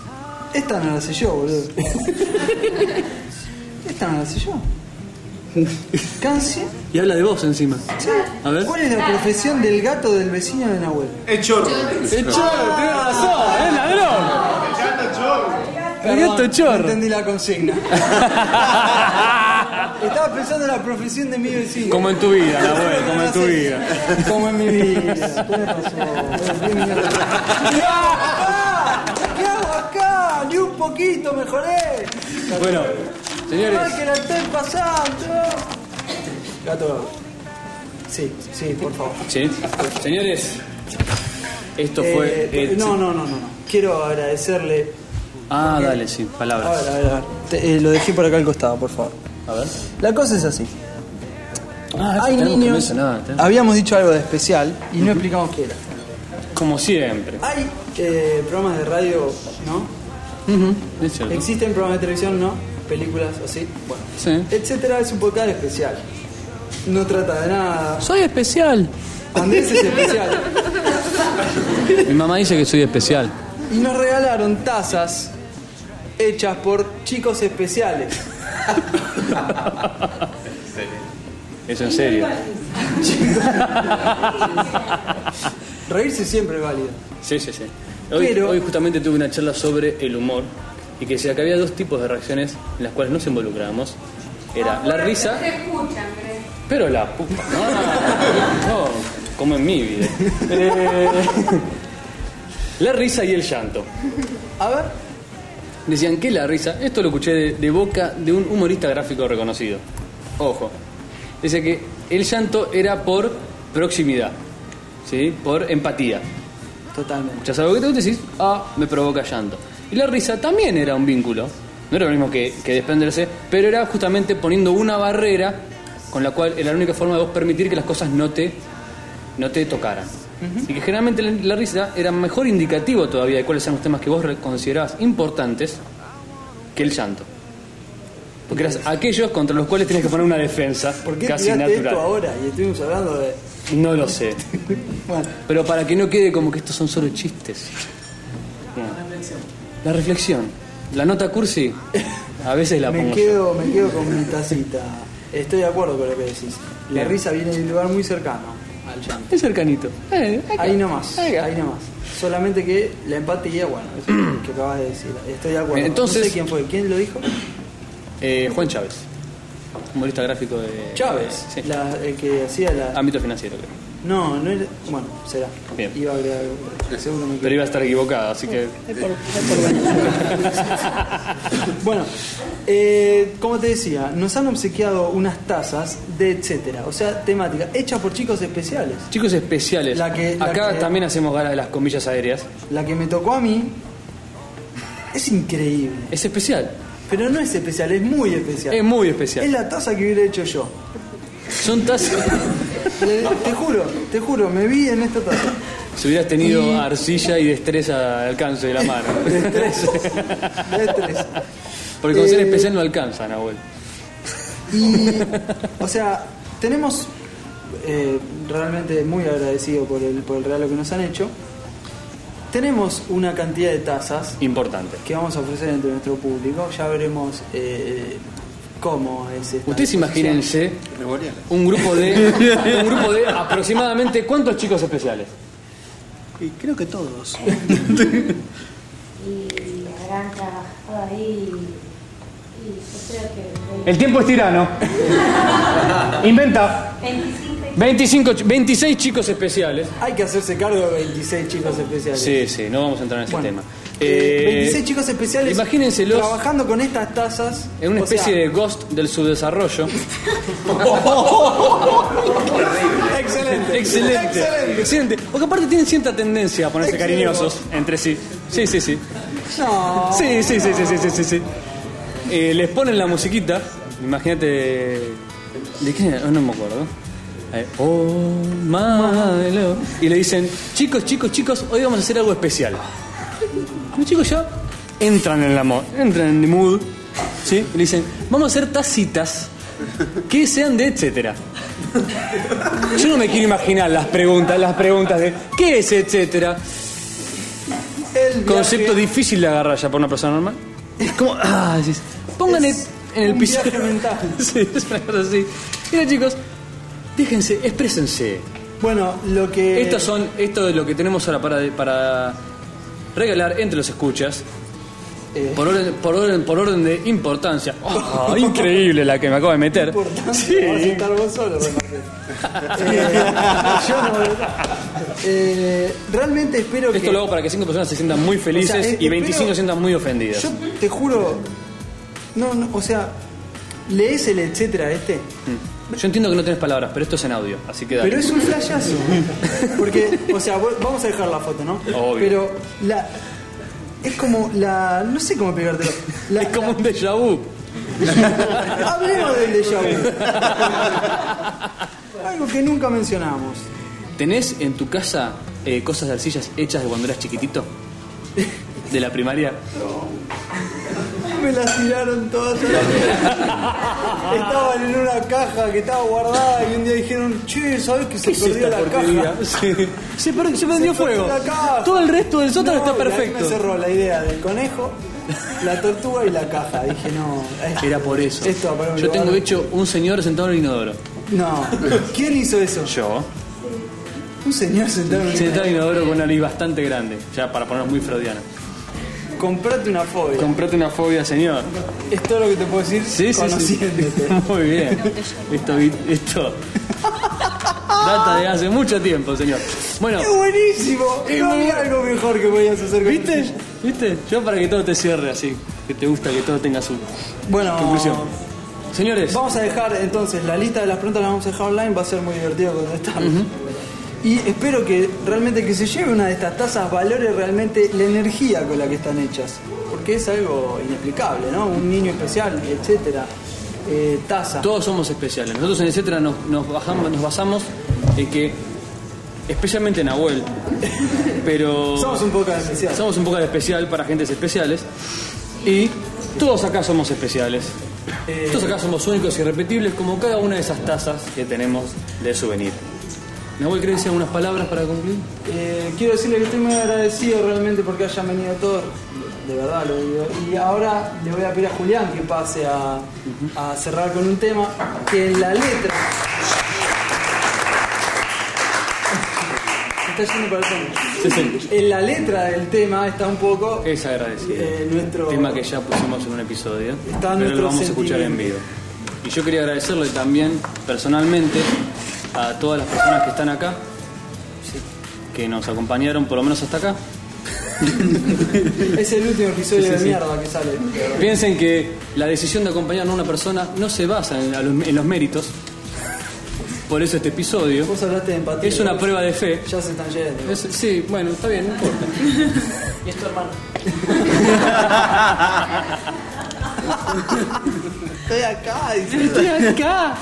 A: Esta no la sé yo, boludo. Esta no la sé yo. Canción.
B: Y habla de vos encima.
A: Sí.
B: A ver.
A: ¿Cuál es la profesión del gato del vecino de Nahuel?
C: El chorro.
B: ¡El chorro! ¡Tenés razón! ¡Es ladrón!
C: El chorro.
B: El gato
A: Perdón, No
B: chorro.
A: entendí la consigna. [laughs] Estaba pensando en la profesión de mi vecino.
B: [laughs] Como en tu vida, Nahuel, como en tu vida.
A: Como en mi vida.
B: [laughs]
A: Tienes razón. Qué mierda. ¿Qué hago acá? ¿Qué hago acá? Ni un poquito mejoré.
B: Bueno,
A: Mal
B: señores,
A: que la estoy pasando. Gato. Sí, sí, por favor.
B: sí, señores, esto
A: Eh,
B: fue.
A: eh,
B: eh,
A: no, no, no, no, no. Quiero agradecerle.
B: Ah, dale, sí,
A: A ver,
B: palabras.
A: a ver, a ver. Te- eh, lo dejé por acá al costado, por favor.
B: A ver.
A: La cosa es así. Hay
B: tenemos Ah, que no
A: niños.
B: hizo nada, ¿eh? tenemos-
A: Habíamos dicho algo de especial y no explicamos qué era.
B: Como siempre.
A: Hay eh, programas de radio, ¿no?
B: Es cierto.
A: Existen programas de televisión, ¿no? Películas, así. Bueno.
B: Sí.
A: Etcétera, es un podcast especial. No trata de nada.
B: Soy especial.
A: Andrés es especial.
B: Mi mamá dice que soy especial.
A: Y nos regalaron tazas hechas por chicos especiales.
B: Eso en serio.
A: Reírse siempre es válido.
B: Sí, sí, sí. Hoy,
A: Pero-
B: hoy justamente tuve una charla sobre el humor y que decía que había dos tipos de reacciones en las cuales nos involucrábamos. Era la risa,
G: Se escuchan, creo.
B: pero la puta. No, no, como en mi vida. Eh, la risa y el llanto.
A: A ver.
B: Decían que la risa, esto lo escuché de, de boca de un humorista gráfico reconocido. Ojo. Decía que el llanto era por proximidad, ¿sí? por empatía.
A: Totalmente.
B: Ya sabes lo que te gusta y decís, ah, me provoca llanto. Y la risa también era un vínculo. No era lo mismo que, que desprenderse, pero era justamente poniendo una barrera con la cual era la única forma de vos permitir que las cosas no te, no te tocaran. Y que generalmente la, la risa era mejor indicativo todavía de cuáles eran los temas que vos re- considerabas importantes que el llanto. Porque eras aquellos contra los cuales tenías que poner una defensa
A: ¿Por qué
B: casi
A: tiraste
B: natural.
A: esto ahora? Y estuvimos hablando de.
B: No lo sé.
A: [laughs] Bueno.
B: Pero para que no quede como que estos son solo chistes. Bien. La reflexión. La nota cursi, a veces la
A: Me
B: pongo.
A: quedo, me quedo con mi tacita. Estoy de acuerdo con lo que decís. La
B: Bien.
A: risa viene de un lugar muy cercano al llanto.
B: Es cercanito. Eh,
A: Ahí nomás, ahí nomás. Solamente que la empatía, bueno, eso que acabas de decir. Estoy de acuerdo.
B: Bien, entonces-
A: no sé quién fue, ¿quién lo dijo?
B: Eh, Juan Chávez, humorista gráfico de.
A: Chávez,
B: Sí.
A: la- el que hacía la.
B: Ámbito financiero, creo.
A: No, no era. Bueno, será.
B: Bien.
A: Iba a agregar algo, pero seguro me
B: Pero iba a estar equivocado, así que. Eh,
A: [laughs] Bueno, eh, como te decía, nos han obsequiado unas tazas de etcétera, o sea, temática, hechas por chicos especiales.
B: Chicos especiales.
A: La que- la
B: Acá
A: que-
B: también hacemos gala de las comillas aéreas.
A: La que me tocó a mí es increíble.
B: Es especial.
A: Pero no es especial, es muy especial.
B: Es muy especial.
A: Es la taza que hubiera hecho yo.
B: Son tazas.
A: [laughs] Le- te juro, te juro, me vi en esta
B: [laughs]
A: taza.
B: Si hubieras tenido arcilla y destreza al alcance de la mano.
A: Destreza. Destreza.
B: Porque con ser
A: Eh,
B: especial no alcanza, Nahuel.
A: Y, o sea, tenemos eh, realmente muy agradecido por el, por el regalo que nos han hecho. Tenemos una cantidad de tazas
B: Importante.
A: que vamos a ofrecer entre nuestro público. Ya veremos eh, cómo es esta.
B: Ustedes imagínense
A: Revoleala.
B: un grupo de [laughs] un grupo de aproximadamente cuántos chicos especiales.
P: Y creo que todos.
M: Y habrán trabajado ahí. Y yo creo que.
B: El tiempo es tirano. Inventa
M: 25 y
B: 25 ch- 26 chicos especiales.
A: Hay que hacerse cargo de 26 chicos especiales.
B: Sí, sí, no vamos a entrar en ese tema.
A: Eh,
B: Eh,
A: 26 chicos especiales
B: imagínenselos-
A: trabajando con estas tazas.
B: en una
A: o sea,
B: especie de ghost del subdesarrollo.
A: [laughs] Excelente.
B: Excelente.
A: Excelente.
B: Excelente. Porque aparte tienen cierta tendencia a ponerse
A: Excelente.
B: cariñosos entre sí. Sí, sí, sí.
A: No.
B: Sí, sí, sí, sí, sí, sí, sí, sí. Eh, les ponen la musiquita. Imagínate. ¿De qué? era? No me acuerdo. Eh, oh, my love. Y le dicen, chicos, chicos, chicos, hoy vamos a hacer algo especial. Los chicos ya entran en el amor, entran en el mood. ¿sí? Y le dicen, vamos a hacer tacitas que sean de etcétera. Yo no me quiero imaginar las preguntas, las preguntas de ¿qué es etcétera?
A: El
B: Concepto
A: viaje-
B: difícil de agarrar ya para una persona normal. Es como, ah, decís, pongan
A: Es
B: en el
A: un
B: piso.
A: viaje mental.
B: [laughs] sí, es una cosa así. Mira, chicos, déjense, exprésense.
A: Bueno, lo que.
B: Estos son, esto es lo que tenemos ahora para, para regalar entre los escuchas. Por orden, por orden, por orden de [laughs] importancia. Oh, increíble la que me acabo de meter.
A: Sí. Vas a estar vos solo, remarqué. Eh, [laughs] yo no voy a- Eh, realmente espero que.
B: Esto lo hago para que 5 personas se sientan muy felices
A: O sea, es-
B: y 25
A: espero-
B: se sientan muy ofendidas.
A: Yo te juro. No, no, o sea, lees el etcétera este.
B: Mm. Yo entiendo que no tenés palabras, pero esto es en audio, así que dale.
A: Pero es un flashazo. [laughs] Porque, o sea, vos- vamos a dejar la foto, ¿no?
B: Obvio.
A: Pero la. Es como la. No sé cómo pegártelo. es como
B: un déjà vu.
A: Hablemos del déjà
B: [laughs]
A: vu. Algo que nunca mencionamos.
B: ¿Tenés en tu casa eh, cosas de arcillas hechas de cuando eras [laughs] chiquitito? ¿De la primaria?
A: Me las tiraron
B: [laughs]
A: todas. Estaban en una caja que estaba guardada y un día dijeron, che, ¿sabés que se
B: ¿Qué es
A: perdió
B: esta
A: la
B: porquería?
A: caja?
B: [laughs] Sí. Se, per- se
A: Se
B: prendió
A: perdió
B: fuego.
A: la caja.
B: Todo el resto del sótano
A: No,
B: está
A: y ahí
B: perfecto.
A: Me cerró la idea del conejo, la tortuga y la caja. Dije, no. eh,
B: Era por eso.
A: Esto, para un
B: Yo
A: lugar-
B: tengo hecho un señor sentado en el inodoro.
A: No. ¿Quién hizo eso?
B: Yo.
A: Un señor sentado en el
B: Sentado en el inodoro con una nariz bastante grande. Ya para ponernos muy freudiana.
A: Comprate una fobia.
B: Comprate una fobia, señor.
A: Es todo lo que te puedo decir
B: Sí, sí, sí.
A: conociéndote.
B: [laughs] Muy bien. Esto, vi- esto [laughs] data de hace mucho tiempo, señor. Bueno,
A: ¡Es buenísimo!
B: Es
A: no
B: muy
A: había algo mejor que podías hacer con
B: ¿viste? ¿Viste? Yo para que todo te cierre así, que te gusta que todo tenga su
A: Bueno,
B: conclusión. Señores.
A: Vamos a dejar entonces la lista de las preguntas, la vamos a dejar online, va a ser muy divertido contestarlas. Y espero que realmente que se lleve una de estas tazas valore realmente la energía con la que están hechas. Porque es algo inexplicable, ¿no? Un niño especial, etcétera. Eh, taza.
B: Todos somos especiales. Nosotros en Etcétera nos, nos, bajamos, nos basamos en que, especialmente en Abuel, [laughs] pero...
A: Somos un poco de especial.
B: Somos un poco de especial para gentes especiales. Y todos acá somos especiales.
A: Eh,
B: Todos acá somos únicos y irrepetibles como cada una de esas tazas que tenemos de souvenir. Nahuel, ¿querés decir algunas palabras para concluir?
A: Eh, quiero decirle que estoy muy agradecido realmente porque hayan venido todos, de verdad lo digo. Y ahora le voy a pedir a Julián que pase a, a cerrar con un tema que en la letra. Se Está yendo para el fondo.
B: Sí, sí.
A: En la letra del tema está un poco.
B: Es agradecido.
A: Eh, nuestro-
B: Tema que ya pusimos en un episodio.
A: Está
B: pero
A: nuestro
B: lo vamos a escuchar en vivo.
A: sentimiento.
B: Y yo quería agradecerle también personalmente a todas las personas que están acá, que nos acompañaron por lo menos hasta acá.
A: Es el último episodio
B: Sí, sí,
A: de
B: sí.
A: mierda que sale.
B: Piensen que la decisión de acompañar a una persona no se basa en, a los, en los méritos. Por eso este episodio
A: Vos hablaste de empatía.
B: es una prueba de fe.
A: Ya se están yendo.
B: Es- sí, bueno, está bien, no importa.
A: Y es tu hermano. Estoy acá, dice.
B: Estoy acá.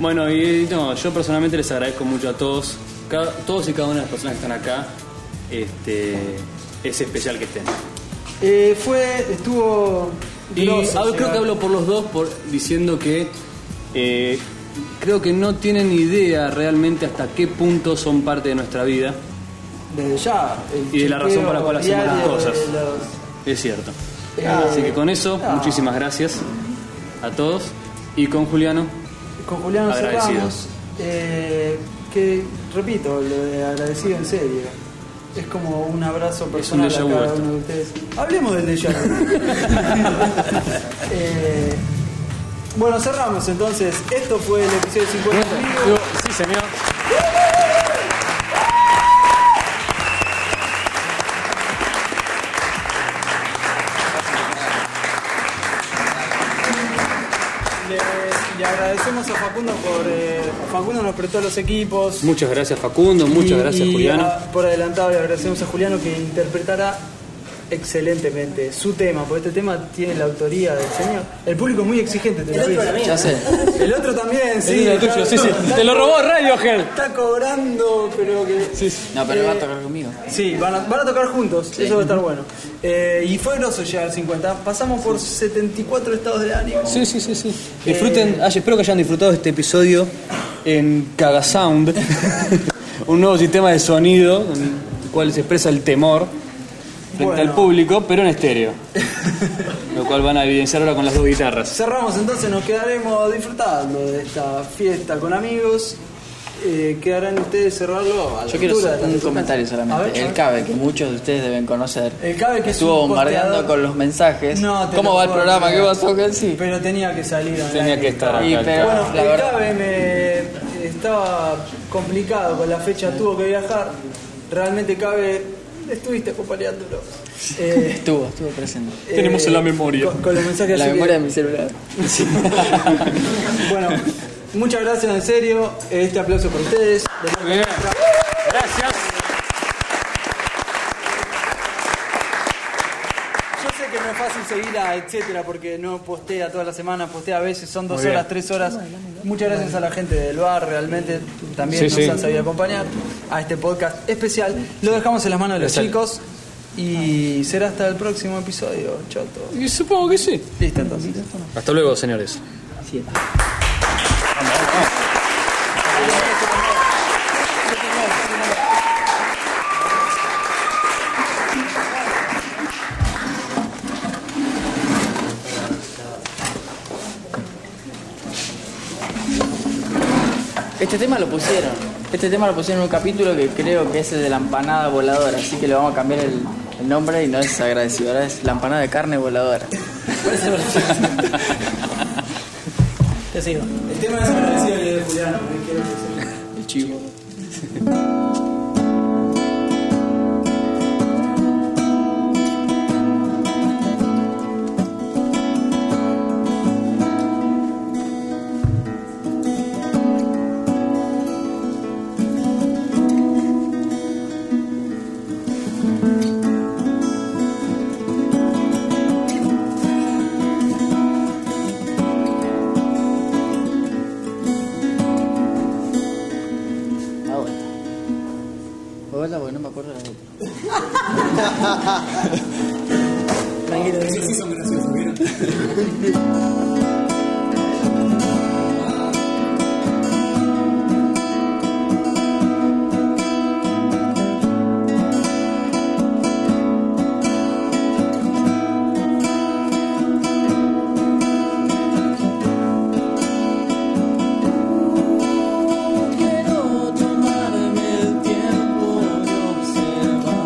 B: Bueno, y no, yo personalmente les agradezco mucho a todos, cada- todos y cada una de las personas que están acá. Este, es especial que estén.
A: Eh, fue, estuvo.
B: Y
A: grosso
B: ah, creo
A: llegar.
B: que hablo por los dos por, diciendo que eh, creo que no tienen idea realmente hasta qué punto son parte de nuestra vida.
A: Desde ya. el
B: Y de la razón por la cual hacemos las
A: diario de
B: cosas.
A: los-
B: Es cierto.
A: Eh,
B: Así que con eso,
A: ah.
B: muchísimas gracias a todos. Y con Juliano,
A: Con Julián nos
B: Agradecidos.
A: cerramos. Eh, que, repito, lo de agradecido en serio. Es como un abrazo personal
B: déjà
A: a
B: vu
A: cada
B: esto.
A: uno de ustedes. Hablemos del déjà vu.
B: [laughs]
A: Eh, bueno, cerramos entonces. Esto fue el episodio 50.
B: Sí, señor.
A: Le, le agradecemos a Facundo por. eh, Facundo nos prestó los equipos.
B: muchas gracias Facundo, muchas
A: Y-
B: gracias
A: y,
B: Juliano.
A: ah, por adelantado le agradecemos a Juliano que interpretará excelentemente su tema, porque este tema tiene la autoría del señor. El público es muy exigente, te lo
E: otro
A: aviso.
E: era mío. Ya sé.
A: El otro también, sí.
E: El
A: está-
E: tuyo, sí, sí.
A: está
E: Te lo
A: co-
E: robó Radiohead.
A: Está cobrando, pero que...
E: No, pero
A: Eh,
E: va a tocar conmigo.
A: Sí, van a, van a tocar juntos, eso va a estar bueno. Eh, y fue grosso llegar al 50, pasamos por 74 estados de ánimo.
B: Sí, sí, sí, sí. Disfruten, ay, espero que hayan disfrutado este episodio en Cagasound, [laughs] un nuevo sistema de sonido en el cual se expresa el temor frente
A: Bueno.
B: al público, pero en estéreo. lo cual van a evidenciar ahora con las dos guitarras.
A: Cerramos entonces, nos quedaremos disfrutando de esta fiesta con amigos. eh, ¿qué harán ustedes cerrarlo a la
O: Yo quiero
A: altura
O: hacer
A: de la
O: un
A: altura?
O: comentario
A: A
O: solamente.
A: ver,
O: el Cabe, que muchos de ustedes deben conocer.
A: El Cabe que es
O: Estuvo
A: un
O: bombardeando
A: posteador.
O: con los mensajes.
A: No, te
O: ¿Cómo
A: lo
O: va el
A: puedo
O: programa? ¿Qué
A: creer.
O: pasó, Kensi?
A: Pero tenía que salir. al
O: Tenía
A: aire.
O: que estar acá, Y, pero,
A: bueno,
O: la
A: el
O: verdad-
A: Cabe me estaba complicado con la fecha, tuvo que viajar. Realmente Cabe, estuviste
O: [laughs]
A: acompañándolo. Eh,
O: Estuvo, estuvo presente.
A: Eh, Tenemos en la memoria. con- con los mensajes
O: La
A: así
O: memoria
A: que-
O: de mi celular.
A: [laughs] bueno, muchas gracias en serio. Este aplauso para ustedes. De nuevo,
B: Gracias.
A: Yo sé que no es fácil seguir a etcétera porque no postea toda la semana, postea a veces, son dos
B: Muy bien.
A: horas, tres horas. Muchas gracias a la gente del bar, realmente también
B: Sí,
A: nos
B: sí.
A: han sabido acompañar a este podcast especial. Lo dejamos en las manos de los
B: Exacto.
A: chicos y será hasta el próximo episodio, choto.
B: [laughs] Y supongo que sí.
A: Listo, entonces.
B: Hasta luego, señores.
O: Este tema lo pusieron. Este tema lo pusieron en un capítulo que creo que es el de la empanada voladora. Así que le vamos a cambiar el, el nombre y no es agradecido. Ahora es la empanada de carne voladora.
S: Te sigo.
A: El tema es agradecido de Juliano, quiero
O: El chivo. Da vuelta. Da vuelta porque no me acuerdo la letra. Tranquilo, sí son graciosos,
T: Quiero tomarme el tiempo de observar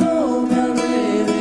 T: todo mi alrededor.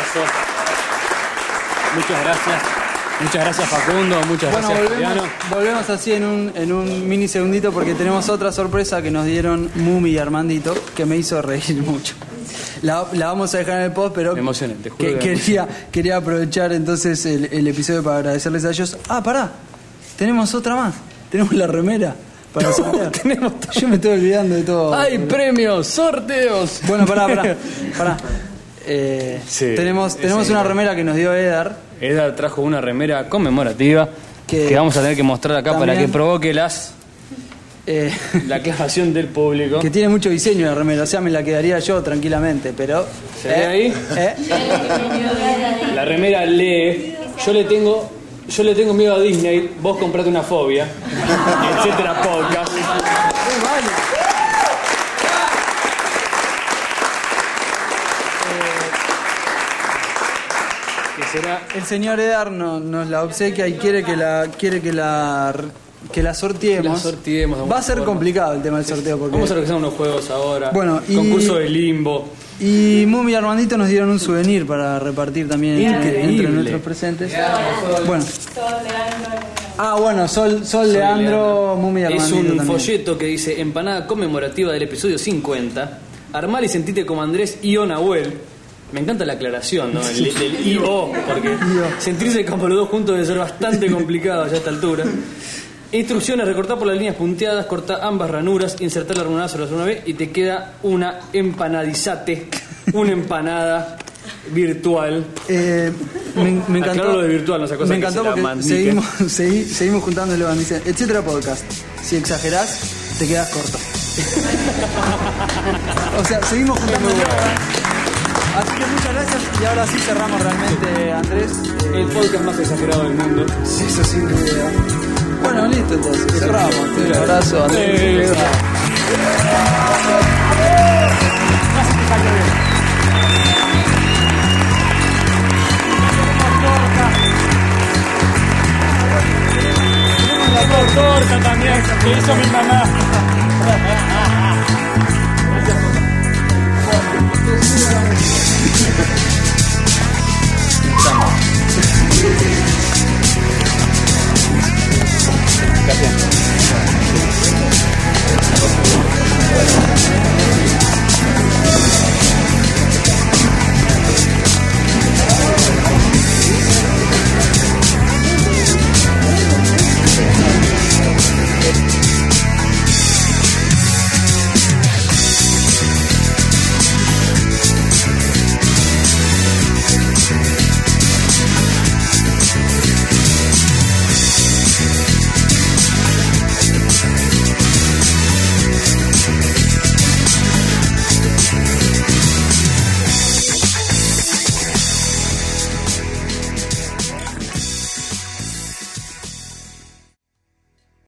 B: Eso. Muchas gracias. Muchas gracias Facundo, muchas
A: Bueno,
B: gracias
A: volvemos,
B: Juliano.
A: volvemos así en un, en un mini segundito porque tenemos otra sorpresa que nos dieron Mumi y Armandito que me hizo reír mucho. La, la vamos a dejar en el post, pero
B: Emocionante, juro
A: que,
B: que me
A: quería, quería aprovechar entonces el, el episodio para agradecerles a ellos. Ah, pará, tenemos otra más. Tenemos la remera
B: [laughs]
A: para sortear. Yo me estoy olvidando de todo.
B: ¡Hay premios! ¡Sorteos!
A: Bueno, pará, pará.
B: [laughs]
A: pará. Eh,
B: Sí,
A: tenemos tenemos
B: ese
A: una
B: era.
A: remera que nos dio Edar.
B: Edda trajo una remera conmemorativa
A: Que-
B: que, vamos a tener que mostrar acá para
A: También-
B: que provoque las
A: eh,
B: la aclaración del público.
A: Que tiene mucho diseño la remera, o sea, me la quedaría yo tranquilamente, pero. eh,
B: ¿Se ve ahí? La remera lee. Yo le tengo, yo le tengo miedo a Disney. Vos comprate
A: [laughs]
B: una fobia. Etcétera podcast. Que será.
A: El señor Edar no- nos la obsequia y quiere que la quiere que la que la sorteemos.
B: Que la sorteemos
A: Va a
B: de alguna
A: ser
B: forma.
A: complicado el tema del sorteo porque.
B: Vamos a organizar unos juegos ahora.
A: Bueno, y-
B: Concurso de limbo.
A: Y Mumi y Armandito nos dieron un souvenir para repartir también entre, entre
B: Increíble.
A: nuestros presentes. Bueno. Ah, bueno, Sol, Sol
B: Soy
A: Leandro, Mumi y Armandito.
B: Es un
A: también.
B: folleto que dice empanada conmemorativa del episodio 50. Armar y sentite como Andrés y o Nahuel. Me encanta la aclaración, ¿no? El,
A: [laughs]
B: el y o, porque sentirse como los dos juntos debe
A: [laughs]
B: ser bastante complicado ya a esta altura. Instrucciones, recortar por las líneas punteadas, cortar ambas ranuras, insertar la ranurada sobre la una vez y te queda una empanadizate, una empanada virtual.
A: Eh, me, me encantó.
B: Aclaro Ah, lo de virtual, no sea cosa
A: Me
B: que
A: encantó
B: se la
A: porque
B: mandique.
A: seguimos, [laughs] segui- seguimos juntándole banditas. Etcétera podcast. Si exagerás, te quedas corto. [laughs] o sea, seguimos juntándole. Así que muchas gracias y ahora sí cerramos realmente, Andrés.
B: El podcast más exagerado del mundo.
A: Sí, eso sin duda. Bueno, listo entonces. Cerramos. Un abrazo, Andrés.
B: Sí.
H: torta también, que hizo mi mamá.